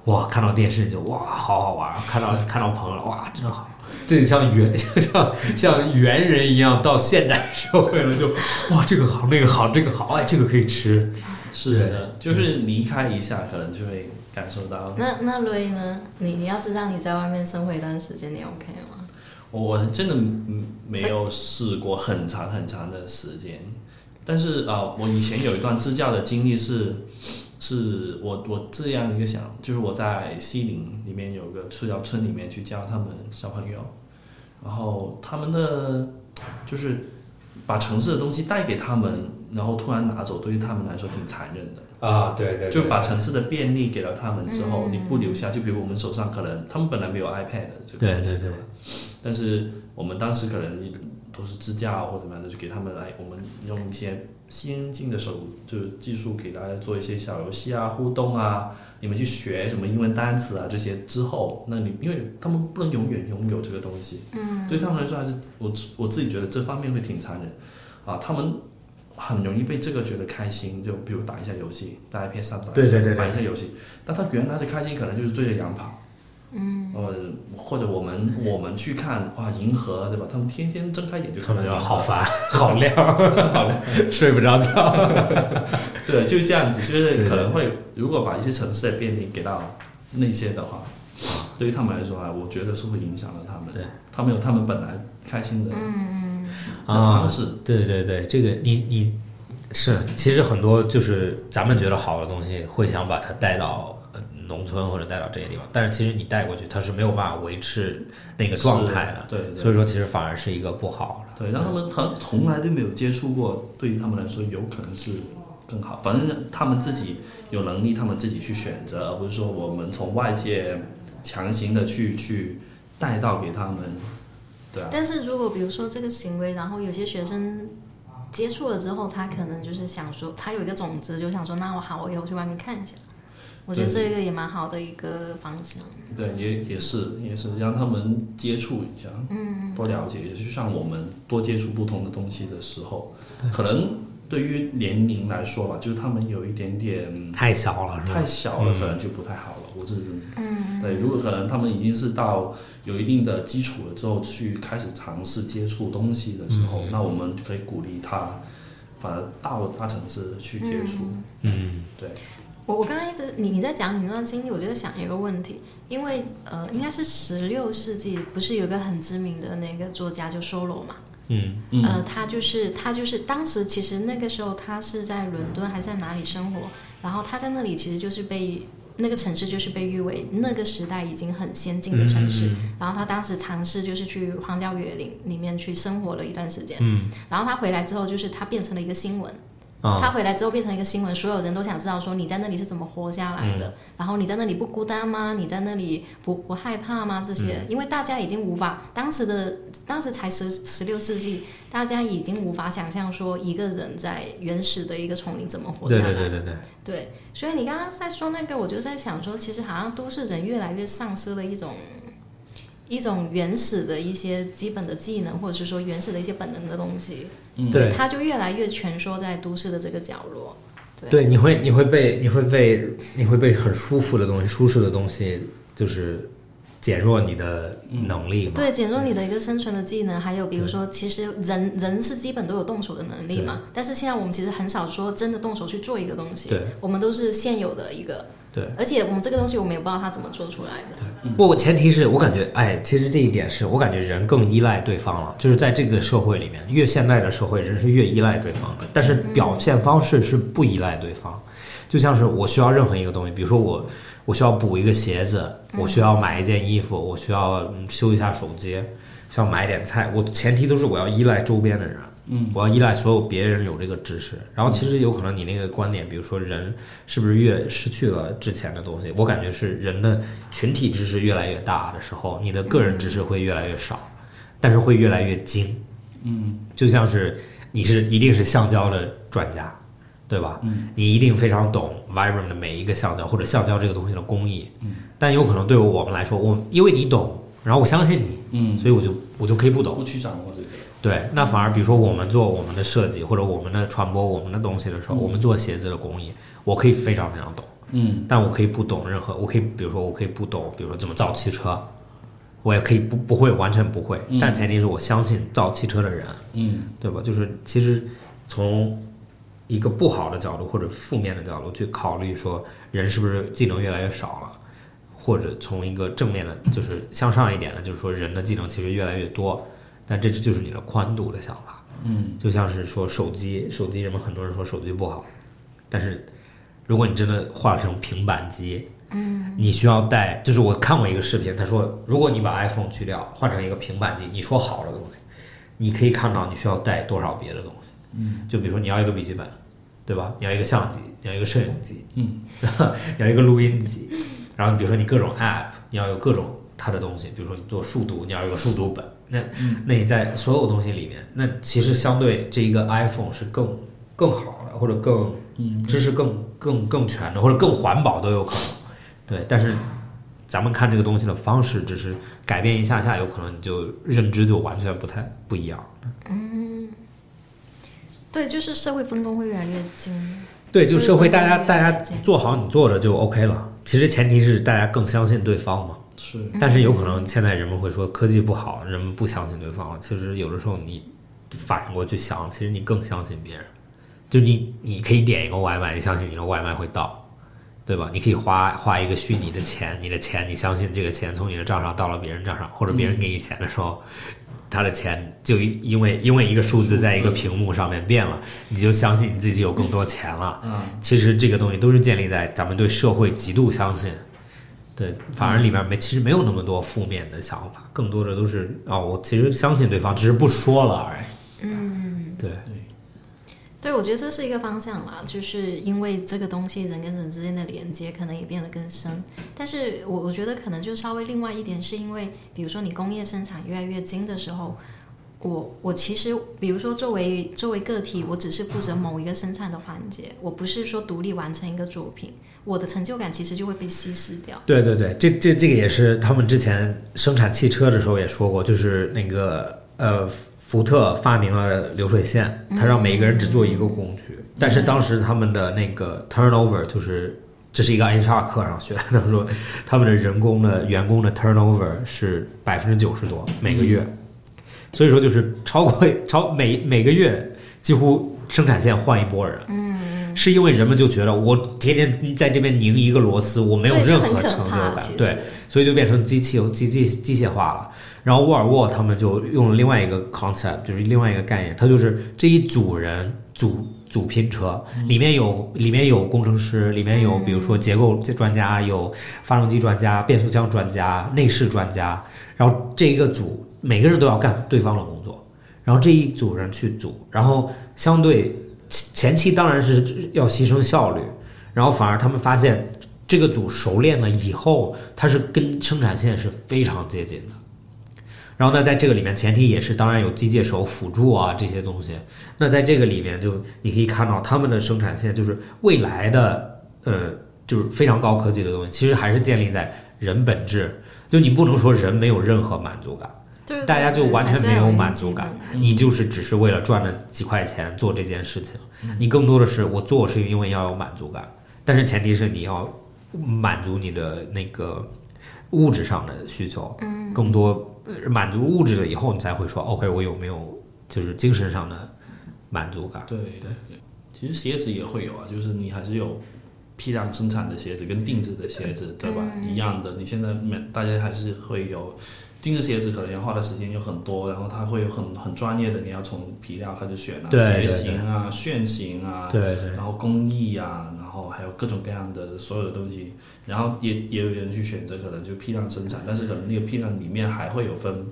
Speaker 2: 哇看到电视你就哇好好玩儿，看到看到朋友哇真好。这就像猿，就像 像猿人一样，到现代社会了就，哇，这个好，那个好，这个好，哎，这个可以吃，
Speaker 4: 是的，就是离开一下，可能就会感受到。
Speaker 3: 那那瑞呢？你你要是让你在外面生活一段时间，你 OK 吗？
Speaker 4: 我真的嗯没有试过很长很长的时间，但是啊、我以前有一段支教的经历是，是我我这样一个想，就是我在西宁里面有个赤脚村里面去教他们小朋友，然后他们的就是把城市的东西带给他们，然后突然拿走，对于他们来说挺残忍的。
Speaker 2: 啊，对对对，
Speaker 4: 就把城市的便利给了他们之后，你不留下，就比如我们手上可能他们本来没有 iPad 这个
Speaker 2: 对
Speaker 4: 东西
Speaker 2: 对对
Speaker 4: 嘛，但是我们当时可能都是支架或者怎么样的，就给他们来，我们用一些先进的手就是技术给大家做一些小游戏啊、互动啊，你们去学什么英文单词啊这些之后，那你因为他们不能永远拥有这个东西，嗯，对他们来说还是我我自己觉得这方面会挺残忍啊，他们很容易被这个觉得开心，就比如打一下游戏，在 iPad 上打一下，
Speaker 2: 对对对对
Speaker 4: 玩一下游戏，但他原来的开心可能就是追着羊跑。嗯，呃，或者我们
Speaker 2: 嗯
Speaker 4: 我们去看哇银河对吧？他们天天睁开眼就
Speaker 2: 可
Speaker 4: 看到
Speaker 2: 能
Speaker 4: 银
Speaker 2: 就
Speaker 4: 河
Speaker 2: 好烦，好 亮，好亮，睡不着觉。
Speaker 4: 对，就是这样子，就是
Speaker 2: 对对
Speaker 4: 可能会如果把一些城市的便利给到那些的话，对于他们来说啊，我觉得是会影响到他们，
Speaker 2: 对
Speaker 4: 他们有他们本来开心的
Speaker 3: 嗯，
Speaker 4: 的
Speaker 2: 啊
Speaker 4: 方式。
Speaker 2: 对对对，这个你你是，其实很多就是咱们觉得好的东西，会想把它带到呃农村或者带到这些地方，但是其实你带过去，它是没有办法维持那个状态的，
Speaker 4: 是对对
Speaker 2: 所以说其实反而是一个不好的。
Speaker 4: 对，让他们他从来都没有接触过，对于他们来说有可能是更好。反正他们自己有能力，他们自己去选择，而不是说我们从外界强行的去去带到给他们。对啊，
Speaker 3: 但是如果比如说这个行为，然后有些学生接触了之后，他可能就是想说，他有一个种子，就想说，那我好，我以后去外面看一下。我觉得这个也蛮好的一个方向。
Speaker 4: 对，也也是也是让他们接触一下，嗯，多了解，也就像我们多接触不同的东西的时候，可能对于年龄来说吧，就是他们有一点点
Speaker 2: 太小了，是吧
Speaker 4: 太？小
Speaker 2: 嗯
Speaker 4: 了，可能就不太好了。我这是，嗯，对，如果可能他们已经是到有一定的基础了之后，去开始尝试接触东西的时
Speaker 2: 嗯
Speaker 4: 候，那我们可以鼓励他，反而到大城市去接触。
Speaker 2: 嗯，
Speaker 4: 对，
Speaker 3: 我我刚刚一直你你在讲你那段经历，我就在想一个问题，因为呃，应该是十六世纪，不是有一个很知名的那个作家就梭罗嘛？
Speaker 2: 嗯，
Speaker 4: 嗯，
Speaker 3: 呃，他就是他就是当时其实那个时候他是在伦敦还是在哪里生活，然后他在那里其实就是被那个城市就是被誉为那个时代已经很先进的城市，
Speaker 2: 嗯
Speaker 3: 然后他当时尝试就是去荒郊野岭里面去生活了一段时间，
Speaker 2: 嗯，
Speaker 3: 然后他回来之后就是他变成了一个新闻。
Speaker 2: 啊，
Speaker 3: 他回来之后变成一个新闻，所有人都想知道说你在那里是怎么活下来
Speaker 2: 嗯
Speaker 3: 的，然后你在那里不孤单吗？你在那里不不害怕吗？这
Speaker 2: 嗯
Speaker 3: 些，因为大家已经无法当时的当时才十十六世纪，大家已经无法想象说一个人在原始的一个丛林怎么活下
Speaker 2: 对
Speaker 3: 来。
Speaker 2: 对对对对，
Speaker 3: 对，所以你刚刚在说那个，我就在想说，其实好像都市人越来越丧失了一种一种原始的一些基本的技能，或者是说原始的一些本能的东西。
Speaker 4: 嗯
Speaker 2: 对
Speaker 3: 它就越来越蜷缩在都市的这个角落。
Speaker 2: 对，你会你会被你会被你会被很舒服的东西、舒适的东西，就是减弱你的能力嘛。
Speaker 3: 对，减弱你的一个生存的技能，还有比如说，其实人人是基本都有动手的能力嘛，但是现在我们其实很少说真的动手去做一个东西，
Speaker 2: 对
Speaker 3: 我们都是现有的一个，
Speaker 2: 对，
Speaker 3: 而且我们这个东西我们也不知道它怎么做出来的，
Speaker 2: 不过前提是我感觉，哎，其实这一点是我感觉人更依赖对方了，就是在这个社会里面，越现代的社会，人是越依赖对方的，但是表现方式是不依赖对方。就像是我需要任何一个东西，比如说我我需要补一个鞋子，我需要买一件衣服，我需要嗯修一下手机，需要买点菜，我前提都是我要依赖周边的人。嗯，我要依赖所有别人有这个知识，然后其实有可能你那个观点，比如说人是不是越失去了之前的东西？我感觉是人的群体知识越来越大的时候，你的个人知识会越来越少，但是会越来越精。嗯，就像是你是一定是橡胶的专家，对吧？嗯，你一定非常懂 Vibram 的每一个橡胶或者橡胶这个东西的工艺。嗯，但有可能对于我们来说，我因为你懂，然后我相信你，
Speaker 4: 嗯，
Speaker 2: 所以我就我就可以不懂。
Speaker 4: 不去掌握这个，
Speaker 2: 对，那反而比如说我们做我们的设计或者我们的传播我们的东西的时候，我们做鞋子的工艺，我可以非常非常懂，
Speaker 4: 嗯，
Speaker 2: 但我可以不懂任何，我可以比如说我可以不懂，比如说怎么造汽车，我也可以不不会完全不会，但前提是我相信造汽车的人，
Speaker 4: 嗯，
Speaker 2: 对吧？就是其实从一个不好的角度或者负面的角度去考虑，说人是不是技能越来越少了，或者从一个正面的，就是向上一点的，就是说人的技能其实越来越多，但这就是你的宽度的想法。嗯，就像是说手机，手机人们很多人说手机不好，但是如果你真的换成平板机。嗯，你需要带，就是我看过一个视频，他说，如果你把 iPhone 去掉，换成一个平板机，你说好的东西，你可以看到你需要带多少别的东西。嗯，就比如说你要一个笔记本，对吧？你要一个相机，你要一个摄影机，嗯， 你要一个录音机，然后你比如说你各种 app，你要有各种它的东西，比如说你做数独，你要有个数独本。那、那你在所有东西里面，那其实相对这一个 iPhone 是更更好的，或者更知识更更更全的，或者更环保都有可能。对，但是咱们看这个东西的方式，只是改变一下下，有可能你就认知就完全不太不一样。
Speaker 3: 对，就是社会分工会越来越精。
Speaker 2: 对，就社会大家
Speaker 3: 对对对
Speaker 2: 大家
Speaker 3: 了解
Speaker 2: 做好你做的就 OK 了。其实前提是大家更相信对方嘛。
Speaker 4: 是，
Speaker 2: 但是有可能现在人们会说科技不好，人们不相信对方了。其实有的时候你反过去想，其实你更相信别人。就你你可以点一个外卖，你相信你的外卖会到，对吧？你可以花花一个虚拟的钱，你的钱你相信这个钱从你的账上到了别人账上，或者别人给你钱的时候，他的钱就因为因为一个数字在一个屏幕上面变了，你就相信你自己有更多钱了。
Speaker 4: 嗯，
Speaker 2: 其实这个东西都是建立在咱们对社会极度相信，对，反而里面没其实没有那么多负面的想法，更多的都是啊、我其实相信对方，只是不说了而已。嗯，对，
Speaker 3: 对，我觉得这是一个方向啦，就是因为这个东西人跟人之间的连接可能也变得更深。但是我我觉得可能就稍微另外一点，是因为比如说你工业生产越来越精的时候，我我其实比如说作为作为个体，我只是负责某一个生产的环节，我不是说独立完成一个作品，我的成就感其实就会被稀释掉。
Speaker 2: 对对对，这这这个也是他们之前生产汽车的时候也说过，就是那个呃，福特发明了流水线，他让每个人只做一个工具，但是当时他们的那个 turnover 就是。这是一个 HR 课上学的，他们说他们的人工的员工的 turnover 是百分之九十多每个月，所以说就是超过超每每个月几乎生产线换一波人，嗯，是因为人们就觉得我天天在这边拧一个螺丝，我没有
Speaker 3: 对，
Speaker 2: 任
Speaker 3: 就很
Speaker 2: 何
Speaker 3: 可
Speaker 2: 成就
Speaker 3: 怕
Speaker 2: 感，
Speaker 3: 其实
Speaker 2: 对，所以就变成机器机机机械化了。然后沃尔沃他们就用了另外一个 concept，就是另外一个概念，它就是这一组人组组拼车，里面有里面有工程师，里面有比如说结构专家，有发动机专家、变速箱专家、内饰专家，然后这一个组每个人都要干对方的工作，然后这一组人去组，然后相对前前期当然是要牺牲效率，然后反而他们发现这个组熟练了以后，它是跟生产线是非常接近的。然后呢，在这个里面，前提也是当然有机械手辅助啊这些东西。那在这个里面就，你可以看到他们的生产线就是未来的呃，就是非常高科技的东西，其实还是建立在人本质。就你不能说人没有任何满足感，
Speaker 3: 对对
Speaker 2: 大家就
Speaker 3: 对
Speaker 2: 完
Speaker 3: 还
Speaker 2: 全
Speaker 3: 是
Speaker 2: 没
Speaker 3: 要
Speaker 2: 有
Speaker 3: 一定
Speaker 2: 满
Speaker 3: 基
Speaker 2: 足
Speaker 3: 本
Speaker 2: 感
Speaker 3: 的，
Speaker 2: 你就是只是为了赚了几块钱做这件事情，你更多的是我做是因为要有满足感，但是前提是你要满足你的那个物质上的需求，
Speaker 3: 嗯
Speaker 2: 更多呃满足物质了以后，你才会说 OK，我有没有就是精神上的满足感？
Speaker 4: 对对对，其实鞋子也会有啊，就是你还是有批量生产的鞋子跟定制的鞋
Speaker 2: 嗯
Speaker 4: 子，对吧？一样的，你现在每大家还是会有定制鞋子，可能要花的时间有很多，然后它会有很很专业的，你要从皮料开始选啊，
Speaker 2: 对
Speaker 4: 鞋
Speaker 2: 对
Speaker 4: 型啊、楦型啊，
Speaker 2: 对对
Speaker 4: 然后工艺啊，然后还有各种各样的所有的东西，然后也也有人去选择可能就批量生产，但是可能那个批量里面还会有分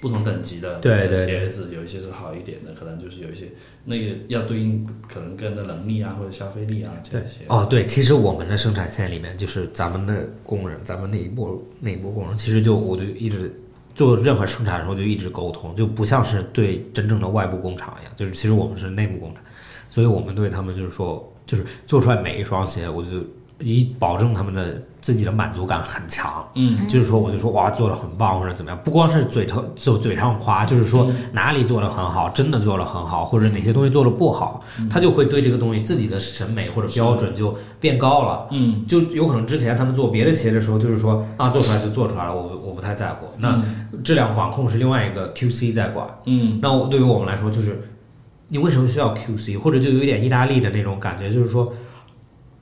Speaker 4: 不同等级的
Speaker 2: 对对对
Speaker 4: 鞋子，有一些是好一点的，可能就是有一些那个要对应可能个人的能力啊或者消费力啊这
Speaker 2: 对
Speaker 4: 些。
Speaker 2: 哦，对，其实我们的生产线里面，就是咱们的工人，咱们那一波那一波工人，其实就我就一直做任何生产的时候就一直沟通，就不像是对真正的外部工厂一样，就是其实我们是内部工厂，所以我们对他们就是说，就是做出来每一双鞋，我就以保证他们的自己的满足感很强。
Speaker 4: 嗯，
Speaker 2: 就是说我就说哇做的很棒或者怎么样，不光是嘴头就嘴上夸，就是
Speaker 4: 嗯
Speaker 2: 说哪里做的很好，真的做的很好，或者哪些东西做的不好，
Speaker 4: 嗯
Speaker 2: 他就会对这个东西自己的审美或者标准就变高了。
Speaker 4: 嗯，
Speaker 2: 就有可能之前他们做别的鞋的时候，就是说啊做出来就做出来了，我我不太在乎。那质量管控是另外一个 QC 在管。
Speaker 4: 嗯
Speaker 2: 那我对于我们来说，就是你为什么需要 QC，或者就有一点意大利的那种感觉，就是说，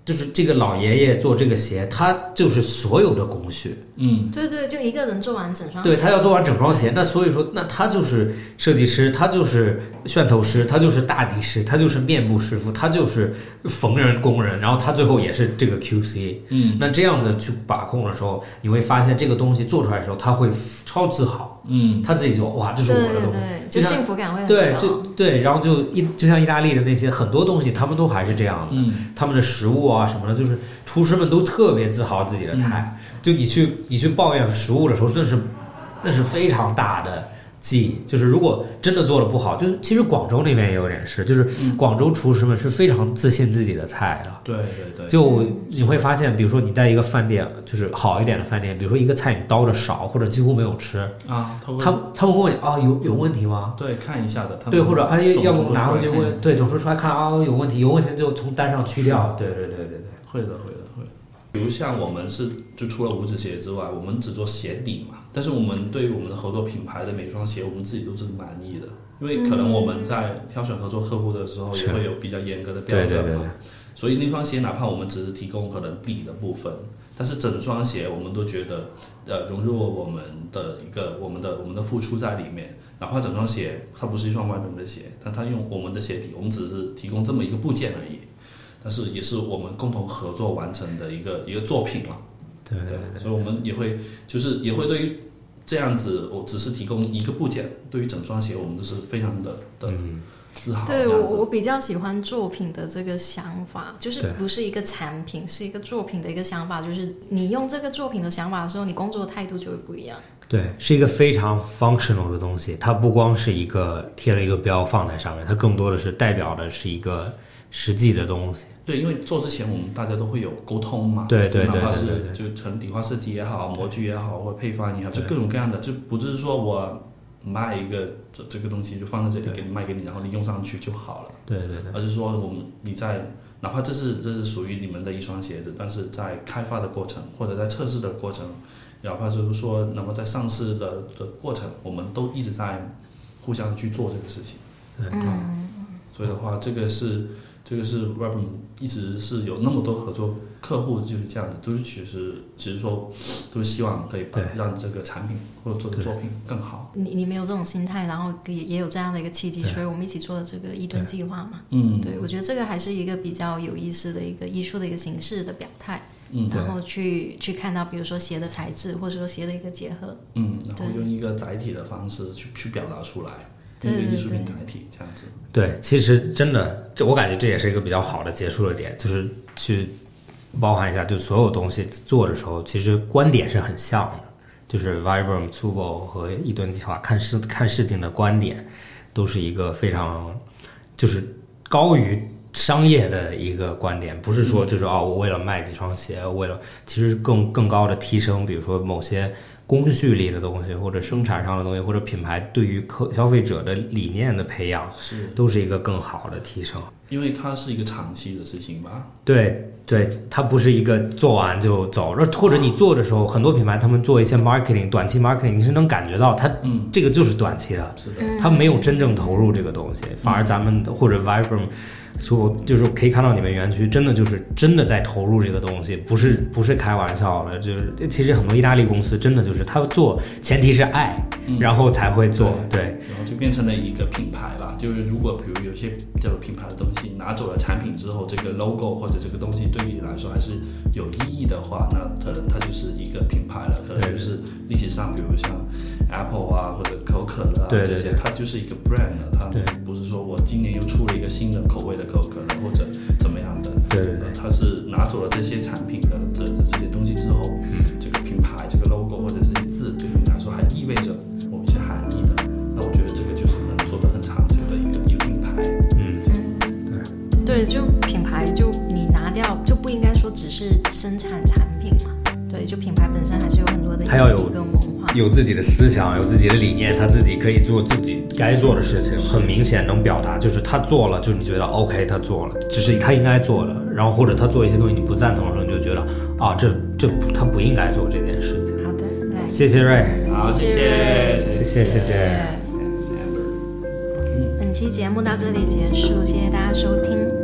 Speaker 2: 就是这个老爷爷做这个鞋，他就是所有的工序，
Speaker 4: 嗯
Speaker 3: 对对，就一个人做完整双鞋。
Speaker 2: 对他要做完整双鞋，那所以说，那他就是设计师，他就是楦头师，他就是大底师，他就是面部师傅，他就是缝纫工人，然后他最后也是这个 QC。
Speaker 4: 嗯
Speaker 2: 那这样子去把控的时候，你会发现这个东西做出来的时候，他会超自豪，
Speaker 4: 嗯
Speaker 2: 他自己就哇，这是我
Speaker 3: 对
Speaker 2: 的
Speaker 3: 对
Speaker 2: 东西。
Speaker 3: 对，
Speaker 2: 就
Speaker 3: 就
Speaker 2: 像
Speaker 3: 幸福感会很高。
Speaker 2: 对，就对，然后就一就像意大利的那些很多东西，他们都还是这样的，
Speaker 4: 嗯
Speaker 2: 他们的食物啊什么的，就是厨师们都特别自豪自己的菜。
Speaker 4: 嗯
Speaker 2: 就你去你去抱怨食物的时候，那是那是非常大的记忆。就是如果真的做的不好，就是其实广州那边也有点是，就是
Speaker 4: 嗯
Speaker 2: 广州厨师们是非常自信自己的菜的。
Speaker 4: 对对对，
Speaker 2: 就你会发现，比如说你在一个饭店，就是好一点的饭店，比如说一个菜你刀的少或者几乎没有吃，
Speaker 4: 啊，他会
Speaker 2: 他他们会问你啊有有问题吗？
Speaker 4: 对看一下的，他们
Speaker 2: 对，或者哎，
Speaker 4: 总
Speaker 2: 要
Speaker 4: 出
Speaker 2: 不拿
Speaker 4: 出
Speaker 2: 回
Speaker 4: 来
Speaker 2: 去
Speaker 4: 看一下
Speaker 2: 问，对，总数出来看啊，有问题，有问题就从单上去掉。对对对对对，
Speaker 4: 会的，会的，会的。比如像我们是就除了五指鞋之外，我们只做鞋底嘛，但是我们对于我们的合作品牌的每双鞋，我们自己都是满意的，因为可能我们在挑选合作客户的时候，
Speaker 2: 是
Speaker 4: 也会有比较严格的标准嘛。
Speaker 2: 对对对对
Speaker 4: 所以那双鞋，哪怕我们只是提供可能底的部分，但是整双鞋我们都觉得，呃，融入了我们的一个呃我们的我们的付出在里面。哪怕整双鞋它不是一双完整的鞋，但它用我们的鞋底，我们只是提供这么一个部件而已。但是也是我们共同合作完成的一个一个作品了。
Speaker 2: 对
Speaker 4: 对，所以我们也会就是也会对于这样子，我只是提供一个部件，对于整双鞋，我们都是非常的的自豪。
Speaker 3: 对
Speaker 4: 啊这
Speaker 3: 我
Speaker 4: 样，子
Speaker 3: 我比较喜欢作品的这个想法，就是
Speaker 2: 对
Speaker 3: 不是一个产品，是一个作品的一个想法。就是你用这个作品的想法的时候，你工作的态度就会不一样。
Speaker 2: 对，是一个非常 functional 的东西，它不光是一个贴了一个标放在上面，它更多的是代表的是一个实际的东西。
Speaker 4: 对，因为做之前我们大家都会有沟通嘛，
Speaker 2: 对对
Speaker 4: 哪怕
Speaker 2: 对对
Speaker 4: 是就可能底画设计也好，模具也好，或者配方也好，就各种各样的，就不是说我卖一个这这个东西就放在这里给你卖给你，然后你用上去就好了。
Speaker 2: 对对对，
Speaker 4: 而是说我们你在哪怕这是这是属于你们的一双鞋子，但是在开发的过程或者在测试的过程，哪怕就是说那么在上市的的过程，我们都一直在互相去做这个事情。嗯，所以的话，这个是这个是 w e b 一直是有那么多合作客户就是这样子，都是其实其实说都是希望可以把
Speaker 2: 对
Speaker 4: 让这个产品或者做的作品更好。
Speaker 3: 你你没有这种心态，然后也也有这样的一个契机，
Speaker 2: 对
Speaker 3: 所以我们一起做了这个一吨计划嘛。
Speaker 4: 嗯，
Speaker 3: 对，我觉得这个还是一个比较有意思的一个艺术的一个形式的表态，
Speaker 4: 嗯
Speaker 2: 对
Speaker 3: 然后去去看到，比如说鞋的材质，或者说鞋的一个结合，
Speaker 4: 嗯，然后
Speaker 3: 对
Speaker 4: 用一个载体的方式去去表达出来，
Speaker 3: 对
Speaker 4: 一个艺术
Speaker 3: 对
Speaker 4: 品载体这样子。
Speaker 2: 对，其实真的，这我感觉这也是一个比较好的结束的点，就是去包含一下，就所有东西做的时候，其实观点是很像的，就是 Vibram、Tubo 和一吨计划看事看事情的观点，都是一个非常就是高于商业的一个观点，不是说就是哦，我为了卖几双鞋，我为了其实更更高的提升，比如说某些工序里的东西，或者生产上的东西，或者品牌对于客消费者的理念的培养，
Speaker 4: 是
Speaker 2: 都是一个更好的提升。
Speaker 4: 因为它是一个长期的事情吧？
Speaker 2: 对对，它不是一个做完就走，而或者你做的时候，很多品牌他们做一些 marketing，短期 marketing，你是能感觉到它
Speaker 4: 嗯，
Speaker 2: 这个就是短期的，
Speaker 4: 是的，嗯
Speaker 2: 他没有真正投入这个东西，反而咱们或者 Vibram，所就是可以看到你们园区真的就是真的在投入这个东西，不是不是开玩笑的，就是其实很多意大利公司真的就是他做，前提是爱，
Speaker 4: 嗯
Speaker 2: 然后才会做，对
Speaker 4: 然后就变成了一个品牌吧。就是如果比如有些叫做品牌的东西拿走了产品之后，这个 logo 或者这个东西对你来说还是有意义的话，那可能它就是一个品牌了。可能
Speaker 2: 对
Speaker 4: 就是历史上，比如像 Apple 啊或者可口可乐啊
Speaker 2: 对对
Speaker 4: 这些，
Speaker 2: 对
Speaker 4: 它就是一个 brand 了。它
Speaker 2: 对
Speaker 4: 不是说我今年又出了一个新的口味的可口可乐或者怎么样的。
Speaker 2: 对对对，
Speaker 4: 它是拿走了这些产品的这这些东西之后，
Speaker 2: 嗯
Speaker 4: 这个品牌、这个 logo 或者这些字对你来说还意味着某一些含义的。那我觉得这个就是能做得很长久的一个一个品牌。
Speaker 2: 嗯，
Speaker 3: 对，就品牌就你拿掉就不应该说只是生产产品嘛。对，就品牌本身还是有很多的意
Speaker 2: 它要有
Speaker 3: 义跟文化。
Speaker 2: 有自己的思想，有自己的理念，他自己可以做自己该做的事情，很明显能表达，就是他做了，就你觉得 OK，他做了，只是他应该做的，然后或者他做一些东西你不赞同的时候，你就觉得啊，这这不他不应该做这件事情。
Speaker 3: 好的，来，
Speaker 2: 谢谢瑞，
Speaker 4: 好，
Speaker 3: 谢
Speaker 4: 谢
Speaker 3: 谢
Speaker 4: 谢，谢
Speaker 2: 谢谢谢谢。
Speaker 4: 谢谢 Amber。
Speaker 3: 本期节目到这里结束，谢谢大家收听。